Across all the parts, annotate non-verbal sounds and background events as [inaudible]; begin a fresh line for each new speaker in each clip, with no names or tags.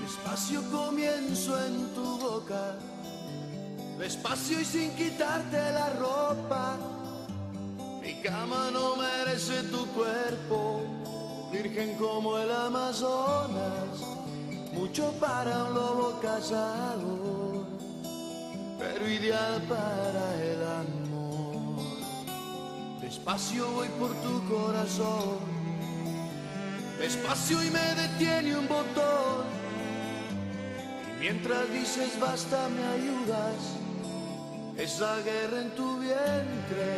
Despacio comienzo en tu boca, despacio y sin quitarte la ropa. Mi cama no merece tu cuerpo, virgen como el Amazonas, mucho para un lobo casado, pero ideal para el amor. Despacio voy por tu corazón, despacio y me detiene un botón. Y mientras dices basta me ayudas, esa guerra en tu vientre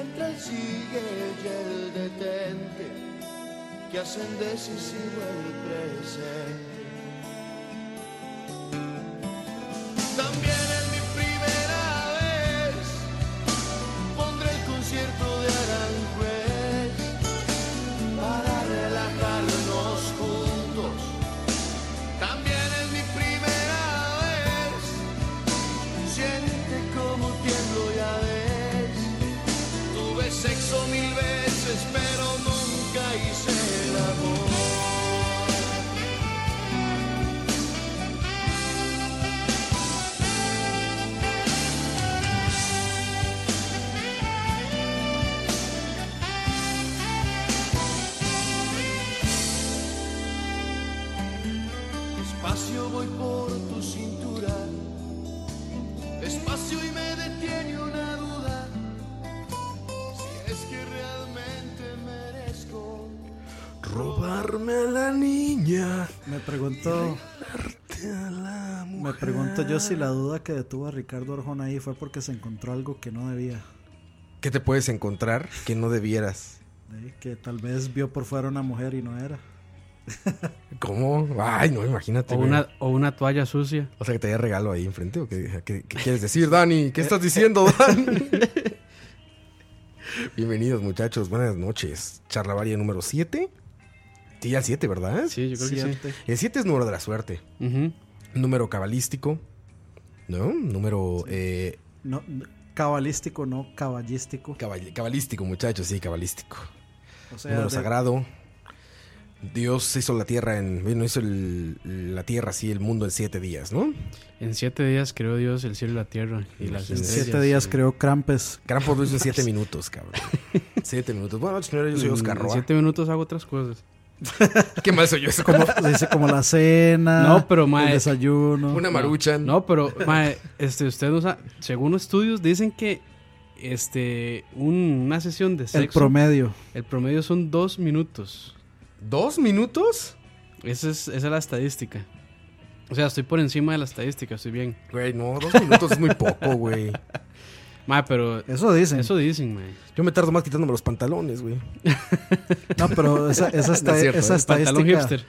entra el sigue y el detente que hacen decisivo el presente. También es mi primera vez pondré el concierto de Aranjuez para relajarnos juntos. También es mi primera vez siente como tiemblo ya ves. Tuve sexo mil veces, pero nunca hice el amor. Despacio voy por tu cintura, despacio y me detiene una duda. Si es que realmente merezco
Robarme a la niña.
Me pregunto,
te a la
me
mujer.
pregunto yo si la duda que detuvo a Ricardo Arjona ahí fue porque se encontró algo que no debía.
¿Qué te puedes encontrar que no debieras?
¿eh? Que tal vez vio por fuera una mujer y no era.
¿Cómo? Ay, no, imagínate.
O
güey.
una, o una toalla sucia.
O sea, que te haya regalo ahí enfrente. ¿o qué, qué- qué quieres decir, Dani? ¿Qué
[laughs]
estás diciendo, Dani? Bienvenidos, muchachos. Buenas noches. Charlavaria número 7. Sí, ya el 7, ¿verdad?
Sí, yo creo que sí.
Siete.
El 7 es número de la suerte.
Ujú.
Número cabalístico. ¿No? Número eh,
No, no, cabalístico, no caballístico.
cabal- cabalístico, muchachos. Sí, cabalístico.
O sea,
número
de-
sagrado. Dios hizo la tierra en. Bueno, hizo el- la tierra, sí, el mundo en siete días, ¿no?
En siete días creó Dios el cielo y la tierra y las
En
en
estrellas.
siete días creó Krampus.
Gran lo hizo en siete minutos, cabrón. Siete minutos. Bueno, señores,
Mm,
yo soy Oscar
En
Roa.
siete minutos hago otras cosas.
Qué mal soy yo. Es como
Como, se dice como la cena,
No, pero, mae,
el desayuno.
una maruchan.
No, pero, mae, este, usted no sabe. Según estudios, dicen que este, un- una sesión de sexo.
El promedio.
el promedio son dos minutos.
¿Dos minutos?
Esa es, esa es la estadística. O sea, estoy por encima de la estadística, estoy bien.
Güey, no, dos minutos es muy poco, güey.
Mae, pero
Eso dicen.
eso dicen, mae.
Yo me tardo más quitándome los pantalones, güey.
No, pero esa,
[laughs]
esa, esta-
No es cierto,
esa
¿eh?
Pantalón
estadística,
hipster.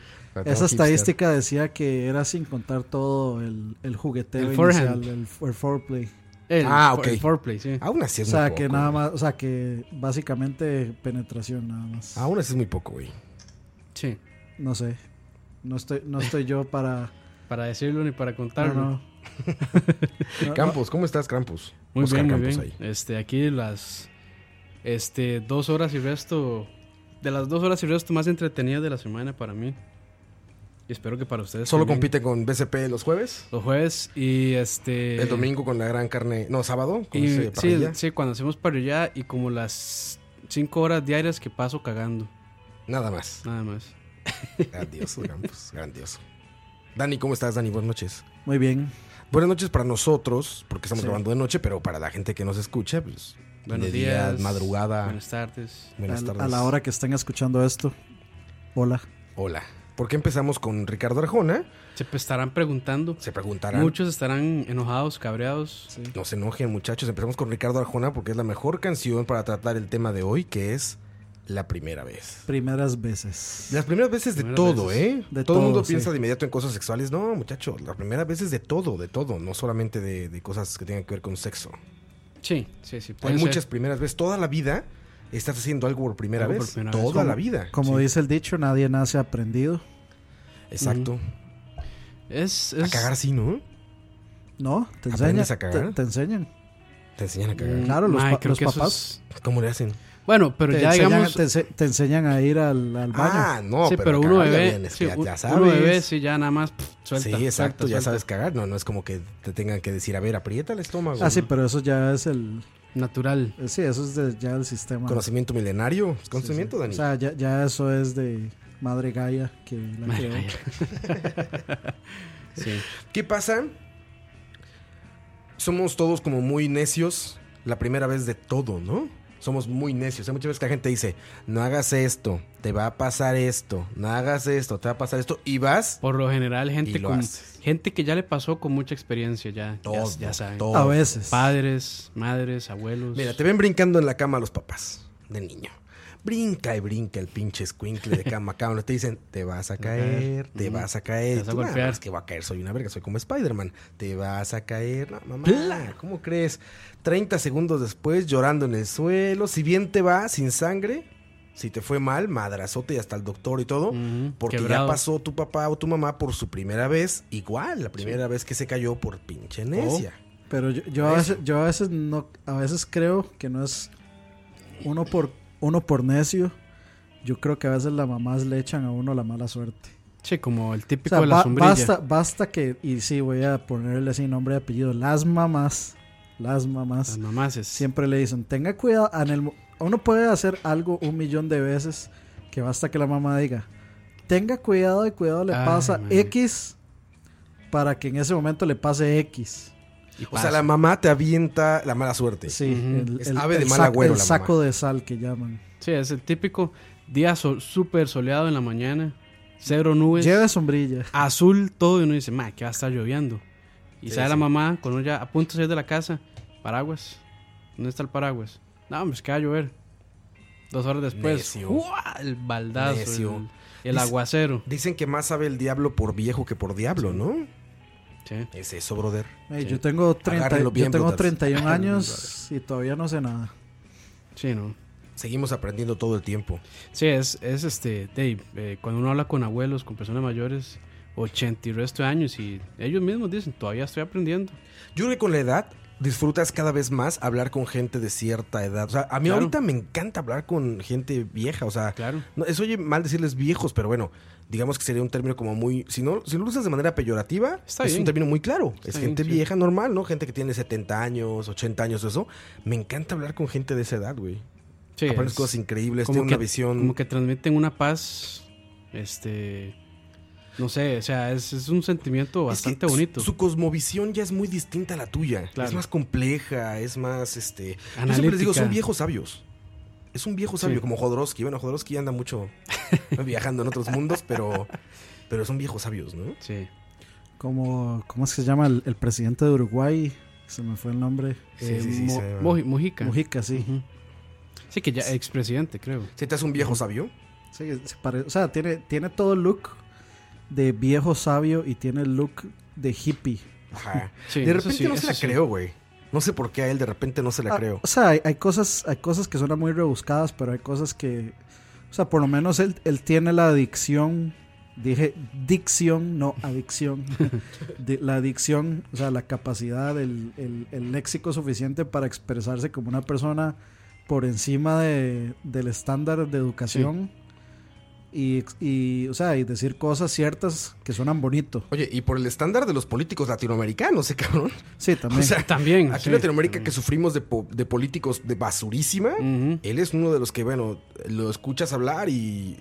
esa estadística decía que era sin contar todo el, el jugueteo
El
inicial,
forehand.
el, el foreplay.
El,
Ah,
for-
ok.
el foreplay, sí.
Aún así
O
es
sea,
muy poco.
que nada más, o sea, que básicamente penetración nada más.
Aún así es muy poco, güey.
Sí.
No sé. No estoy, no estoy yo para.
Para decirlo ni para contarlo.
No, no. No,
Campos, ¿cómo estás, Campos?
Muy
Oscar
bien, muy
Campos
bien. Este, aquí las este, dos horas y resto. De las dos horas y resto más entretenidas de la semana para mí. Y espero que para ustedes.
Solo
también.
compite con BCP los jueves.
Los jueves y
Eh,
este.
El domingo con la gran carne. No, sábado. Con
y-
ese
sí,
parrilla.
sí, cuando hacemos parrillada y como las cinco horas diarias que paso cagando.
Nada más.
Nada más.
Grandioso, Campos. Grandioso. Dani, ¿cómo estás, Dani? Buenas noches.
Muy bien.
Buenas noches para nosotros, porque estamos
Sí.
grabando de noche, pero para la gente que nos escucha, pues.
Buenos
de día,
días.
madrugada. Buenas,
Buenas tardes.
Al-
tardes.
a la hora que estén escuchando esto. Hola.
Hola. ¿Por qué empezamos con Ricardo Arjona?
Se pe- estarán preguntando.
Se preguntarán.
Muchos estarán enojados, cabreados.
Sí.
No se enojen, muchachos. Empezamos con Ricardo Arjona porque es la mejor canción para tratar el tema de hoy, que es la primera vez.
Primeras veces.
Las primeras veces de
Primeras
todo,
veces.
¿eh?
De
todo el mundo
todo, sí.
piensa de inmediato en cosas sexuales. No, muchachos, las primeras veces de todo, de todo, no solamente de, de cosas que tengan que ver con sexo.
Sí, sí, sí.
Hay
pueden ser.
muchas primeras veces. Toda la vida estás haciendo algo por primera
Algo
vez.
por primera vez.
toda
Como-
la vida.
Como
Sí.
dice el dicho, nadie nace aprendido.
Exacto.
Es,
A
es-
cagar sí, ¿no?
No, te
¿Aprendes
enseñan.
a cagar?
Te, te enseñan.
Te enseñan a cagar.
Claro, los
Mae,
pa-
creo
los
que eso
papás.
es-
¿Cómo le hacen?
Bueno, pero
te,
ya
enseñan,
digamos.
te ense- te enseñan a ir al, al baño.
Ah, no,
sí,
pero,
pero, uno
cagar ya
bebé.
vienes,
sí,
ya,
un-
ya
Uno
sabes.
bebé, sí, ya nada más. pff, suelta,
sí, exacto,
suelta,
ya
suelta.
sabes cagar, no, no es como que te tengan que decir, a ver, aprieta el estómago.
Ah, sí,
¿no?
pero eso ya es el.
[laughs]
Natural.
eh, Sí, eso es de- ya el sistema.
Conocimiento milenario, es
Sí, sí.
conocimiento, Dani.
O sea, ya, ya eso es de Madre Gaia que la creó.
[laughs] Sí.
¿Qué pasa? Somos todos como muy necios la primera vez de todo, ¿no? Somos muy necios. Hay muchas veces que la gente dice, no hagas esto, te va a pasar esto, no hagas esto, te va a pasar esto, y vas
Por lo general, gente,
lo
con,
haces.
gente que ya le pasó con mucha experiencia, ya, ya-
todo.
ya, saben.
todo.
A veces.
Padres, madres, abuelos.
Mira, te ven brincando en la cama los papás de niño. Brinca y brinca el pinche squinkle de cama a cama. Te dicen, te vas a caer, te
Ujú.
vas a caer.
Te vas a
Tú, "Nah,
golpear".
es que voy a caer, soy una verga, soy como Spider-Man. Te vas a caer, no, mamá. ¿Cómo crees? 30 segundos después, llorando en el suelo. Si bien te va, sin sangre. Si te fue mal, madrazote y hasta el doctor y todo.
Ujú,
Porque
Mm, quebrado.
ya pasó tu papá o tu mamá por su primera vez. Igual, la primera vez que se cayó por pinche necia.
Oh,
Pero yo, yo a veces, yo a veces no, a veces creo que no es uno por uno por necio. Yo creo que a veces las mamás le echan a uno la mala suerte.
Sí, como el
O
típico
sea,
de la
ba-
sombrilla.
basta, basta que, y sí, voy a ponerle así nombre y apellido, las mamás, las
Las
mamás
mamases.
siempre le dicen, tenga cuidado, en el, mo- uno puede hacer algo un millón de veces que basta que la mamá diga, tenga cuidado y cuidado le
Ay,
pasa
Ah, man.
X para que en ese momento le pase X.
Y
O sea,
pasa.
la mamá te avienta la mala suerte.
Sí,
este, Ujú.
el,
Es
el-
ave de
el
mal
sac-
agüero,
el
la
saco de sal que llaman.
Sí, es el típico día sol- súper soleado en la mañana, cero nubes,
Lleve sombrilla.
azul todo y uno dice, ma, que va a estar lloviendo. Y
Sí,
sale la
sí.
mamá con uno ya a punto de salir de la casa, paraguas, ¿dónde está el paraguas? No, hombre, es que va a llover. Dos horas después,
Necio.
¡guau! el baldazo,
Necio.
el, el
Dice-
aguacero.
Dicen que más sabe el diablo por viejo que por diablo, ¿no?
Sí.
Es eso, brother.
Ey,
Sí.
Yo tengo, 30,
Agárrenlo
yo
bien,
tengo
brutas.
[laughs]
31
Agárrenlo,
años y todavía no sé nada.
Sí, no.
Seguimos aprendiendo todo el tiempo.
Sí, es, es este, Dave, eh, cuando uno habla con abuelos, con personas mayores, 80 y resto de años, y ellos mismos dicen, todavía estoy aprendiendo.
Yo creo que con la edad disfrutas cada vez más hablar con gente de cierta edad. O sea, a mí
Claro.
ahorita me encanta hablar con gente vieja. O sea,
Claro.
no, eso oye mal decirles viejos, pero bueno, digamos que sería un término como muy. Si no, si lo usas de manera peyorativa,
Está
es
bien.
un término muy claro. es
bien,
gente
sí.
vieja normal, ¿no? Gente que tiene 70 años, 80 años, eso. Me encanta hablar con gente de esa edad, güey.
Sí,
Aprendes
es-
cosas increíbles, tiene una visión.
como que transmiten una paz, este, no sé, o sea, es, es un sentimiento
Es que
bastante
su-
bonito.
Su, cosmovisión ya es muy distinta a la tuya.
Claro.
Es más compleja, es más, este... Yo siempre
Analítica.
les digo, son viejos sabios. Es un viejo sabio,
Sí.
como Jodorowsky. Bueno, Jodorowsky anda
[laughs]
mucho viajando en otros mundos, pero... Pero son viejos sabios, ¿no?
Sí,
Como, ¿Cómo es que se llama el, el presidente de Uruguay? Se me fue el nombre.
Sí,
Eh,
sí, sí,
Mo-
se llama.
Moji- Mojica.
Mujica, sí.
Ujú. Sí, que ya expresidente, creo.
Si te hace un viejo sabio,
Sí, se pare- o sea, tiene, tiene todo el look de viejo sabio y tiene el look de hippie.
ajá.
Sí,
de
eso
repente
sí,
no se
eso
la
sí.
creo, güey. No sé por qué a él de repente no se la
Ah,
creo.
O sea, hay, hay cosas, hay cosas que suenan muy rebuscadas, pero hay cosas que. O sea, por lo menos él, él tiene la adicción. Dije dicción, no adicción. [laughs] de, la adicción, o sea, la capacidad, el, el- el léxico suficiente para expresarse como una persona por encima de- del estándar de educación. Y, y, o sea, y decir cosas ciertas que suenan bonito.
Oye, y por el estándar de los políticos latinoamericanos, ¿eh, cabrón?
Sí, también.
O sea,
También.
Aquí
sí,
en Latinoamérica que
también.
sufrimos de, po- de políticos de basurísima,
Ujú.
Él es uno de los que, bueno, lo escuchas hablar y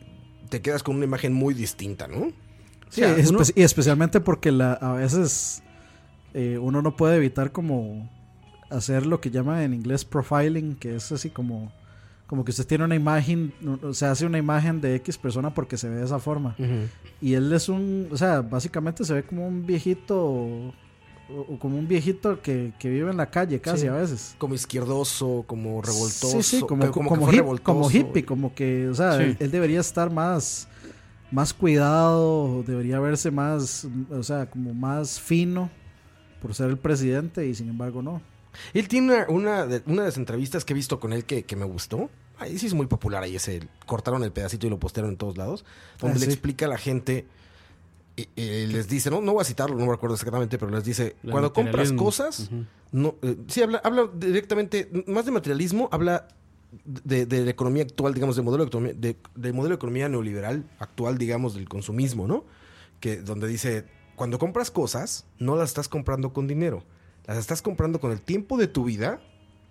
te quedas con una imagen muy distinta, ¿no?
Sí,
O sea,
espe-
uno-
y especialmente porque la, a veces eh, uno no puede evitar como hacer lo que llaman en inglés profiling, que es así como, como que usted tiene una imagen, o se hace una imagen de X persona porque se ve de esa forma. Y él es un, o sea, básicamente se ve como un viejito, o, o como un viejito que, que vive en la calle casi
Sí.
a veces.
Como izquierdoso, como revoltoso.
Sí, sí, como,
que-
como,
que fue
hip-
revoltoso.
como hippie, como que, o sea,
Sí.
él, él debería estar más, más cuidado, debería verse más, o sea, como más fino por ser el presidente y sin embargo no.
Él tiene una, una de, una de las entrevistas que he visto con él que, que me gustó. Ahí sí es muy popular, ahí ese. Cortaron el pedacito y lo postearon en todos lados. Donde
Ah,
le
sí.
explica a la gente. eh, Y, y les dice, no, no voy a citarlo, no me acuerdo exactamente, pero les dice:
La
Cuando compras
materialismo.
cosas,
Ujú.
No, eh, sí, habla, habla directamente, más de materialismo, habla de, de la economía actual, digamos, del modelo de, economía- de- del modelo de economía neoliberal actual, digamos, del consumismo, ¿no? Que donde dice, cuando compras cosas, no las estás comprando con dinero, las estás comprando con el tiempo de tu vida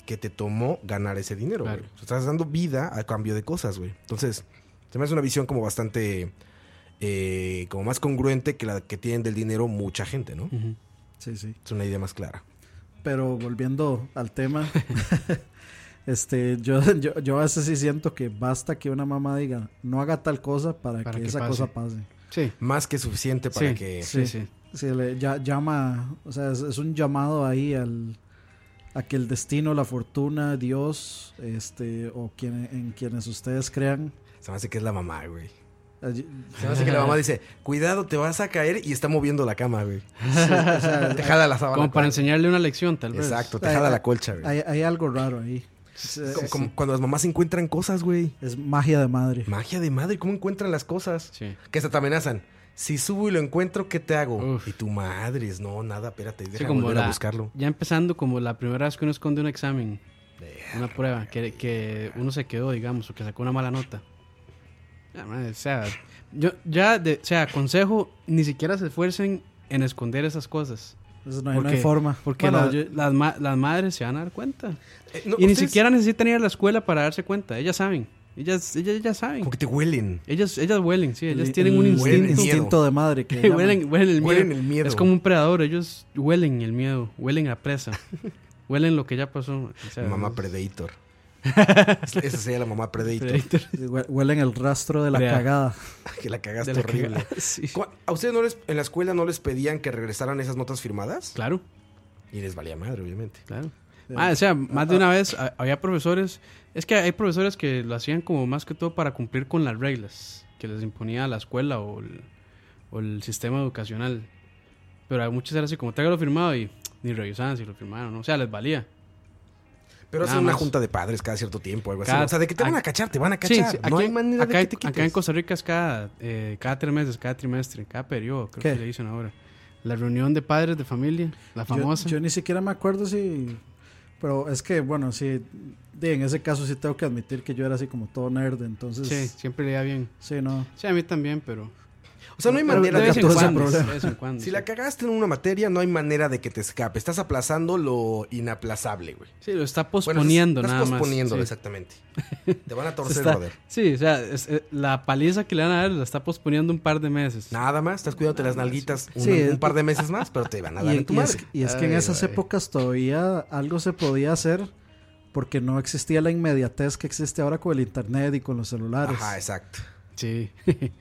que te tomó ganar ese dinero.
Claro.
güey. Estás dando vida a cambio de cosas, güey. Entonces, se me hace una visión como bastante, eh, como más congruente que la que tienen del dinero mucha gente, ¿no?
Ujú.
Sí, sí.
Es una idea más clara.
Pero volviendo al tema, [laughs] este, yo, yo, yo a veces sí siento que basta que una mamá diga, no haga tal cosa para,
Para
que,
que
esa
pase.
cosa pase.
Sí.
Más que suficiente para
Sí.
que...
Sí, sí.
Se le ya- llama, o sea, es, es un llamado ahí al, a que el destino, la fortuna, Dios, este, o quien, en quienes ustedes crean.
Se me hace que es la mamá, güey.
ay-
Se me hace que la mamá dice, cuidado, te vas a caer y está moviendo la cama, güey.
sí, o sea,
[laughs] Te jala la sábana.
Como para
güey.
enseñarle una lección, tal vez.
Exacto, te
Ay,
jala
ay,
la colcha, güey.
hay, hay algo raro ahí. Es,
Como-
es-
como cuando las mamás encuentran cosas, güey.
es magia de madre.
Magia de madre, ¿cómo encuentran las cosas?
Sí.
Que hasta te amenazan. Si subo y lo encuentro, ¿qué te hago?
Uf.
Y tu madre, es, no, nada, espérate, deja
Sí, como
volver
la-
a buscarlo.
Ya empezando como la primera vez que uno esconde un examen, una prueba, que, que uno se quedó, digamos, o que sacó una mala nota. Ah, madre, o sea, yo, ya, de- o sea, consejo, ni siquiera se esfuercen en esconder esas cosas.
Entonces, no, hay, no
Porque-
hay forma.
Porque
Bueno,
la-
yo-
las, ma- las madres se van a dar cuenta.
Eh, no,
y ni
ustedes
siquiera necesitan ir a la escuela para darse cuenta, ellas saben. Ellas, ellas, ellas saben.
Como que te huelen.
Ellas, ellas huelen, sí, ellas
el-
tienen un
el
huelen
instinto.
miedo.
instinto de madre.
[laughs]
Que le llaman.
huelen, huelen el miedo.
mm, Huelen el miedo.
Es como un predador, ellos huelen el miedo, huelen a
[laughs]
presa, huelen lo que ya pasó. o sea,
Mamá
es- [laughs]
Predator. Es- Esa sería la mamá Predator.
Predator.
Hue- Huelen el rastro de la
Vea.
cagada.
[laughs] que la
de
cagaste
la
horrible.
cagada, [laughs] sí.
¿Cu- ¿A ustedes no les, en la escuela no les pedían que regresaran esas notas firmadas?
Claro,
Y les valía madre, obviamente.
claro. Ah, o sea, más de una vez a- había profesores, es que hay profesores que lo hacían como más que todo para cumplir con las reglas que les imponía la escuela o el, o el sistema educacional. Pero a muchos era así como tráigalo firmado y ni revisaban si lo firmaron, ¿no? o sea, les valía.
Pero
Nada
hacen una
más.
junta de padres cada cierto tiempo, algo así.
Cada-
O sea, de que te van a
ac-
cachar, te van a
Sí,
cachar.
sí,
no
aquí-
hay manera
acá,
de
hay-
que te quites.
acá en Costa Rica es cada, eh, cada tres meses, cada trimestre, cada periodo, creo
¿Qué?
que le dicen ahora. La reunión de padres de familia, la
Yo-
famosa.
Yo, ni siquiera me acuerdo si. Pero es que, bueno, sí. de- En ese caso sí tengo que admitir que yo era así como todo nerd. Entonces.
sí,
Sí,
siempre le da bien.
no.
Sí, a mí también, pero.
O sea, no hay
pero
manera
de
de
vez
que
en
todo ese
cuando.
problema.
de vez en cuando,
Si
sí.
la cagaste en una materia, no hay manera de que te escape. Estás aplazando lo inaplazable, güey.
Sí, lo está
Bueno,
posponiendo
estás
nada más.
posponiéndolo,
sí.
exactamente. Te van a torcer,
Está-
brother.
sí, o sea, es- eh, la paliza que le van a dar la está posponiendo un par de meses.
Nada más, estás cuidándote las nalguitas un,
Sí, es-
un par de meses más, pero te van a dar
Y, e-
en tu
y
madre.
es, y es que en
Ay,
esas
güey.
épocas todavía algo se podía hacer. Porque no existía la inmediatez que existe ahora con el internet y con los celulares.
Ajá, exacto.
Sí. [laughs]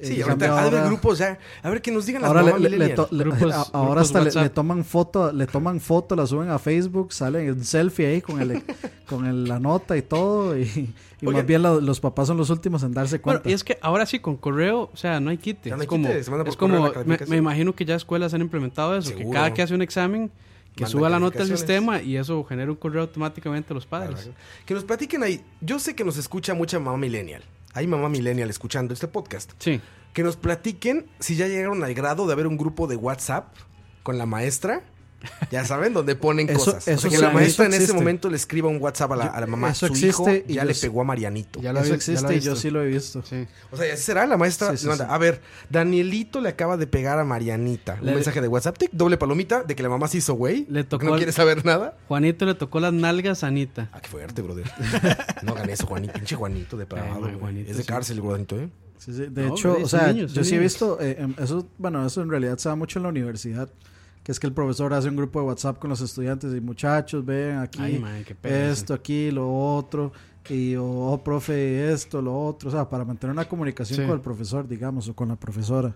Eh,
Sí,
en
ahorita
cambio
ha de haber
ahora-
grupos ya. A ver que nos digan las
Ahora,
mamás
le- le- le
millennial.
to- le-
Grupos-
a- ahora
grupos
hasta le,
WhatsApp.
le toman foto, le toman foto, la suben a Facebook, salen en selfie ahí con el con el- la nota y todo y, y
Oigan.
más bien la- los papás son los últimos en darse
Bueno,
cuenta.
y es que ahora sí con correo, o sea, no hay quite.
Ya no hay
es como,
quite, se manda por
es
correo la
como me,
calificación.
me imagino que ya escuelas han implementado eso, que
Seguro.
cada que hace un examen, que
Manda
suba la nota al
calificaciones.
sistema y eso genera un correo automáticamente a los padres.
Que nos platiquen ahí. Yo sé que nos escucha mucha mamá millennial. Hay mamá millennial escuchando este podcast.
Sí.
Que nos platiquen si ya llegaron al grado de haber un grupo de WhatsApp con la maestra. Ya saben, donde ponen
Eso-
cosas. O sea,
eso
que la
sí,
maestra
eso
en ese
existe.
momento le escriba un WhatsApp a la, a la mamá.
Eso
Su
existe
hijo
y
ya
yo
le
sé-
pegó a Marianito.
Ya lo
Eso
vi- ya
existe
lo he
y yo
visto.
sí lo he visto.
Sí.
O sea, y así será la maestra.
Sí, sí,
le manda,
sí.
A ver, Danielito le acaba de pegar a Marianita. Un
Le-
mensaje de WhatsApp, tic, doble palomita, de que la mamá se hizo güey. porque
Le tocó
No
al-
quiere saber nada.
Juanito le tocó las nalgas a Anita.
Ah, qué fuerte,
[laughs]
brother. No gané eso, Juanito. Pinche Juanito de
Ay, güey, Juanito,
Es de
sí.
cárcel, Juanito, ¿eh?
Sí, sí, De
No,
hecho,
sí,
o
son
sea,
niños,
yo
son
sí he
niños.
visto eh, em, eso, bueno, eso en realidad se da mucho en la universidad, que es que el profesor hace un grupo de WhatsApp con los estudiantes y muchachos, ven aquí
Ay, man, qué pereza.
esto, aquí lo otro y oh, profe esto, lo otro, o sea, para mantener una comunicación
Sí.
con el profesor, digamos, o con la profesora.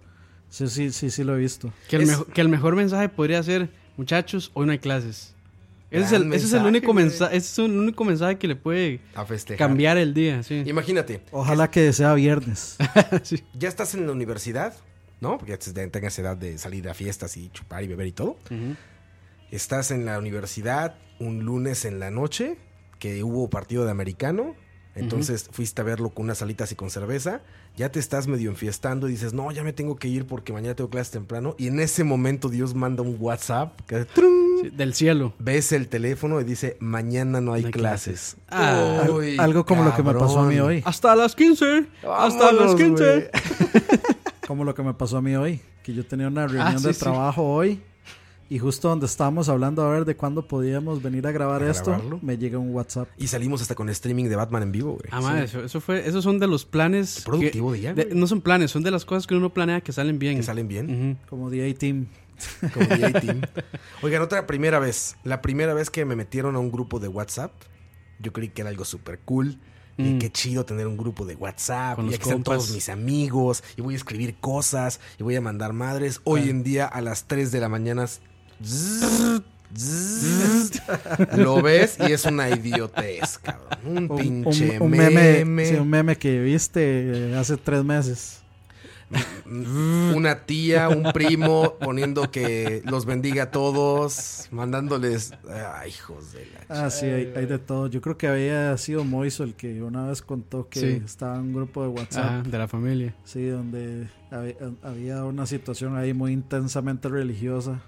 Sí, sí, sí, sí lo he visto.
Que el,
Es-
mejo- que el mejor mensaje podría ser, muchachos, hoy no hay clases. Ese es,
Gran
el, ese es el
mensaje,
único
güey.
mensaje, ese es el único mensaje que le puede
A festejar.
cambiar el día, sí.
Imagínate,
Ojalá que sea
[laughs]
viernes.
Sí.
ya estás en la universidad, ¿no? Porque ya te- tengas edad de salir a fiestas y chupar y beber y todo.
Ujú.
Estás en la universidad un lunes en la noche, que hubo partido de americano. Entonces fuiste a verlo con unas salitas y con cerveza. Ya te estás medio enfiestando y dices, no, ya me tengo que ir porque mañana tengo clases temprano. Y en ese momento Dios manda un WhatsApp. Que, hace, "Trun".
Sí, del cielo.
Ves el teléfono y dice, mañana no hay
No hay
clases.
Ah.
Al-
Uy,
algo como lo que me pasó a mí
cabrón.
hoy.
Hasta las 15. hasta las
Vámonos,
15.
güey.
Como lo que me pasó a mí hoy. Que yo tenía una reunión
Ah, sí,
de
sí.
trabajo hoy. Y justo donde estábamos hablando a ver de cuándo podíamos venir a grabar
¿A
esto,
grabarlo?
me llega un WhatsApp.
Y salimos hasta con streaming de Batman en vivo, güey.
Ah, madre, eso, eso fue, esos son de los planes.
Qué productivo día,
de-
güey.
no son planes, son de las cosas que uno planea que salen bien.
Que salen bien.
Ujú. Ah,
Como The A-Team.
como DJ Team. Oigan, otra primera vez. La primera vez que me metieron a un grupo de WhatsApp, yo creí que era algo súper cool. Y
Mm.
qué chido tener un grupo de WhatsApp.
Con
Y
los
aquí están
compas.
todos mis amigos. Y voy a escribir cosas. Y voy a mandar madres. Hoy en día a las 3 de la mañana. zzz, zzz, Lo ves y es una idiotez, cabrón. Un,
Un,
pinche
un- un
meme.
meme, sí, un meme que viste eh, hace tres meses.
una tía, un primo, poniendo que los bendiga a todos, mandándoles. Ay, hijos de la.
Ah, sí, hay, hay de todo. Yo creo que había sido Moiso el que una vez contó que
Sí.
estaba en un grupo de WhatsApp.
Ajá, de la familia.
Sí, donde había, había una situación ahí muy intensamente religiosa.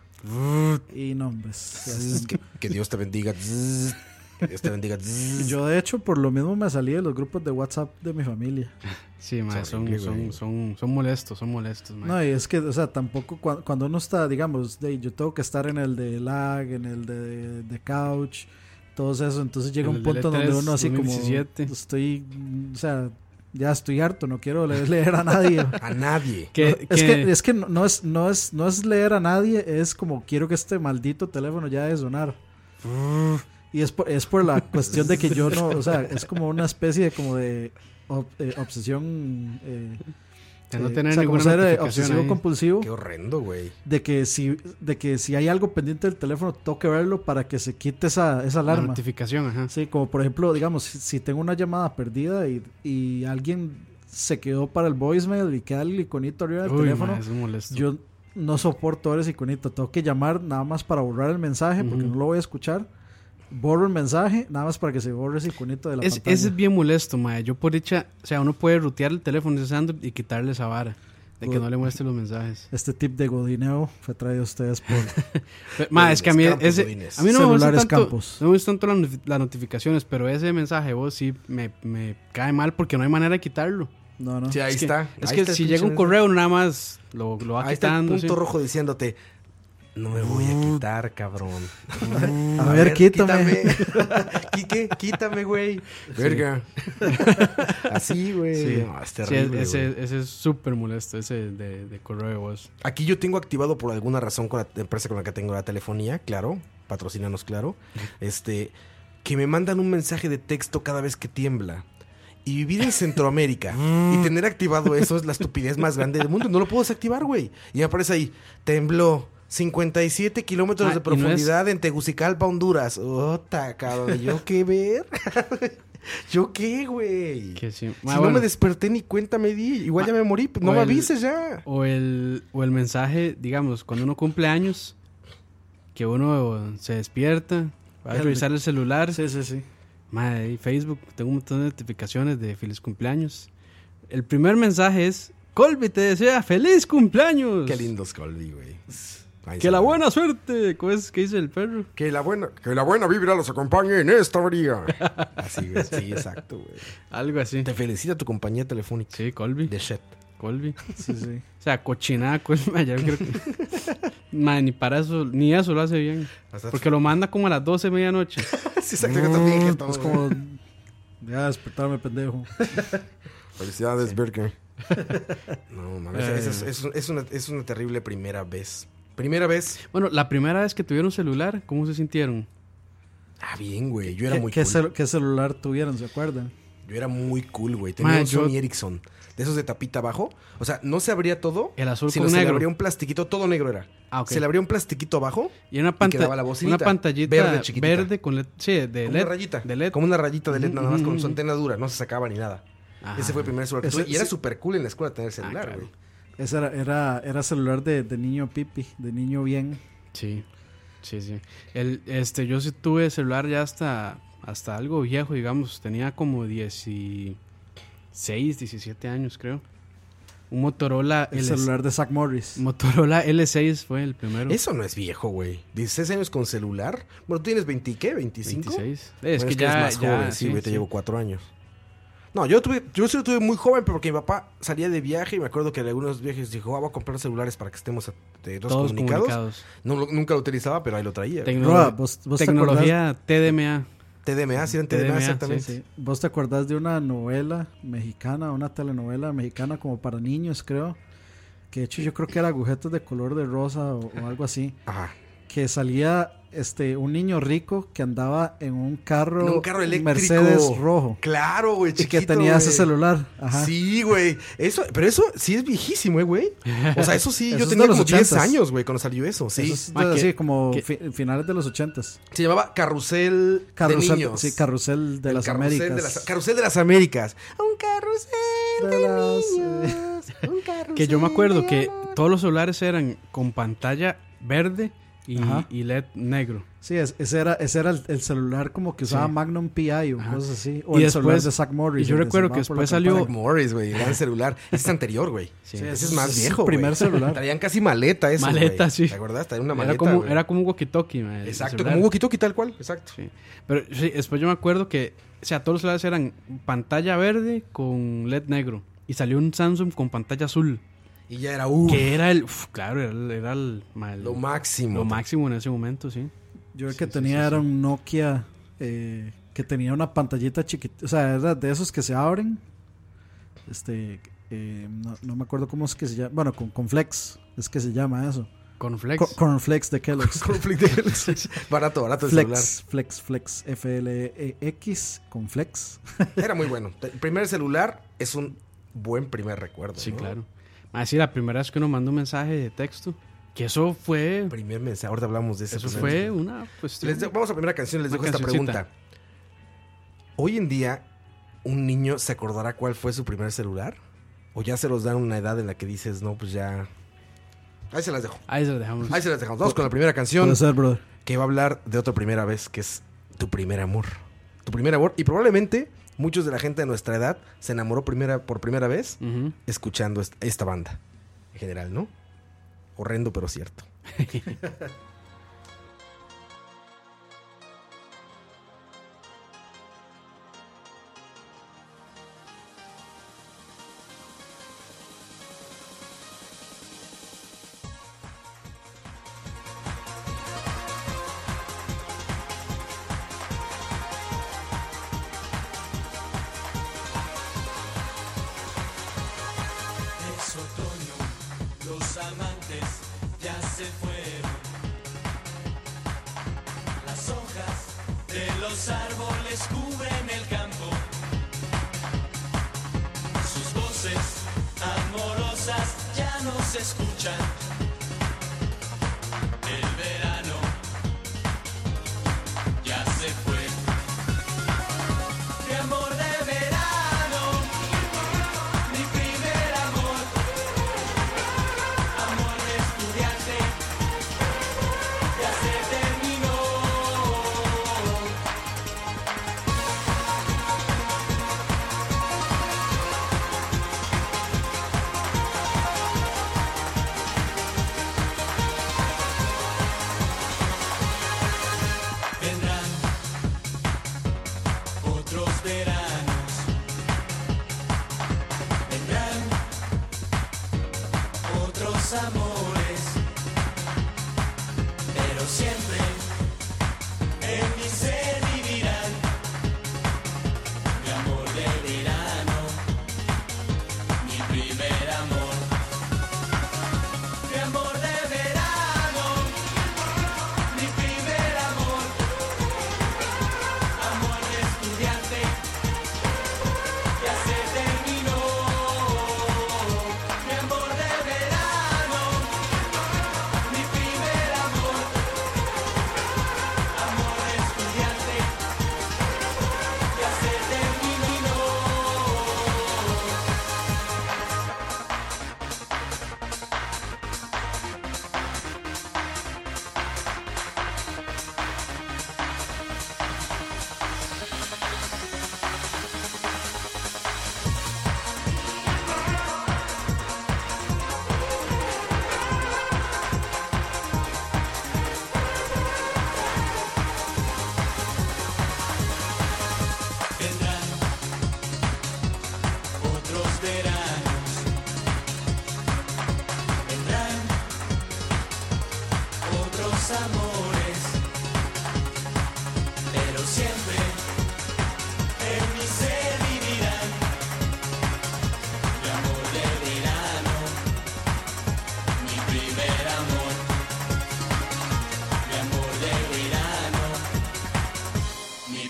Y nombres.
ch- Que, que Dios te bendiga. zzz, Que Dios te bendiga. zzz.
Yo, de hecho, por lo mismo me salí de los grupos de WhatsApp de mi familia.
Sí, madre, son,
horrible, güey.
son, son, son molestos, son molestos, madre.
No, y es que, o sea, tampoco cua- cuando, uno está, digamos, de, yo tengo que estar en el de lag, en el de, de couch, todo eso. Entonces llega un
En el E del
punto
E3,
donde uno así
2017.
como. Estoy. mm, O sea, ya estoy harto, no quiero le- leer a
[laughs]
nadie.
A nadie.
Que-
Es
que-
que, es que no, no es, no, es, no es leer a nadie, es como quiero que este maldito teléfono ya de sonar. Y es por, es por
[laughs]
la cuestión de que yo no, o sea, es como una especie de como de ob- eh, obsesión. eh,
De no
eh,
tener
o sea, como
ninguna
ser, eh,
notificación
obsesivo
ahí.
compulsivo
Qué horrendo, güey.
de que si de que si hay algo pendiente del teléfono tengo que verlo para que se quite esa, esa
la
alarma.
notificación, ajá.
Sí, como por ejemplo, digamos, si, si tengo una llamada perdida y, y alguien se quedó para el voicemail y queda el iconito arriba del
Uy,
teléfono,
madre, eso es molesto.
yo no soporto ver ese iconito. Tengo que llamar nada más para borrar el mensaje porque
Ujú.
no lo voy a escuchar. Borro el mensaje nada más para que se borre ese iconito de la
es,
pantalla.
ese es bien molesto, madre. Yo por dicha, o sea, uno puede rutear el teléfono de ese Android y quitarle esa vara. De que
Good.
no le muestre
[laughs]
los mensajes.
Este tip de Godineo fue traído a ustedes por...
Pero, ma, es que a mí,
Campos,
ese-
Godínez.
a mí no me gustan
Celulares
tanto,
Campos.
no me gustan tanto las, notif- las notificaciones, pero ese mensaje de voz sí me, me cae mal porque no hay manera de quitarlo.
No,
[laughs]
no.
Sí, ahí
es que,
está.
Es
Ahí está
que
el
si
pinche
llega un
mensaje.
correo, nada más lo, lo va
Ahí está el
quitando.
punto
sí.
rojo diciéndote. No me voy a quitar, cabrón.
A ver, quítame.
quítame. [laughs] Quique, quítame, güey. Verga. Así, güey.
Sí.
No, es
Sí,
terrible,
ese,
güey.
ese es súper molesto, ese de, de correo de voz.
Aquí yo tengo activado por alguna razón con la empresa con la que tengo la telefonía, claro, patrocínanos, claro, este, que me mandan un mensaje de texto cada vez que tiembla. Y vivir en
[laughs]
Centroamérica
Mm.
y tener activado eso es la estupidez más grande del mundo. No lo puedo desactivar, güey. Y me aparece ahí, tembló. 57 kilómetros
Ah,
de
y no es-
profundidad en Tegucigalpa, Honduras. Ota, cabrón. ¿Yo qué ver? [laughs] ¿Yo qué, güey?
Que sí.
Si no
Ma, Ah, bueno, Ah,
me desperté ni cuenta me di. Igual ya me morí. pues, No
o
me
el-
avises ya.
o, el, o el mensaje, digamos, cuando uno cumple años, que uno se despierta, va a
El-
revisar el celular.
Sí, sí, sí.
Madre, y Facebook, tengo un montón de notificaciones de feliz cumpleaños. El primer mensaje es, Colby te desea feliz cumpleaños.
Qué lindo Scully, güey. Ahí
Pues, Que
se
la
ve.
buena suerte. ¿Cómo es que dice el perro?
Que la buena, que la buena vibra los acompañe en esta
[laughs]
avería. Así, güey. Sí, exacto, güey.
Algo así.
Te felicita tu compañía telefónica.
Sí, Colby.
De shit.
Colby.
Sí, sí.
O sea, cochinada Colby. ma, ya creo que...
[laughs]
Madre, ni para eso, ni eso lo hace bien.
Hasta-
Porque lo manda como a las 12 de medianoche.
[laughs] Sí, exacto.
Mm,
Yo también dije
pues,
todo,
Es
güey.
pues, como... Ya despertarme, pendejo.
Felicidades,
[laughs]
Birkin. No, mames.
Eh.
Es, es- es una, es una terrible primera vez. Primera vez.
Bueno, la primera vez que tuvieron celular, ¿cómo se sintieron?
Ah, bien, güey. Yo era
¿Qué-
muy
¿Qué,
cool.
cel- qué celular tuvieron, se acuerdan?
Yo era muy cool, güey. Tenía
Ma,
un
yo-
Sony Ericsson. De esos de tapita abajo. O sea, no se abría todo.
El azul
sino
con
se le
negro.
abría un plastiquito. Todo negro era.
Ah, ok.
Se le abría un plastiquito abajo.
Y una,
Y
panta-
quedaba la bocinita
una pantallita
verde
verde,
chiquitita.
con LED. Sí, de
Como
LED.
una rayita.
De LED.
Como una rayita de LED
Ujú,
nada más
ujú, Ah,
con su
ujú.
antena dura. No se sacaba ni nada.
Ajá.
Ese fue el primer celular que
Ese-
tuve. Y era
sí.
súper cool en la escuela tener celular,
Ah, claro.
güey.
Ese era, era, era celular de, de niño pipi, de niño bien.
Sí, sí, sí. El, este, yo sí tuve celular ya hasta, hasta algo viejo, digamos. Tenía como 16, 17 años, creo. un Motorola
El
L6.
celular de Zach Morris.
Motorola L6 fue el primero.
Eso no es viejo, güey. 16 años con celular. Bueno, tienes 20, ¿qué? ¿25?
26. Es
Bueno,
que ya,
eres más
ya,
joven, sí, güey, te
sí.
llevo cuatro años. No, yo tuve, yo sí lo tuve muy joven, pero porque mi papá salía de viaje y me acuerdo que en algunos viajes dijo, ah, voy a comprar celulares para que estemos eh, todos,
Todos
comunicados.
comunicados.
No lo- nunca lo utilizaba, pero ahí lo traía. güey.
Tecno-
Roa, ¿vos- vos te
Tecnología TDMA.
TDMA, sí, eran TDMA,
TDMA,
exactamente.
sí, sí.
¿Vos te acordás de una novela mexicana, una telenovela mexicana como para niños, creo? Que de hecho yo creo que era agujetas de color de rosa o, o algo así.
Ajá.
Que salía este un niño rico que andaba en un carro,
En un carro eléctrico.
Mercedes rojo.
Claro, güey,
y
chiquito.
que tenía ese
güey.
celular. Ajá.
Sí, güey. Eso, pero eso sí es viejísimo, eh, güey. O sea, eso
[laughs]
sí,
Eso
yo
es
tenía
de los
como 10
ochentas.
años, güey, cuando salió eso. Sí.
Eso es
Ma,
de-
que-
sí, como
que-
fi- finales de los ochentas.
Se llamaba Carrusel, de
Carrusel,
Niños.
sí, carrusel de
El
las
carrusel
Américas.
De las, carrusel de las Américas. Un carrusel de,
De las-
niños.
[laughs]
Un carrusel
Que yo me acuerdo
de
que
amor.
todos los celulares eran con pantalla verde y,
Ajá.
y LED negro.
Sí, es- ese era, ese era el, el celular como que usaba
Sí.
Magnum PI o cosas así. O
Y
el
después-
celular de Zach Morris.
y yo
el
recuerdo que
se llamaba por la
después salió-
campana.
Frank Morris, güey, gran celular. Ese es anterior,
[laughs]
güey.
Sí,
Sí.
Ese
ese
es más
es su
viejo.
primer
güey.
celular.
Traían casi maleta eso.
Maleta,
güey.
sí.
¿Te acuerdas? Traían una maleta.
Era como,
güey.
era como un walkie-talkie, ma, el
Exacto,
celular.
como un walkie-talkie tal cual. Exacto.
Sí. Pero sí, después yo me acuerdo que, o sea, todos los celulares eran pantalla verde con LED negro. Y salió un Samsung con pantalla azul.
Y ya era, uh,
Que era el. uf, claro, era el. era el- ma, el-
lo máximo.
lo máximo en ese momento, sí.
Yo el
Sí,
que
sí,
tenía
sí,
era
sí.
un Nokia eh, que tenía una pantallita chiquita. O sea, era de esos que se abren. Este, eh, no, no me acuerdo cómo es que se llama. Bueno, con, con Flex es que se llama eso.
Con Flex.
Co- Con Flex de
[laughs]
Kellogg's.
Conflict de- [laughs] barato, barato el celular.
Flex, Flex, Flex, F-L-E-X, con Flex.
Era muy bueno. El primer celular es un buen primer recuerdo.
sí,
¿no?
claro. Así la primera vez que uno mandó un mensaje de texto. Que eso fue.
Primer mensaje. Ahorita hablamos de ese.
Eso
primer
fue
mensaje.
una cuestión.
Les de- vamos a la primera canción. Les
Una
dejo esta
cancioncita.
pregunta. Hoy en día, ¿un niño se acordará cuál fue su primer celular? ¿O ya se los dan a una edad en la que dices, no, pues ya. Ahí se las dejo.
Ahí se lo dejamos.
Ahí se las dejamos. Vamos con la primera canción
Puede ser, brother.
que va a hablar de otra primera vez, que es tu primer amor. Tu primer amor. Y probablemente muchos de la gente de nuestra edad se enamoró primera, por primera vez
Ujú.
escuchando est- esta banda. En general, ¿no? Horrendo, pero cierto.
Es otoño, los amantes ya se fueron. Las hojas de los árboles cubren el campo. Sus voces amorosas ya no se escuchan. El verano ya se fue. Mi amor de verano, mi primer amor. Amor de estudiante, ya se terminó.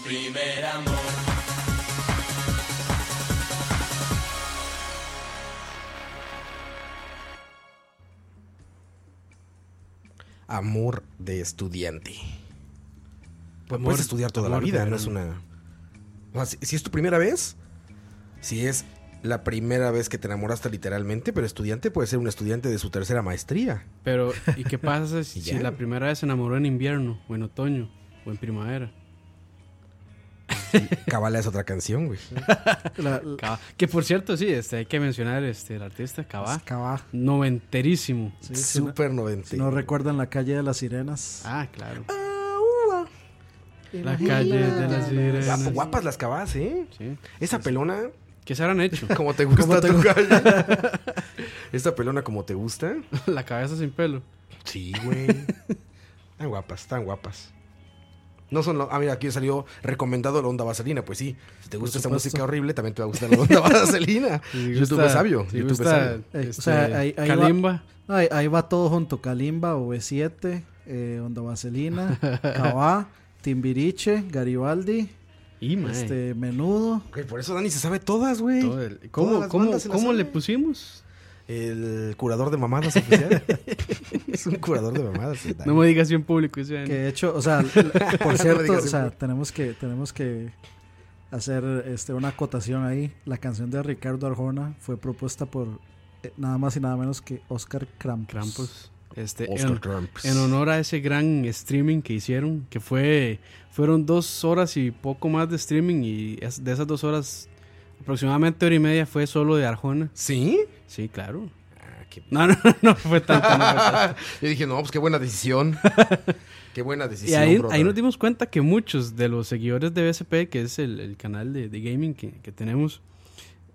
primer amor.
Amor de estudiante. Pues
Amor-
puedes estudiar toda la
amor de
vida, no
verano.
es una. O sea, si, si es tu primera vez, si es la primera vez que te enamoraste literalmente, pero estudiante puede ser un estudiante de su tercera maestría.
Pero, ¿y qué pasa
[laughs]
si,
Y
si
ya.
la primera vez se enamoró en invierno, o en otoño, o en primavera? [laughs]
Cabala es otra canción, güey.
La, la-
Cava. Que por cierto, sí, este, hay que mencionar este, el artista Cava.
Escabá.
Noventerísimo.
Sí, si no-
Súper noventa.
si no recuerdan la calle de las sirenas.
Ah, claro. La calle de
Guapo-
las sirenas.
guapas las cabas, ¿eh?
Sí.
Esa pelona,
¿Qué se habrán hecho?
como te gusta
Como te
tu
gu-
calle. Esta pelona como te gusta.
[laughs] la cabeza sin pelo.
Sí, güey. Tan guapas, tan guapas. No son. lo- Ah, mira, aquí salió recomendado la onda vaselina. Pues sí, si te gusta esa
supuesto.
música horrible, también te va a gustar la
[laughs]
onda vaselina.
Si
YouTube
gusta-
es sabio.
si
YouTube es
gusta,
sabio.
Eh, o
este,
sea, ahí- ahí va-
Kalimba.
Ahí, ahí va todo junto: Kalimba, V7, eh, Onda Vaselina, Cabá, Timbiriche, Garibaldi,
Y, mae,
este, Menudo.
Güey, por eso Dani se sabe todas, güey.
todo el- ¿Cómo,
las
cómo,
bandas se las
cómo le
saben.
pusimos?
El curador de mamadas
[laughs]
oficial. es un curador de mamadas. el Dani.
No me digas bien público. ese
Que
año.
de hecho, o sea, la- por cierto, o
digas
sea,
siempre.
tenemos que, tenemos que hacer este, una acotación ahí. La canción de Ricardo Arjona fue propuesta por eh, nada más y nada menos que Oscar Krampus.
Krampus. Este,
Oscar
en-
Trump.
en honor a ese gran streaming que hicieron, que fue fueron dos horas y poco más de streaming y es- de esas dos horas aproximadamente hora y media fue solo de Arjona.
¿Sí?
Sí, claro.
Ah, qué-
No, [laughs] no, no fue tanto. no
[laughs]
fue tanto.
Yo dije, no, pues qué buena decisión. qué buena
Y
decisión.
ahí,
brother.
ahí nos dimos cuenta que muchos de los seguidores de BSP, que es el, el canal de, de gaming que, que tenemos,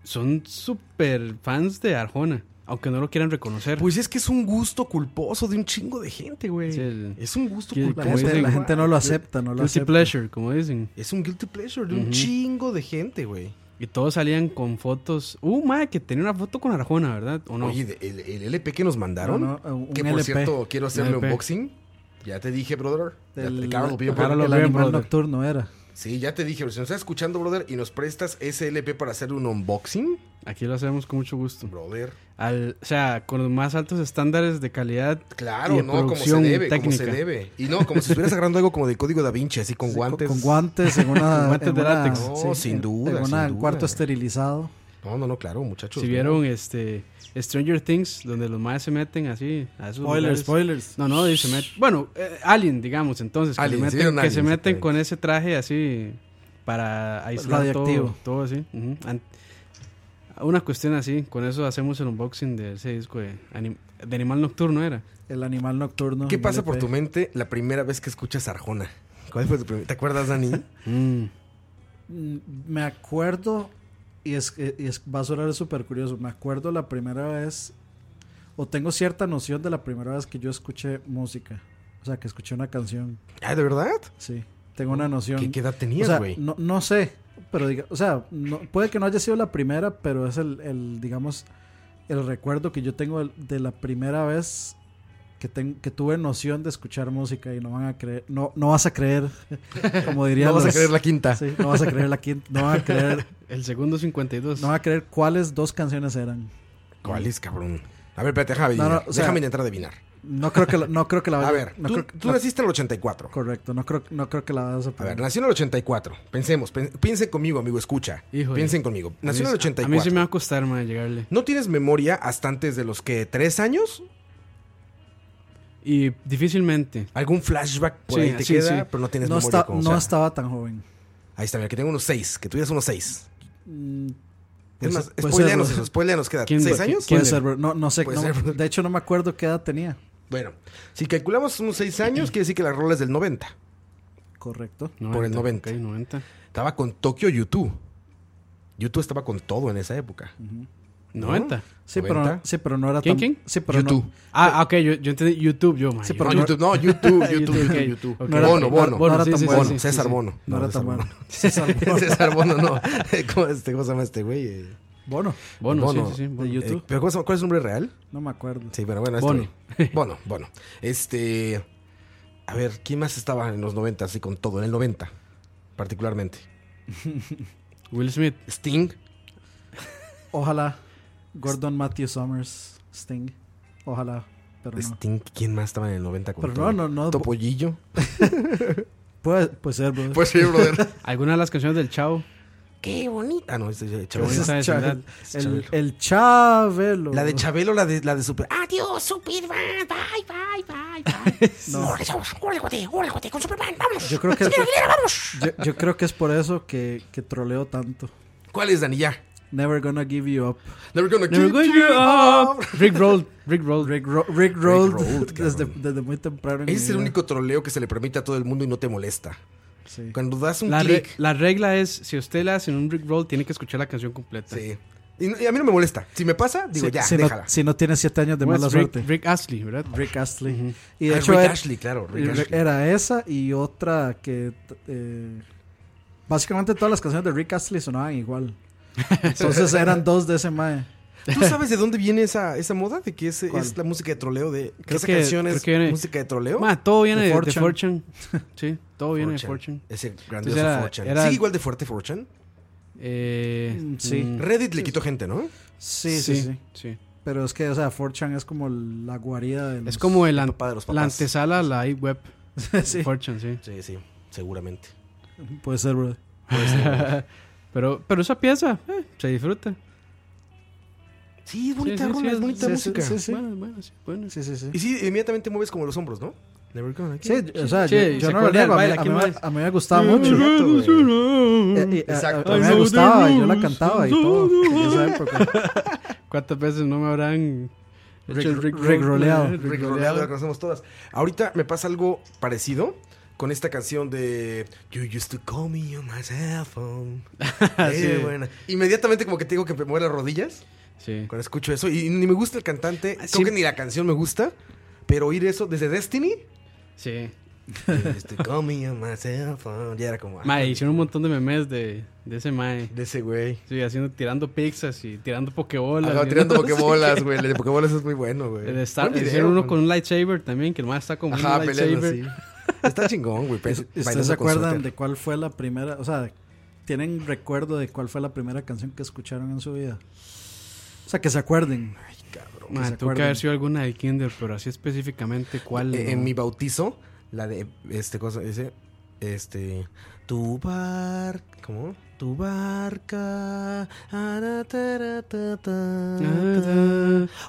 son super fans de Arjona, aunque no lo quieran reconocer.
Pues es que es un gusto culposo de un chingo de gente, güey.
es el
Es un gusto
Que-
La
culposo.
Como
gente,
dicen,
la gente no lo acepta, no lo
guilty
acepta.
pleasure, como dicen.
Es un guilty pleasure de un
Ujú.
chingo de gente, güey.
Y todos salían con fotos. Uh, madre, que tenía una foto con Arjona, ¿verdad? ¿O no?
Oye, de- el, el LP que nos mandaron,
No, no, un
que por
LP.
cierto quiero hacerle
LP.
unboxing. Ya te dije, brother. Ya te-
El,
Carol, bien,
el
Carol,
brother.
bien,
animal
brother.
nocturno era.
Sí, ya te dije, pero si nos estás escuchando, brother, y nos prestas ese LP para hacer un unboxing,
Aquí lo hacemos con mucho gusto.
brother.
Al, o sea, con los más altos estándares de calidad. y
Claro,
de
no, como se
producción
debe, como se
técnica.
debe. Y no, como si estuvieras agarrando algo como de código da Vinci, así con
Sí,
guantes.
Con,
[laughs]
guantes, en una.
Con guantes
en
de
una-
látex.
No, Oh, sin
en-
duda,
En
sin
una- en
duda.
cuarto esterilizado.
No, no, no, claro, muchachos.
Si
no.
vieron este Stranger Things, donde los más se meten así. A esos lugares.
spoilers.
No, no, y se met- Bueno, eh, Alien, digamos, entonces. Que,
Alien,
se
sí
meten,
vieron
que se
Alien,
meten
exactamente.
con ese traje así para aislar
Radioactivo.
todo, todo así. ujú. An- Una cuestión así. Con eso hacemos el unboxing de ese disco de, anim- de Animal Nocturno, ¿era?
El animal nocturno.
¿Qué
el
pasa
LP.
por tu mente la primera vez que escuchas Arjona? ¿Cuál fue tu primera? ¿Te acuerdas, Dani?
Mm.
Mm, Me acuerdo, y es, que- y es va a sonar súper curioso, me acuerdo la primera vez, o tengo cierta noción de la primera vez que yo escuché música, o sea, que escuché una canción,
Ah, ¿de verdad?
sí, tengo una noción.
Oh, ¿Qué, qué edad
o
tenías,
sea,
güey?
no, no sé, pero diga, o sea, no- puede que no haya sido la primera, pero es el, el, digamos, el recuerdo que yo tengo del- de, la primera vez. Que, ten- que tuve noción de escuchar música y no van a creer, no, no vas a creer, [laughs] como dirían
[laughs] no vas a
los-
creer la quinta.
Sí, no vas a creer la quinta, no vas a creer,
El segundo 52.
no vas a creer cuáles dos canciones eran.
¿Cuál es, cabrón? A ver, espérate, déjame
No, no,
adivinar.
o sea-
déjame intentar adivinar.
No creo que la, no creo que la
A
vaya-
ver,
no
tú,
creo que-
tú
no-
naciste en el 84.
correcto, no creo no creo que la vas a
A
poner.
ver, nació en el 84. Pensemos, pen- piensen conmigo, amigo, escucha.
Híjole.
Piensen conmigo.
A mí-
Nació en el
A mí
84.
sí me va a costar, man, llegarle.
¿No tienes memoria hasta antes de los que tres años?
Y difícilmente.
¿Algún flashback por
Sí,
ahí te
sí,
queda?
sí.
Pero no tienes
no
memoria.
está-
como, o
no
sea,
estaba tan joven.
Ahí está, mira, que tengo unos seis. Que tuvieras unos seis.
Mm,
Es
Pues-
más,
pues
spoileanos
ser-
eso, spoileanos queda.
¿Quién-
¿Seis
qui-
años?
quién-
Puede ser, bro. no, no sé.
Puede
no-
ser, bro.
de hecho, no me acuerdo qué edad tenía.
Bueno, si calculamos unos seis años, quiere decir que la rola es del 90.
Correcto.
Por el 90.
ok, 90.
Estaba con Tokio YouTube. YouTube estaba con todo en esa época.
90.
Sí,
90.
pero, sí, pero no era
¿Quién,
tan.
quién?
Sí, pero no-
YouTube.
Ah, ok, yo, yo entendí YouTube, yo, man.
Sí,
yo-
pero
No, YouTube, no,
[laughs]
YouTube, YouTube,
Ok,
YouTube, YouTube.
ok.
Ah, No era-
Bono,
no-
Bono.
no era
sí,
tan
sí,
Bono,
sí, sí,
César
sí.
Bono.
No era tan bueno. [laughs]
[laughs] César Bono, no. ¿Cómo, este, ¿Cómo se llama este güey? Eh,
Bono,
Bono,
Bono.
sí, sí, sí. Bono.
de YouTube.
¿Pero cómo se llama? cuál es su nombre real?
no me acuerdo.
Sí, pero bueno, este
Bono.
güey. Bono, Bono. Este. A ver, ¿quién más estaba en los 90 así con todo? En el 90. particularmente.
Will Smith.
Sting,
Ojalá. Gordon Matthew Summers, Sting. Ojalá, pero no.
Sting, ¿quién más estaba en el 90 con
Pero
todo?
no, no, no. pues-
Topollillo.
Puede, puede ser, bro.
Pues sí, brother.
Alguna de las canciones del Chavo.
[laughs] Qué bonita. Ah, no, ese es de Chabelo.
Ese es
bonita
Chab-
vecindad.
Es
el,
Chabelo.
el Chabelo.
La de Chabelo, la de, la de Super. Adiós, Superman. Bye, bye, bye, bye.
[laughs] No.
Órale, chavos, órale, cuate, órale, cuate, con Superman. Vámonos.
Yo creo que-
Señora Aguilera, vámonos.
yo, yo creo que es por eso que, que troleo tanto.
¿Cuál es, Dani? Ya.
Never gonna give you up.
Never gonna
Never
keep
gonna
you
give
ah,
up.
[laughs]
Rick Roll. Rick Roll.
Rick, Ro- Rick Rolled
Rolled,
[laughs] desde,
cabrón.
desde muy temprano. en mi
Ese es el
vida.
único troleo que se le permite a todo el mundo y no te molesta.
Sí.
Cuando das un
La, re-
clic.
la regla es, si usted le hace un Rick Roll, tiene que escuchar la canción completa.
Sí. Y, no- y a mí no me molesta. Si me pasa, digo,
si,
ya,
si no,
déjala.
si no tiene 7 años de
¿Cómo es?
mala
Rick,
suerte.
Rick Astley, ¿verdad?
Rick Astley. Y de
Ah,
hecho eh,
Rick
era,
Ashley, claro. Rick
era-
Ashley.
era esa y otra que. t- eh, básicamente todas las canciones de Rick Astley sonaban igual. Entonces eran dos de ese mae.
¿Tú sabes de dónde viene esa, esa moda? ¿De que es,
¿Cuál?
es la música de troleo? de que
Creo
esa
que-
canción
creo
es
que viene-
música de troleo?
Ma, todo viene
De
de
4chan.
de 4chan.
[laughs]
Sí, todo viene de
4chan.
4chan.
Ese grandioso
Entonces era-
4chan.
era-
¿Sigue igual de fuerte 4chan?
Eh,
Mm, sí.
mm,
Reddit le quitó gente, ¿no?
Sí, sí, sí.
sí.
Pero es que, o sea, 4chan es como la guarida de los-
Es como el
El
an-
papá de los papás.
la antesala a la web
[laughs] sí,
4chan, sí.
Sí, sí, seguramente.
puede ser, bro.
[laughs] Pero, pero esa pieza eh, se disfruta.
Sí, es bonita
Sí, sí,
rola,
sí,
es bonita
sí,
música.
sí, sí.
Bueno, bueno, sí, bueno.
Sí, sí, sí.
Y sí, inmediatamente mueves como los hombros, ¿no? Never gonna
Sí,
give-
o sea,
Sí,
yo, yo
se
no lo
acuerda del
niego, a mí,
baile,
a mí
¿quién
me-
más?
a mí me gustaba mucho. Eh, y- a-
Exacto.
A, a mí me gustaba, yo la cantaba y todo. en esa época.
¿Cuántas veces no me habrán
Rick-
hecho el Rick Roll?
Rickroleado.
Eh,
Rick Roleado, la conocemos todas. Ahorita me pasa algo parecido con esta canción de You used to call me on my cell
[laughs]
phone. Eh,
Ah, Sí.
buena. Inmediatamente como que te digo que me muero las rodillas
Sí.
cuando escucho eso. Y ni me gusta el cantante,
Ah, sí.
creo que ni la canción me gusta. Pero oír eso desde Destiny,
Sí.
You used to call me on my cell phone. Ya era como... ah,
Mae, hicieron un montón de memes de, de ese Mae.
de ese güey.
Sí, haciendo, tirando pizzas y tirando pokebolas.
Ajá,
y [laughs]
tirando
no sé
pokebolas, güey. El de pokebolas es muy bueno, güey.
qué. El Star,
Buen video,
hicieron uno
man.
con un lightsaber también, que el Mae está como
Ajá,
un
peleando
lightsaber.
así. Está chingón, güey. pe- bailando
¿Ustedes se
con
acuerdan
suéter.
de cuál fue la primera? O sea, ¿tienen recuerdo de cuál fue la primera canción que escucharon en su vida? O sea, que se acuerden.
Ay, cabrón.
Mae,
Que se
tuvo que
acuerden.
haber sido alguna de Kinder, pero así específicamente cuál.
Eh,
no.
En mi bautizo, la de este cosa, dice, este, tu bar, ¿cómo? Tu barca, arataratatá,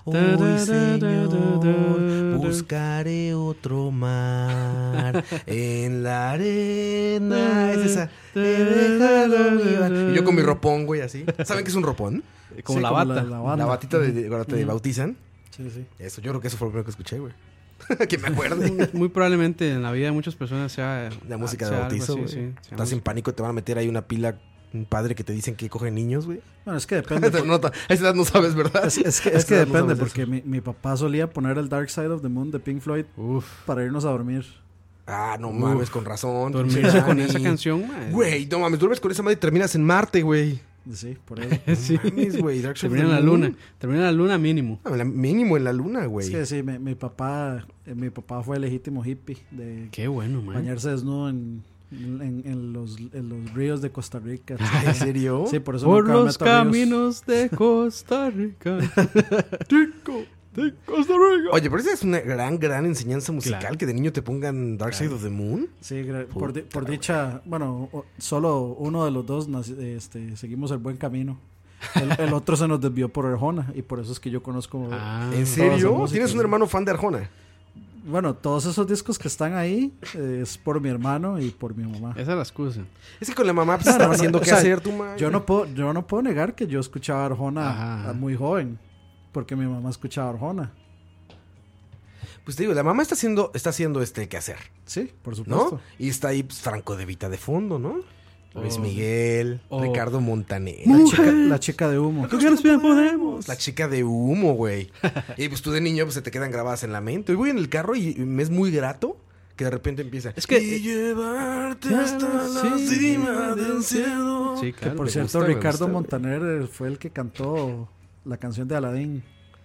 hoy Oh, Señor, buscaré otro mar en la arena. Es esa. He dejado mi bar- Y yo con mi ropón, güey, así. ¿Saben qué es un ropón?
Como
Sí,
la
como
bata.
la
La
banda.
batita de, de- cuando te bautizan.
Sí, sí.
Eso, yo creo que eso fue lo primero que escuché, güey. [laughs] que me acuerde.
Muy probablemente en la vida de muchas personas sea.
La música de
sea algo
bautizo,
así,
güey.
Ah, sí, sea
Estás en pánico, te van a meter ahí una pila, un padre que te dicen que coge niños, güey.
Bueno, es que depende.
Te nota. a esa edad no sabes, ¿verdad?
Es, es que, es que depende, porque mi, mi papá solía poner el Dark Side of the Moon de Pink Floyd
Uf,
para irnos a dormir.
Ah, no mames, con razón.
dormirse con
Dani.
esa canción, mae.
Güey, no mames, duermes con esa madre y terminas en Marte, güey.
Sí, por eso.
No
Sí.
mames, güey. Dark Side of
Termina en
the
la
Moon.
luna. Termina en la luna mínimo.
Ah, la- mínimo en la luna,
Es
güey.
que sí, mi, mi papá eh, mi papá fue el legítimo hippie de
Qué bueno, man.
bañarse desnudo en, en, en los, en los ríos de Costa Rica.
Ah, ¿En serio?
[laughs] Sí, por eso
¿Oh? Por
nunca me
los
meto a ríos.
caminos de
[laughs]
Costa Rica. Rico, de Costa Rica.
Oye, pero esa es una gran, gran enseñanza musical
Claro.
que de niño te pongan Dark Side of the Moon.
Sí, gra- por, di- por
Puta,
dicha, bueno, o- solo uno de los dos nac- este, seguimos el buen camino.
[laughs]
El, el otro se nos desvió por Arjona y por eso es que yo conozco,
Ah,
¿En
todas esas
serio?
músicas,
¿Tienes un
sí.
hermano fan de Arjona?
bueno, todos esos discos que están ahí eh, es por mi hermano y por mi mamá.
esa es la excusa.
Es que con la mamá pues, estaba
no,
haciendo
o
qué
sea,
hacer, tu madre.
Yo no puedo, yo no puedo negar que yo escuchaba Arjona
Ajá.
a- muy joven, porque mi mamá escuchaba Arjona.
Pues te digo, la mamá está haciendo, está haciendo este el quehacer,
Sí, por
¿no?
supuesto.
Y está ahí pues, Franco de Vita de fondo, ¿no? Luis
Oh.
Miguel,
Oh.
Ricardo Montaner.
La chica, la chica de humo.
Porque nos podemos.
La chica de humo, güey. y pues tú de niño pues, se te quedan grabadas en la mente. Y voy en el carro y me es muy grato que de repente empieza.
Es que- eh,
"Y llevarte
Ya
hasta la
la
cima
cima
del
del
cielo".
Sí,
Que
claro.
por
me
cierto,
gusta, me gusta,
Ricardo
güey.
Montaner eh, fue el que cantó la canción de Aladdin,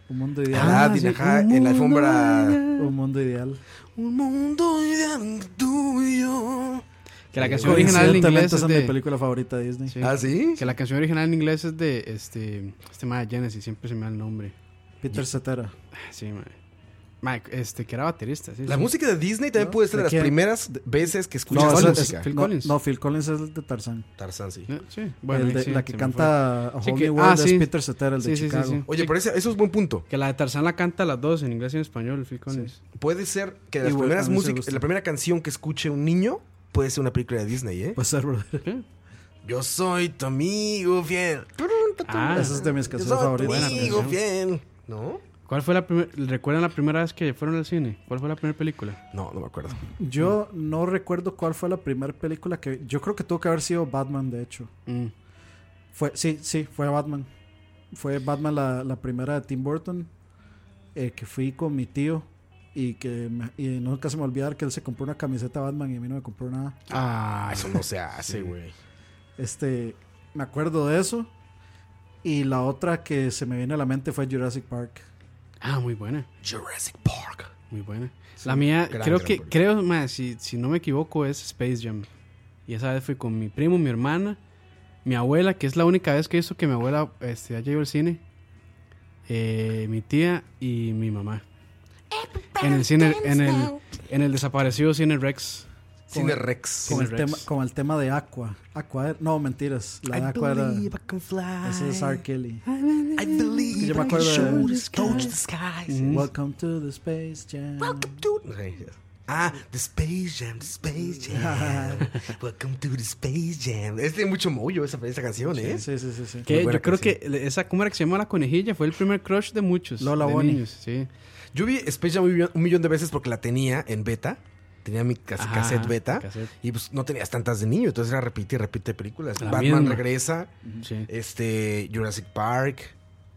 Un Mundo Ideal. Ah,
Aladdin, ajá, en la alfombra.
Un Mundo Ideal.
Un mundo ideal tuyo.
Que la canción original en
Coincidentemente
inglés
esa
es
es mi
de...
película favorita de Disney.
sí.
¿Ah, sí?
Que la canción original en inglés es de este... Este mae Genesis, siempre se me da el nombre. Ah,
Peter Cetera.
Sí, mae. Mae, este, que era baterista. Sí,
La
sí.
música de Disney también
¿No?
puede ser de
¿De
las
quién?
primeras veces que escuchas
No,
esa
esa es-
música.
Phil
no,
Collins.
no, Phil Collins es el de Tarzán.
Tarzán, sí.
Eh, Sí, bueno.
el de,
ahí sí,
la
se
que
me
canta A Whole
Sí, que-
New World
ah, sí.
es Peter Cetera, el
fue.
de
Sí, sí, sí,
Chicago. [laughs]
sí.
Oye,
Sí,
pero ese- eso es buen punto.
Que la de Tarzán la canta las dos, en inglés y en español, Phil Collins.
Puede ser que de las
Y bueno,
primeras
a mí sí me
músicas,
gusta.
la primera canción que escuche un niño puede ser una película de Disney, ¿eh?
Puede ser, brother.
¿Qué?
Yo soy tu amigo fiel.
Ah,
Esa es de mis
Yo
canciones
soy tu
favoritas.
buena
amigo
canción.
fiel. ¿No?
¿Cuál fue la primera... ¿Recuerdan la primera vez que fueron al cine? ¿Cuál fue la primera película?
No, no me acuerdo.
Yo no recuerdo cuál fue la primera película que. Yo creo que tuvo que haber sido Batman, de hecho.
Mm.
Fue, sí, sí, fue Batman. Fue Batman la, la primera de Tim Burton. eh, que fui con mi tío. Y que me- y nunca se me va a olvidar que él se compró una camiseta Batman y a mí no me compró nada.
Ah, eso no se hace, güey.
Este, me acuerdo de eso. Y la otra que se me viene a la mente fue Jurassic Park.
Ah, muy buena.
Jurassic Park.
Muy buena. la mía,
gran,
creo
gran
que,
película.
creo, ma, si, si no me equivoco, es Space Jam. Y esa vez fui con mi primo, mi hermana, mi abuela, que es la única vez que hizo que mi abuela este, haya ido al cine, eh, mi tía y mi mamá. En el cine, en el, en el desaparecido Cine Rex.
Cine Rex.
Sí,
Con el,
Rex.
tema, con el tema de Aqua. Aqua era- no, mentiras. La de Aqua era. Ese es R. Kelly.
I believe
Yo me acuerdo
I
de-
should touch the skies.
Mm.
Welcome to the Space Jam.
Welcome to- Okay, yes. Ah, The Space Jam, The Space Jam.
[laughs]
Welcome to the Space Jam. Es de mucho mollo esa, esa canción, ¿eh?
Sí, sí, sí, sí.
Que
Muy
yo
buena
creo
canción.
que le- esa cámara que se llama La Conejilla fue el primer crush de muchos.
Lola
de
Bunny.
niños, sí.
Yo vi Space Jam un millón, un millón de veces porque la tenía en beta. Tenía mi cas-
Ajá,
cassette beta.
cassette.
Y pues no tenías tantas de niño. Entonces era repite y repite películas.
La
Batman
misma.
regresa.
sí.
Este, Jurassic Park.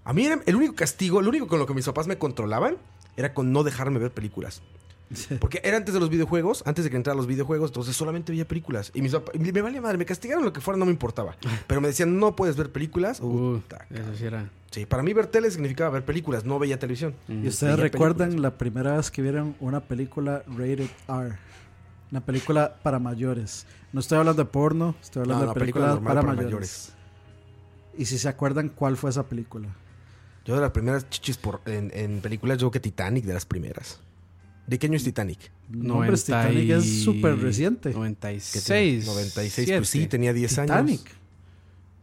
A mí era el único castigo, lo único con lo que mis papás me controlaban era con no dejarme ver películas. Porque era antes de los videojuegos, antes de que entraran los videojuegos, entonces solamente veía películas. Y mis papás, me valía madre, me castigaron lo que fuera, no me importaba. Pero me decían, no puedes ver películas.
Uh,
Puta, cabrón.
eso sí era.
Sí, para mí ver tele significaba ver películas, no veía televisión.
¿Y ustedes
Veía
recuerdan la primera vez que vieron una película rated R? Una película para mayores. No estoy hablando de porno, estoy
No,
hablando
no,
de películas
normal
para, mayores. Y si se acuerdan cuál fue esa película.
Yo de las primeras chichis por, en, en películas, yo creo que Titanic, de las primeras. ¿De qué año es Titanic?
No, hombre,
este
es
90
Titanic
y-
es súper reciente.
¿Qué
96.
tiene? 96, pues sí,
7.
tenía 10 años.
Titanic.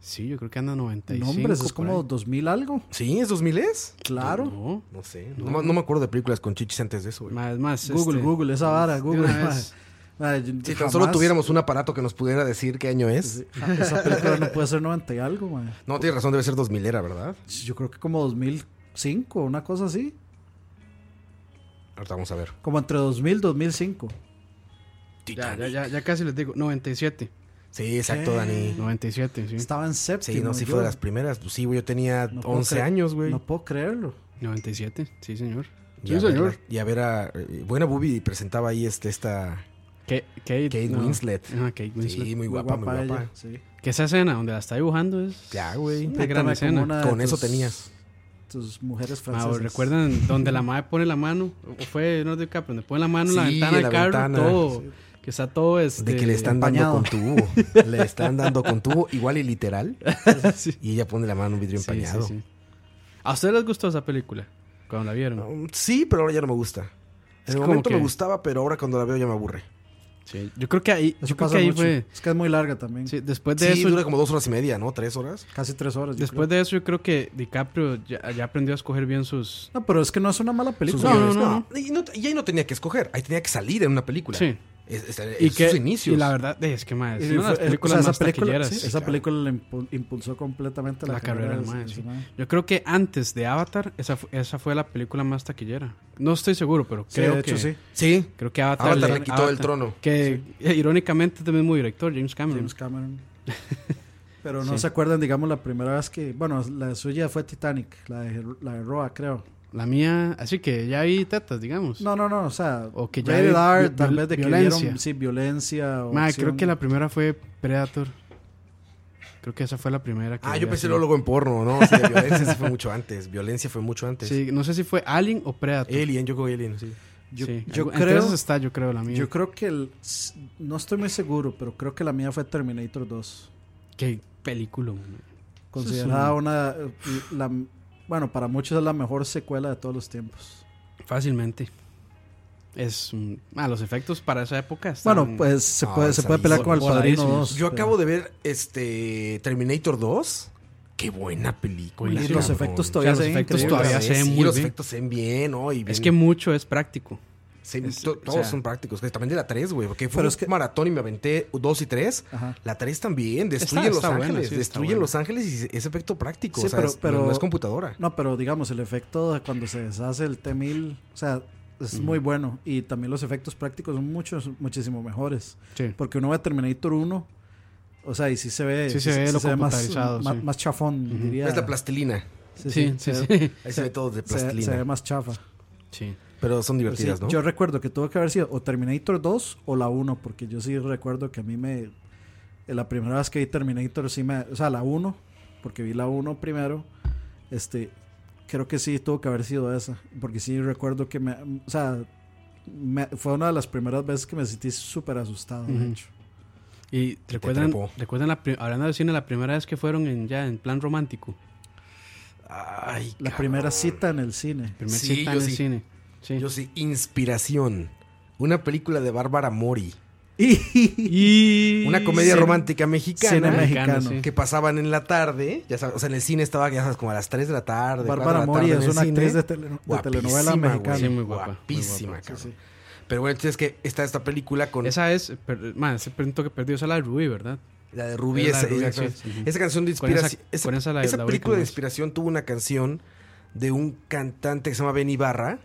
Sí, yo creo que anda 95.
No, hombre, eso es
por
como
ahí.
2000 algo.
¿Sí? ¿Es 2000 es?
Claro.
No.
No sé. No, ma- no me acuerdo de películas con chichis antes de eso, güey.
Más, más.
Google,
este,
Google, esa vara,
de
Google.
una vez.
ma. Ma, yo
Si tan
jamás-
solo tuviéramos un aparato que nos pudiera decir qué año es.
Ja, Esa película no puede ser 90 y algo, ma.
No, tienes razón, debe ser 2000 era, ¿verdad?
Yo creo que como 2005, una cosa así.
Ahorita vamos a ver.
Como entre 2000 y 2005.
Ya,
Titanic.
ya, ya, ya casi les digo. 97.
Sí, exacto,
¿Qué?
Dani.
97, sí.
Estaba en séptimo.
Sí, no, sí
yo.
fue de las primeras. Pues sí, güey, yo tenía
No puedo
11
creer-
años, güey.
No puedo creerlo.
97, sí, señor.
Y a verla- Y a ver a... eh, Buena Bubi presentaba ahí este, esta...
Kate, Kate,
Kate
no.
Winslet.
Ajá, Kate Winslet.
Sí, muy guapa, muy guapa.
ella, sí.
Que esa escena donde la está dibujando es
Ya, güey.
una gran
Como
escena.
una de
Con eso tenías.
Tus mujeres
Ah,
francesas.
¿Recuerdan donde la madre pone la mano? O fue, no sé qué, donde pone la mano en la
Sí,
ventana
en
del
la
carro,
ventana.
todo. Que está todo este.
De que le están dando
empañado.
con tubo. le están dando con tubo, igual y literal.
Sí.
Y ella pone la mano en un vidrio
Sí, sí,
empañado.
sí. ¿A ustedes les gustó esa película? Cuando la vieron.
Um, Sí, pero ahora ya no me gusta.
Es
En el
como
momento
que-
me gustaba, pero ahora cuando la veo ya me aburre.
Sí, yo creo que ahí,
Eso
yo creo
pasa
que ahí
mucho.
fue.
Es que es muy larga también.
sí, después de
Sí,
eso,
dura como dos horas y media, ¿no? ¿Tres horas?
Casi tres horas. yo
después
creo.
de eso yo creo que DiCaprio ya, ya aprendió a escoger bien sus.
No, pero es que no es una mala película.
Sus
no,
guiones.
no, no,
Y, no- y ahí no tenía que escoger, ahí tenía que salir en una película.
Sí.
Es- es-
Y
es
que
Eh, sus inicios.
y la verdad eh, es que más, es
Y
una de las
fue- eh, o
películas
sea, esa
más
película,
taquilleras.
sí, esa película le impu- impulsó completamente la,
La carrera del
de-
mae,
de
sí.
su mae.
Yo creo que antes de Avatar esa fu- esa fue la película más taquillera. No estoy seguro, pero
Sí,
creo
de hecho,
que
sí.
Sí.
creo que Avatar,
Avatar le quitó el trono.
Que eh, [laughs] irónicamente es del mismo director James Cameron.
James
[laughs]
Cameron. Pero no se acuerdan, digamos, la primera vez que. Bueno, la suya fue Titanic, la de, la de Roa, creo.
La mía, así que ya vi tetas, digamos.
No, no, no, o sea.
O que ya
rated
vi-
R,
vi-
tal vez de que
violencia.
vieron, sí, violencia. O
Ma, creo
acción.
que la primera fue Predator. Creo que esa fue la primera que
Ah,
vi
yo pensé
así.
luego luego en porno, ¿no? O sea,
[laughs]
violencia sí fue mucho antes. Violencia fue mucho antes. Eh,
Sí, no sé si fue Alien o Predator.
Alien, yo creo que Alien, sí.
Yo,
Sí,
yo
algo- entre
creo,
esas está, yo creo, la mía.
yo creo que el, no estoy muy seguro, pero creo que la mía fue Terminator 2.
Qué película, man.
Considerada una, la, bueno, para muchos es la mejor secuela de todos los tiempos.
Fácilmente. Es. un- Ah, los efectos para esa época están.
Bueno, pues se
No,
puede, se
Ah, esa
puede pelear
hizo
con el Padrino
voladísimos.
2.
Yo acabo de ver este Terminator 2. Qué buena película.
Y los efectos
cabrón.
todavía
Los
se ven
efectos
increíbles.
todavía se ven
Sí,
muy
los
bien.
efectos se ven bien, ¿no? Y
Es que
bien-
mucho es práctico.
se-
es-
to-
o
todos
sea-
son prácticos. Que también de la 3, güey. Porque fue un
Pero es que-
maratón y me aventé 2 y 3.
Ajá.
La 3 también, destruyen
Está-
Los
está buena,
Ángeles,
sí, está
destruyen
buena.
Los Ángeles y es efecto práctico,
Sí,
o sea,
pero-
es-
pero-
no es computadora.
No, pero digamos, el efecto de cuando se deshace el T-1000, o sea, es
Mm.
muy bueno. Y también los efectos prácticos son muchos, muchísimo mejores.
Sí.
Porque uno ve Terminator 1, o sea, y sí se ve,
Sí se ve lo
más,
computarizado,
más,
sí.
más chafón, diría.
Es la plastilina.
Sí,
Sí,
se
sí,
ve-
sí.
Ahí se ve todo de
se- se
plastilina.
ve más chafa.
Sí.
Pero son
Pero sí,
divertidas, ¿no?
Yo recuerdo que tuvo que haber sido o Terminator 2 o la 1, porque yo sí recuerdo que a mí me. eh, La primera vez que vi Terminator, sí me. O sea, la 1, porque vi la 1 primero. Este. Creo que sí tuvo que haber sido esa, porque sí recuerdo que me. O sea, me- fue una de las primeras veces que me sentí súper asustado, de
Ujú.
hecho.
Y recuerdan,
atrapó.
recuerdan la pri- hablando de cine, la primera vez que fueron en, ya en plan romántico.
Ay,
La
cabrón.
primera cita en el cine. [laughs]
Primer
Sí,
cita
yo
en el
sí.
cine. Sí.
Yo sí, Inspiración. Una película de Bárbara Mori.
Y...
Una comedia
Cine-
romántica mexicana.
cine
mexicana.
mexicano.
sí.
que pasaban en la tarde, ya sabes, o sea, en el cine estaba, ya sabes, como a las 3 de la tarde. cuatro
Bárbara
de la
Mori
tarde
es
en el
una
cine.
actriz de, tele- de telenovela
Guapísima, güey.
mexicana.
Sí, muy guapa, muy
Guapísima,
guapa.
cabrón.
Sí, sí.
Pero bueno, entonces que está esta película con
Esa es, per- man, ese punto que perdió, esa es la de Rubí, ¿verdad?
la de Rubí.
es la
esa,
de Rubí,
esa-
sí, sí, sí.
esa canción de
Con esa-
inspiración. Esa,
con esa la-
esa
la ubico
película de
más.
inspiración tuvo una canción de un cantante que se llama Ben Ibarra.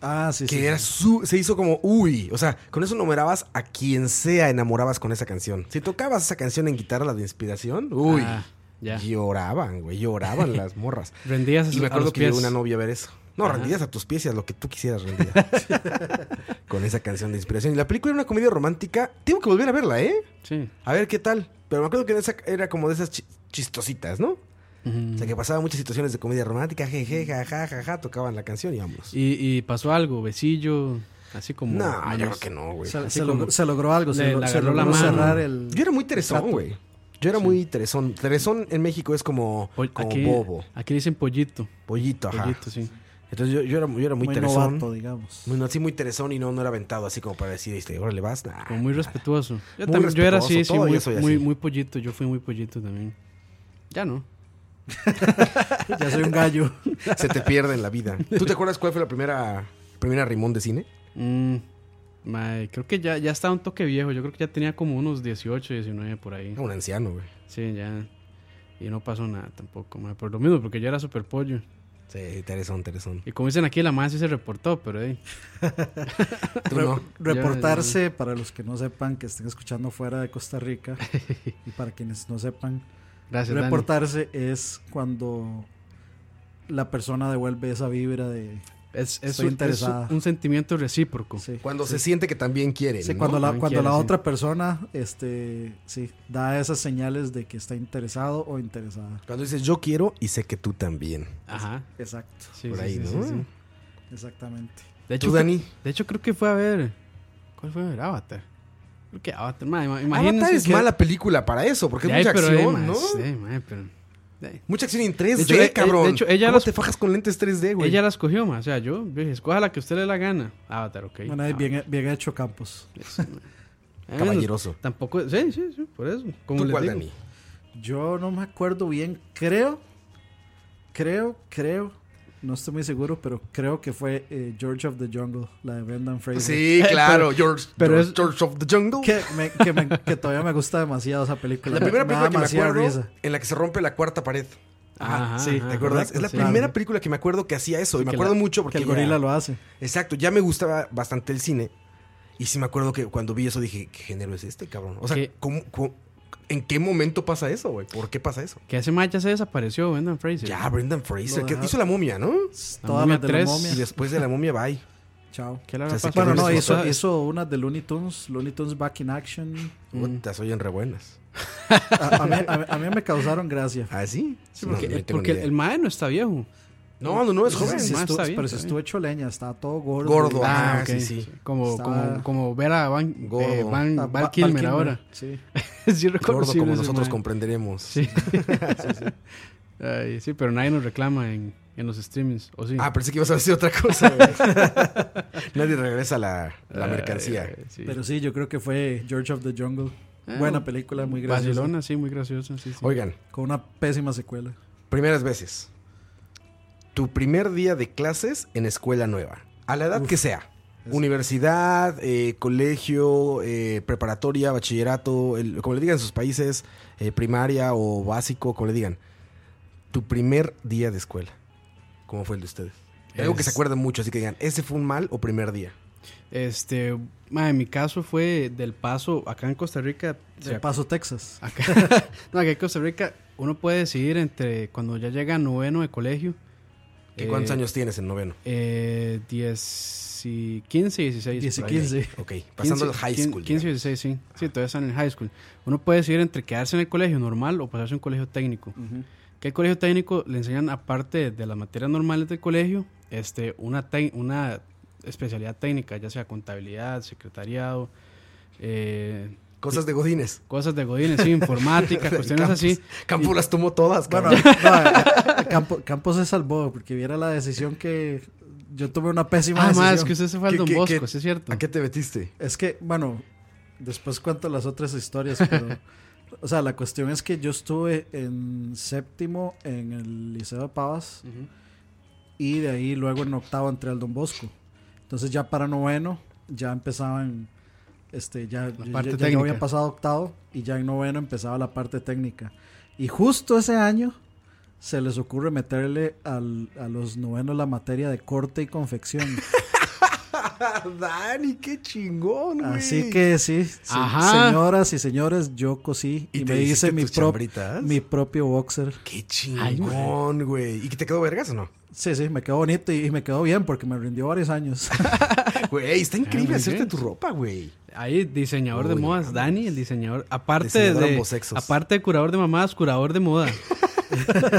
Ah, sí,
que
sí.
era
sí.
su- se hizo como uy, o sea, con eso numerabas a quien sea enamorabas con esa canción. Si tocabas esa canción en guitarra la de inspiración, uy,
Ah, ya.
lloraban, güey, lloraban las morras.
Rendías a,
Y
sus-
me
a
acuerdo
los
que llegó
pies.
una novia a ver eso. No,
Ajá.
rendidas a tus pies y a lo que tú quisieras rendida. [laughs] con esa canción de inspiración. Y la película era una comedia romántica. Tengo que volver a verla, ¿eh?
Sí.
A ver qué tal. Pero me acuerdo que en esa era como de esas chi- chistositas, ¿no?
Ujú.
O sea, que pasaba muchas situaciones de comedia romántica, jeje, jaja, jaja, tocaban la canción y vamos.
y, y pasó algo, besillo, así como...
No, yo
menos-
creo que no, güey.
Se,
Así
se
como-
logró, se logró algo, se,
Le-
logró-
le
se
agarró la
logró
mano.
cerrar el.
Yo era muy teresón,
Trato.
güey. Yo era muy teresón. Teresón en México es como,
Pol-
como
aquí,
bobo,
aquí dicen pollito.
pollito, ajá.
Pollito, sí.
Entonces yo, yo era, yo era muy,
muy,
teresón.
novato, digamos. [laughs]
Muy- no, así muy teresón y no, no era aventado, así como para decir, este, órale, vas. Nah.
Como muy respetuoso. Yo,
Muy
también, yo era
respetuoso,
así, sí,
todavía
muy,
soy
muy,
así.
muy pollito. Yo fui muy pollito también. Ya no.
[laughs] ya soy un gallo.
Se te pierde en la
[laughs]
vida. ¿Tú te acuerdas cuál fue la primera, primera rimón de cine?
Mm, mae, creo que ya, ya estaba un toque viejo. Yo creo que ya tenía como unos 18, 19 por ahí.
Era un anciano, güey.
Sí, ya. Y no pasó nada tampoco, mae, Por lo mismo, porque yo era super pollo.
Sí, teresón,
[laughs]
teresón.
Y como dicen aquí, la madre sí se reportó, pero ahí.
Tú no.
Reportarse, para los que no sepan, que estén escuchando fuera de Costa [laughs] Rica, y para quienes no sepan,
Gracias, Dani.
reportarse es cuando la persona devuelve esa vibra de.
Es, es
Estoy
un, es
interesada.
un sentimiento recíproco.
sí,
Cuando
sí.
se siente que también quieren,
Sí,
¿no?
cuando la,
También
cuando la
quiere, sí.
otra persona este, sí, da esas señales de que está interesado o interesada.
Cuando dices, yo quiero y sé que tú también.
Ajá.
Exacto,
Sí,
Por
sí,
ahí,
sí,
¿no?
sí, sí.
exactamente.
De hecho,
¿Tú,
creo-
Dani?
de hecho, creo que fue a ver. ¿Cuál fue a ver? Avatar. Creo que Avatar. mae, ima- imagínense
Avatar es
que-
mala película para eso, porque es
Ya,
mucha
pero, eh,
acción,
mae,
¿no?
sí, mae, pero- eh,
Mucha acción en 3D,
De hecho, eh,
cabrón.
de hecho, ella
¿Cómo
las-
te fajas con lentes 3D, güey?
Ella la escogió, mae, O sea, yo dije, escoja la que a usted le dé la gana. Avatar, ok.
Bueno, ahí
Avatar.
bien, bien hecho, Campos.
Eso, mae. Eh,
Caballeroso.
no, Tampoco, sí, sí, sí, por eso. Como
¿Tú
les
cuál,
digo.
Dani?
Yo no me acuerdo bien, creo, creo, creo, no estoy muy seguro, pero creo que fue eh, George of the Jungle, la de Brendan Fraser.
[laughs]
Sí, claro, George,
pero
George,
es-
George of the Jungle.
Que, me- que me- que todavía me gusta demasiado esa película.
La primera
Me da
película que me
demasiada
acuerdo
risa.
en la que se rompe la cuarta pared.
Ajá,
sí,
ajá,
Ah, ¿Te acuerdas?
correcto,
es la
sí.
primera película que me acuerdo que hacía eso. Y me
que
acuerdo
la-
mucho porque.
que el
ya-
gorila lo hace.
Exacto, ya me gustaba bastante el cine. Y sí me acuerdo que cuando vi eso dije, ¿qué género es este, cabrón? O sea,
¿Qué?
¿cómo- cómo- en qué momento pasa eso, güey? ¿Por qué pasa eso?
Que ese mae ya se desapareció, Brendan Fraser.
Ya, Brendan Fraser,
Lo
que
dejaron.
hizo la momia, ¿no?
Todas
momia
las de la
tres.
momia.
Y después de la momia,
[laughs]
bye.
Chao.
¿Qué le
O
habrá
sea, se
pasado?
Bueno,
quedó
no,
en
hizo,
eso.
hizo una de Looney Tunes, Looney Tunes Back in Action.
Mm.
Puta, soy en rebuenas.
A, a mí, a mí- a mí me causaron gracia.
¿Ah, sí?
Sí,
No,
porque
no
el,
tengo ni
porque el-
idea.
el mae no está viejo.
No, no, no, es
Sí,
joven.
sí,
Ah,
estu-
está bien,
pero
está
se
bien.
estuvo hecho leña, estaba todo gordo.
Gordo. Ah,
Ah,
ok.
sí, sí.
Como,
Estaba-
como, como ver a Van, eh,
Gordo.
Van-
Val-
Val
Ah, Val
Kilmer
Kilmer,
ahora. [laughs]
Sí.
sí,
Gordo
reconocible
como
ese
nosotros
mae.
comprenderemos.
Sí. Ay, sí, pero nadie nos reclama en, en los streamings, ¿o sí?
Ah, pensé que ibas a decir
[laughs]
otra cosa. güey. [laughs] Nadie regresa la, la
Ay,
mercancía.
ay, sí.
Pero sí, yo creo que fue George of the Jungle.
Ah,
Buena película, muy graciosa.
Barcelona, sí, muy graciosa. Sí, sí.
Oigan,
Con una pésima secuela.
primeras veces. Tu primer día de clases en escuela nueva. A la edad que sea. Universidad, eh, colegio, eh, preparatoria, bachillerato, el- como le digan en sus países, eh, primaria o básico, como le digan. Tu primer día de escuela. ¿Cómo fue el de ustedes? Algo que
Es-
se acuerden mucho, así que digan, ¿ese fue un mal o primer día?
Este, mae, mi caso fue del paso acá en Costa Rica. se
De Paso,
Ah,
Texas.
Acá, [laughs] no, acá en Costa Rica uno puede decidir entre cuando ya llega a noveno de colegio.
¿Qué
eh,
cuántos años tienes en noveno?
Eh, 10 y 15 y 16.
10 y
por ahí.
15.
Ok, pasando al
15,
high school.
15 y 16, sí. Sí, todavía están en el high school. Uno puede decidir entre quedarse en el colegio normal o pasarse a un colegio técnico. Que el colegio técnico le enseñan, aparte de las materias normales del colegio, este, una, tec- una especialidad técnica, ya sea contabilidad, secretariado, eh,
Cosas de Godines.
cosas de godines,
[laughs]
sí, informática, cuestiones así. Ah,
Campos las tomó todas, cabrón.
Bueno,
[laughs]
no, Campo- Campos se salvó porque viera la decisión que yo tomé una pésima
Ah,
decisión.
más, que usted se fue al
¿Qué-
Don
qué-
Bosco,
qué-
sí es cierto.
¿A qué te metiste?
Es que, bueno, después cuento las otras historias,
[laughs]
pero... o sea, la cuestión es que yo estuve en séptimo en el Liceo de Pavas y de ahí luego en octavo entré al Don Bosco. Entonces ya para noveno ya empezaban... Este, ya, yo-
parte
ya- ya yo
técnica.
había pasado octavo y ya en noveno empezaba la parte técnica. Y justo ese año se les ocurre meterle al- a los novenos la materia de corte y
[laughs]
confección.
[laughs] Dani, qué chingón,
Así que sí, se-
Ajá.
señoras y señores, yo cosí y,
¿Y te
me
hiciste
hice mi,
tus
prop-
chambritas?
mi propio boxer.
Qué chingón, güey. ¿Y que te quedó vergas o no?
Sí, sí, me quedó bonito y, y me quedó bien porque me rindió
[laughs]
varios años.
Güey, está increíble
muy
hacerte
bien.
tu ropa,
[laughs]
güey.
Ahí, diseñador de
Uy,
modas,
vamos.
Dani, el diseñador. Aparte
Diseñador
de.
ambosexos.
Aparte de curador de mamás, curador de moda.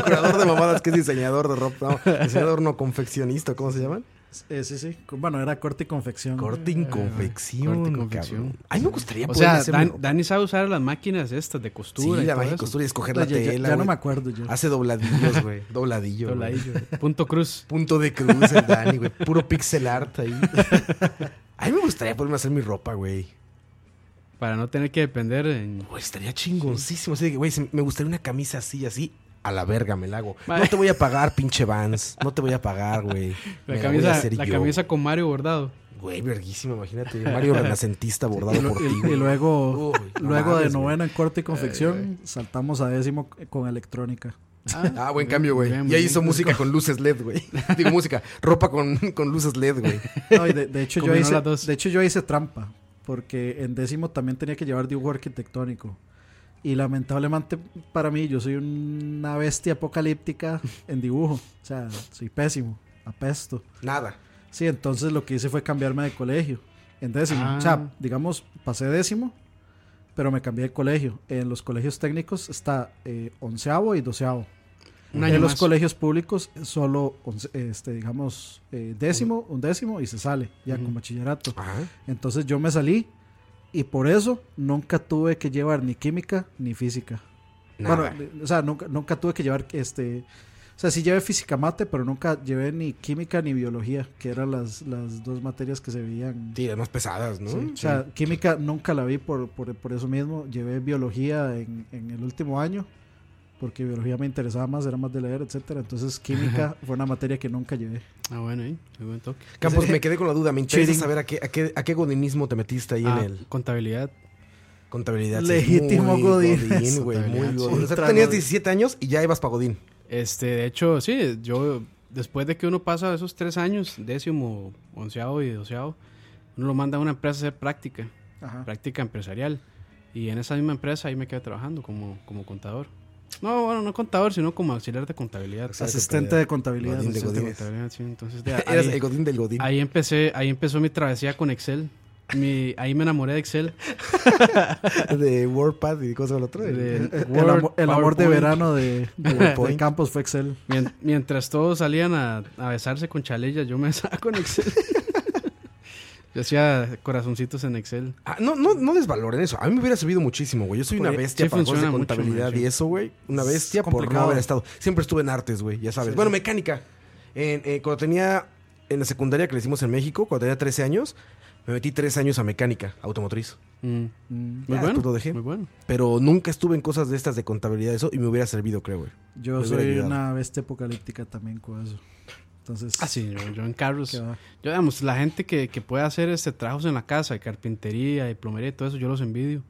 Curador de mamadas que es diseñador de ropa. No, diseñador no confeccionista, ¿cómo se llaman?
Eh, sí, sí, bueno, era corte y confección.
Corte y confección.
Corte y confección.
cabrón. Ay, me gustaría
O
poder
sea,
hacerme
Dan-
ropa.
Dani sabe usar las máquinas estas de costura.
Sí,
y
la
todo
magia y
eso.
costura y escoger
Ya,
la
ya- ya
tela.
no
güey. Ah,
me acuerdo yo.
Hace dobladillos, güey. Dobladillo. güey.
Dobladillo. [laughs] Punto cruz.
Punto de cruz el Dani, güey. Puro pixel art
[laughs]
ahí. A mí me gustaría poderme hacer mi ropa, güey.
Para no tener que depender en.
Güey, estaría chingoncísimo. Así de que, güey, si me gustaría una camisa así, así. A la verga me la hago.
Vale.
No te voy a pagar, pinche Vans. No te voy a pagar, güey. Me
La,
voy a
camisa,
hacer
la
yo.
camisa con
[laughs]
Mario bordado.
Güey, verguísima, imagínate. Mario Renacentista bordado
Y, lo-
por
y-
ti.
y
güey.
luego,
Uy, no
luego de
mames, güey.
novena en corte y confección, saltamos a décimo con electrónica.
Ah, buen cambio, güey.
Bien,
Y ahí
bien.
hizo música con luces LED,
[laughs]
güey. Digo, música. Ropa con, con luces LED, güey.
No, y de, de hecho yo
Combinó
hice,
las dos.
de hecho yo hice trampa, porque en décimo también tenía que llevar dibujo arquitectónico. Y lamentablemente para mí yo soy una bestia apocalíptica en dibujo. O sea, soy pésimo, apesto.
Nada.
Sí, entonces lo que hice fue cambiarme de colegio en décimo.
Ah.
O sea, digamos, pasé décimo, pero me cambié de colegio. En los colegios técnicos está eh, onceavo y doceavo.
Un
en
año
los
más.
colegios públicos solo, once- este, digamos, eh, décimo, undécimo y se sale ya con bachillerato.
Ajá.
Entonces yo me salí y por eso nunca tuve que llevar ni química ni física.
Nada.
Bueno, de- o sea, nunca, nunca tuve que llevar este... O sea, sí llevé física mate, pero nunca llevé ni química ni biología, que eran las, las dos materias que se veían.
Sí, las más pesadas, ¿no?
Sí, O sea, química nunca la vi por, por, por eso mismo. Llevé biología en, en el último año, porque biología me interesaba más, era más de leer, etcétera Entonces química fue una materia que nunca llevé.
Ah, bueno, ahí. muy buen toque.
Campos, me quedé con la duda. Me interesa
Cheating.
saber a qué, a qué, a qué godinismo te metiste ahí
Ah,
en el
Contabilidad.
contabilidad.
Legítimo
muy
Godín.
Godín, güey. Muy
Contabilidad,
Godín.
sí.
O sea, tú
Ultra
tenías
Godín.
17 años y ya ibas para Godín.
Este, de hecho, sí, yo después de que uno pasa esos tres años, décimo, onceavo y doceavo, uno lo manda a una empresa a hacer práctica,
Ah.
Ajá.
práctica empresarial. Y en esa misma empresa ahí me quedé trabajando como, como contador. No, bueno, no contador, sino como auxiliar de contabilidad.
sea,
Asistente de contabilidad.
Godín de
Asistente de
Godínez. [laughs]
contabilidad, sí, entonces de
Eras
ahí-
el Godín del Godín.
Ahí empecé, ahí empezó mi travesía con Excel. mi- ahí me enamoré de Excel.
[laughs] de WordPad y cosas del otro.
de
El, el
Word,
amor, el amor de
PowerPoint.
verano de, de
[laughs] PowerPoint.
Campos fue Excel.
Mien- mientras todos salían a, a besarse con chalella, yo me [laughs] besaba con Excel. yo hacía corazoncitos en Excel.
Ah, no, no, no desvaloren eso. A mí me hubiera servido muchísimo, güey. Yo soy una
Porque
bestia
Pues,
para
sí
cosas de
funciona mucho,
contabilidad
güey, sí.
y eso, güey. Una
Es
bestia por no
complicado.
haber estado. Siempre estuve en artes, güey, ya sabes. bueno, mecánica. En- eh, cuando tenía en la secundaria que le hicimos en México, cuando tenía 13 años, me metí 3 años a mecánica automotriz.
Mm,
Mm,
Muy
Ya,
bueno.
después Ah, pues lo dejé.
Muy bueno.
Pero nunca estuve en cosas de estas de contabilidad, eso, y me hubiera servido, creo, güey.
Yo
Me hubiera
soy
ayudado.
una bestia apocalíptica también con eso. Entonces,
Ah, sí, yo, yo en carros.
¿qué va?
Yo, digamos, la gente que, que puede hacer este trabajos en la casa, de carpintería, y plomería y todo eso, yo los envidio.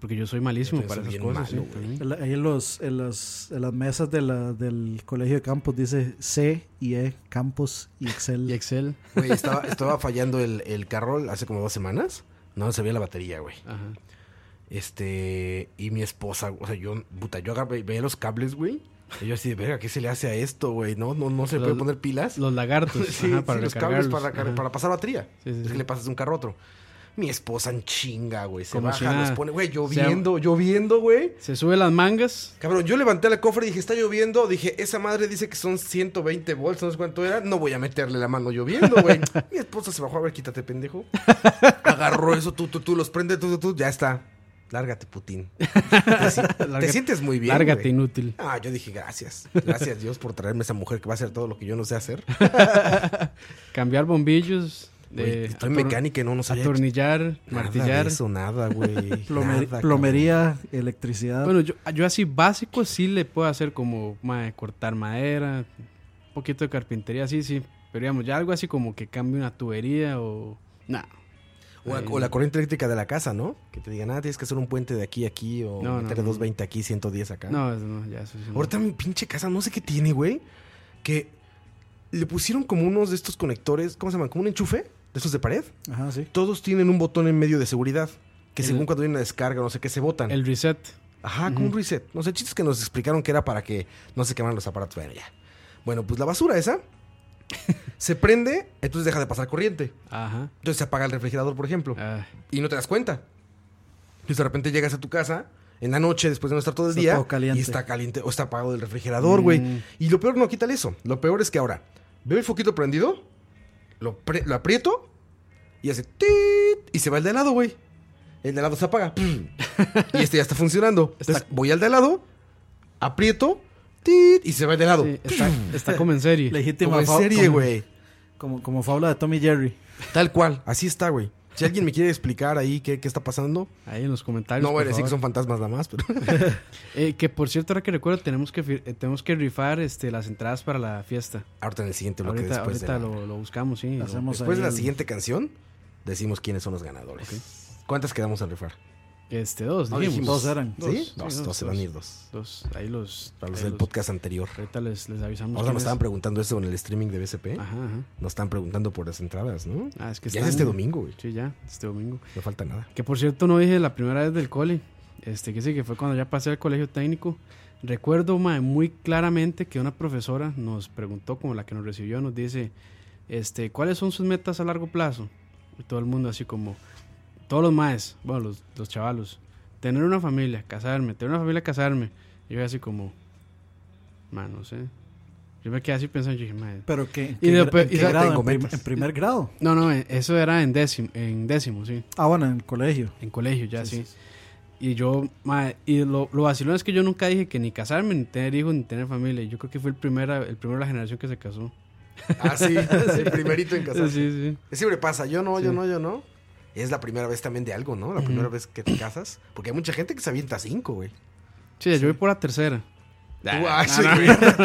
Porque yo soy malísimo
Yo
para
soy
esas
bien
cosas.
malo,
sí,
güey.
también.
En la- ahí en, los, en, las, en las mesas de la- del colegio de Campos dice C y E, Campos y Excel.
Y Excel.
Güey, estaba, estaba fallando el, el carro hace como dos semanas. No se veía la batería, güey.
Ajá.
Este, y mi esposa, o sea, yo, puta, yo agarré, veía los cables, güey. Y yo así, de, verga, ¿qué se le hace a esto, güey? No, no, no se
Los-
puede poner pilas. [laughs]
Los lagartos.
sí,
ajá,
sí,
para
los cables para,
recargarlos,
recar-
ajá.
para pasar batería.
Sí, sí,
es
sí.
que le pasas de un carro a otro. Mi esposa en chinga, güey. Se
Como
baja,
si nada.
los pone, güey,
Se-
lloviendo, lloviendo, güey.
Se sube las mangas.
Cabrón, yo levanté la cofre y dije, está lloviendo. Dije, esa madre dice que son 120 volts, no sé cuánto era. No voy a meterle la mano lloviendo,
[laughs]
güey. Mi esposa se bajó, a ver, quítate, pendejo. [laughs] Agarró eso, tú, tú, tú, los prende, tú, tú, tú, ya está. Lárgate, Putin. Te, si- te
[laughs] Lárgate-
sientes muy bien.
Lárgate,
güey.
inútil.
Ah, yo dije, gracias. Gracias, Dios, por traerme esa mujer que va a hacer todo lo que yo no sé hacer.
Cambiar bombillos.
Güey,
eh,
estoy
ator-
mecánica y no, no sabía.
Atornillar,
nada de
martillar.
eso, nada,
[laughs]
güey.
Plomer-
Nada,
plomería, electricidad.
Bueno, yo, yo así básico sí le puedo hacer como mae, cortar madera, un poquito de carpintería, sí, sí. Pero digamos, ya algo así como que cambie una tubería o... Nah,
O, la- o la corriente eléctrica de la casa, ¿no? Que te digan, ah, tienes que hacer un puente de aquí a aquí o
No, no,
meterle
no.
220 aquí, 110 acá.
no, eso no, ya eso sí. no.
Ahorita mi pinche casa, no sé qué tiene, güey. Que le pusieron como unos de estos conectores, ¿cómo se llaman? Como un enchufe, de estos de pared.
Ajá, sí.
Todos tienen un botón en medio de seguridad. Que
El-
según cuando viene una descarga, no sé qué, se botan.
El reset.
Ajá, como un reset. No sé, chistes que nos explicaron que era para que no se quemaran los aparatos. Bueno, ya. Bueno, pues la basura esa [laughs] se prende, entonces deja de pasar corriente.
Ajá.
Entonces se apaga el refrigerador, por ejemplo.
Ah,
Y no te das cuenta. Entonces de repente llegas a tu casa en la noche después de no estar todo el
Está
día.
todo caliente.
Y está caliente o está apagado el refrigerador, güey.
Mm.
Y lo peor no quita eso. Lo peor es que ahora veo el foquito prendido, lo, pre- lo aprieto y hace tit y se va el de al lado, güey. El de al lado se apaga. [laughs] pum, y este ya está funcionando. Entonces voy al de al lado, aprieto tit y se va el de al lado.
sí, está, está como en serie.
Como
Legítima
en
fa-
serie,
como-
güey.
Como, como fábula de Tommy Jerry.
Tal cual. Así está, güey. Si alguien me quiere explicar ahí qué, qué está pasando,
Ahí en los comentarios.
no
por
voy a decir que
favor.
son fantasmas nada más, pero.
Eh, que por cierto, ahora que recuerdo, tenemos que, fir- eh, tenemos que rifar este, las entradas para la fiesta.
Ahorita en el siguiente bloque
Ahorita,
después
ahorita
de la,
lo, lo buscamos, sí. lo-
Hacemos
después de
ahí
la
el-
siguiente canción decimos quiénes son los ganadores. ¿Cuántas quedamos al rifar?
Este, dos,
No
dijimos.
Dos eran.
Dos,
¿Sí?
sí,
Dos,
dos,
dos, se van a
dos.
ir dos.
Dos, ahí los...
Para los
ahí
del podcast anterior.
Ahorita les, les avisamos.
Ahora
quién
nos
es.
estaban preguntando eso en el streaming de BSP.
Ajá, ajá.
Nos están preguntando por las entradas, ¿no?
Ah, es que
ya
están-
es este domingo, güey.
Sí, ya, este domingo.
No falta nada.
Que por cierto, no dije la primera vez del cole. Este, que sí, que fue cuando ya pasé al colegio técnico. Recuerdo mae, muy claramente que una profesora nos preguntó, como la que nos recibió, nos dice, este, ¿cuáles son sus metas a largo plazo? Y todo el mundo así como, todos los maes, bueno, los, los chavalos, tener una familia, casarme, tener una familia, casarme. Y yo así como, man, no sé. Yo me quedé así pensando, yo dije, mae,
Pero que
Y de-
en,
y de-
grado?
tengo
En prim-
metas.
en primer grado.
No, no, eh, eso era en décimo, en décimo, sí.
Ah, bueno, en el colegio.
En colegio, ya sí. Y yo, mae, y lo, lo vacilón es que yo nunca dije que ni casarme, ni tener hijos, ni tener familia. Yo creo que fue el primero, el primero de la generación que se casó.
[laughs] Ah, sí, [laughs] sí, primerito en casa.
Sí, sí.
Siempre pasa, yo no, yo
Sí.
no, yo no. Es la primera vez también de algo, ¿no? La primera vez que te casas. Porque hay mucha gente que se avienta cinco, güey.
Sí, yo voy por la tercera.
Tú,
Ah,
ah, sí, güey. Tres,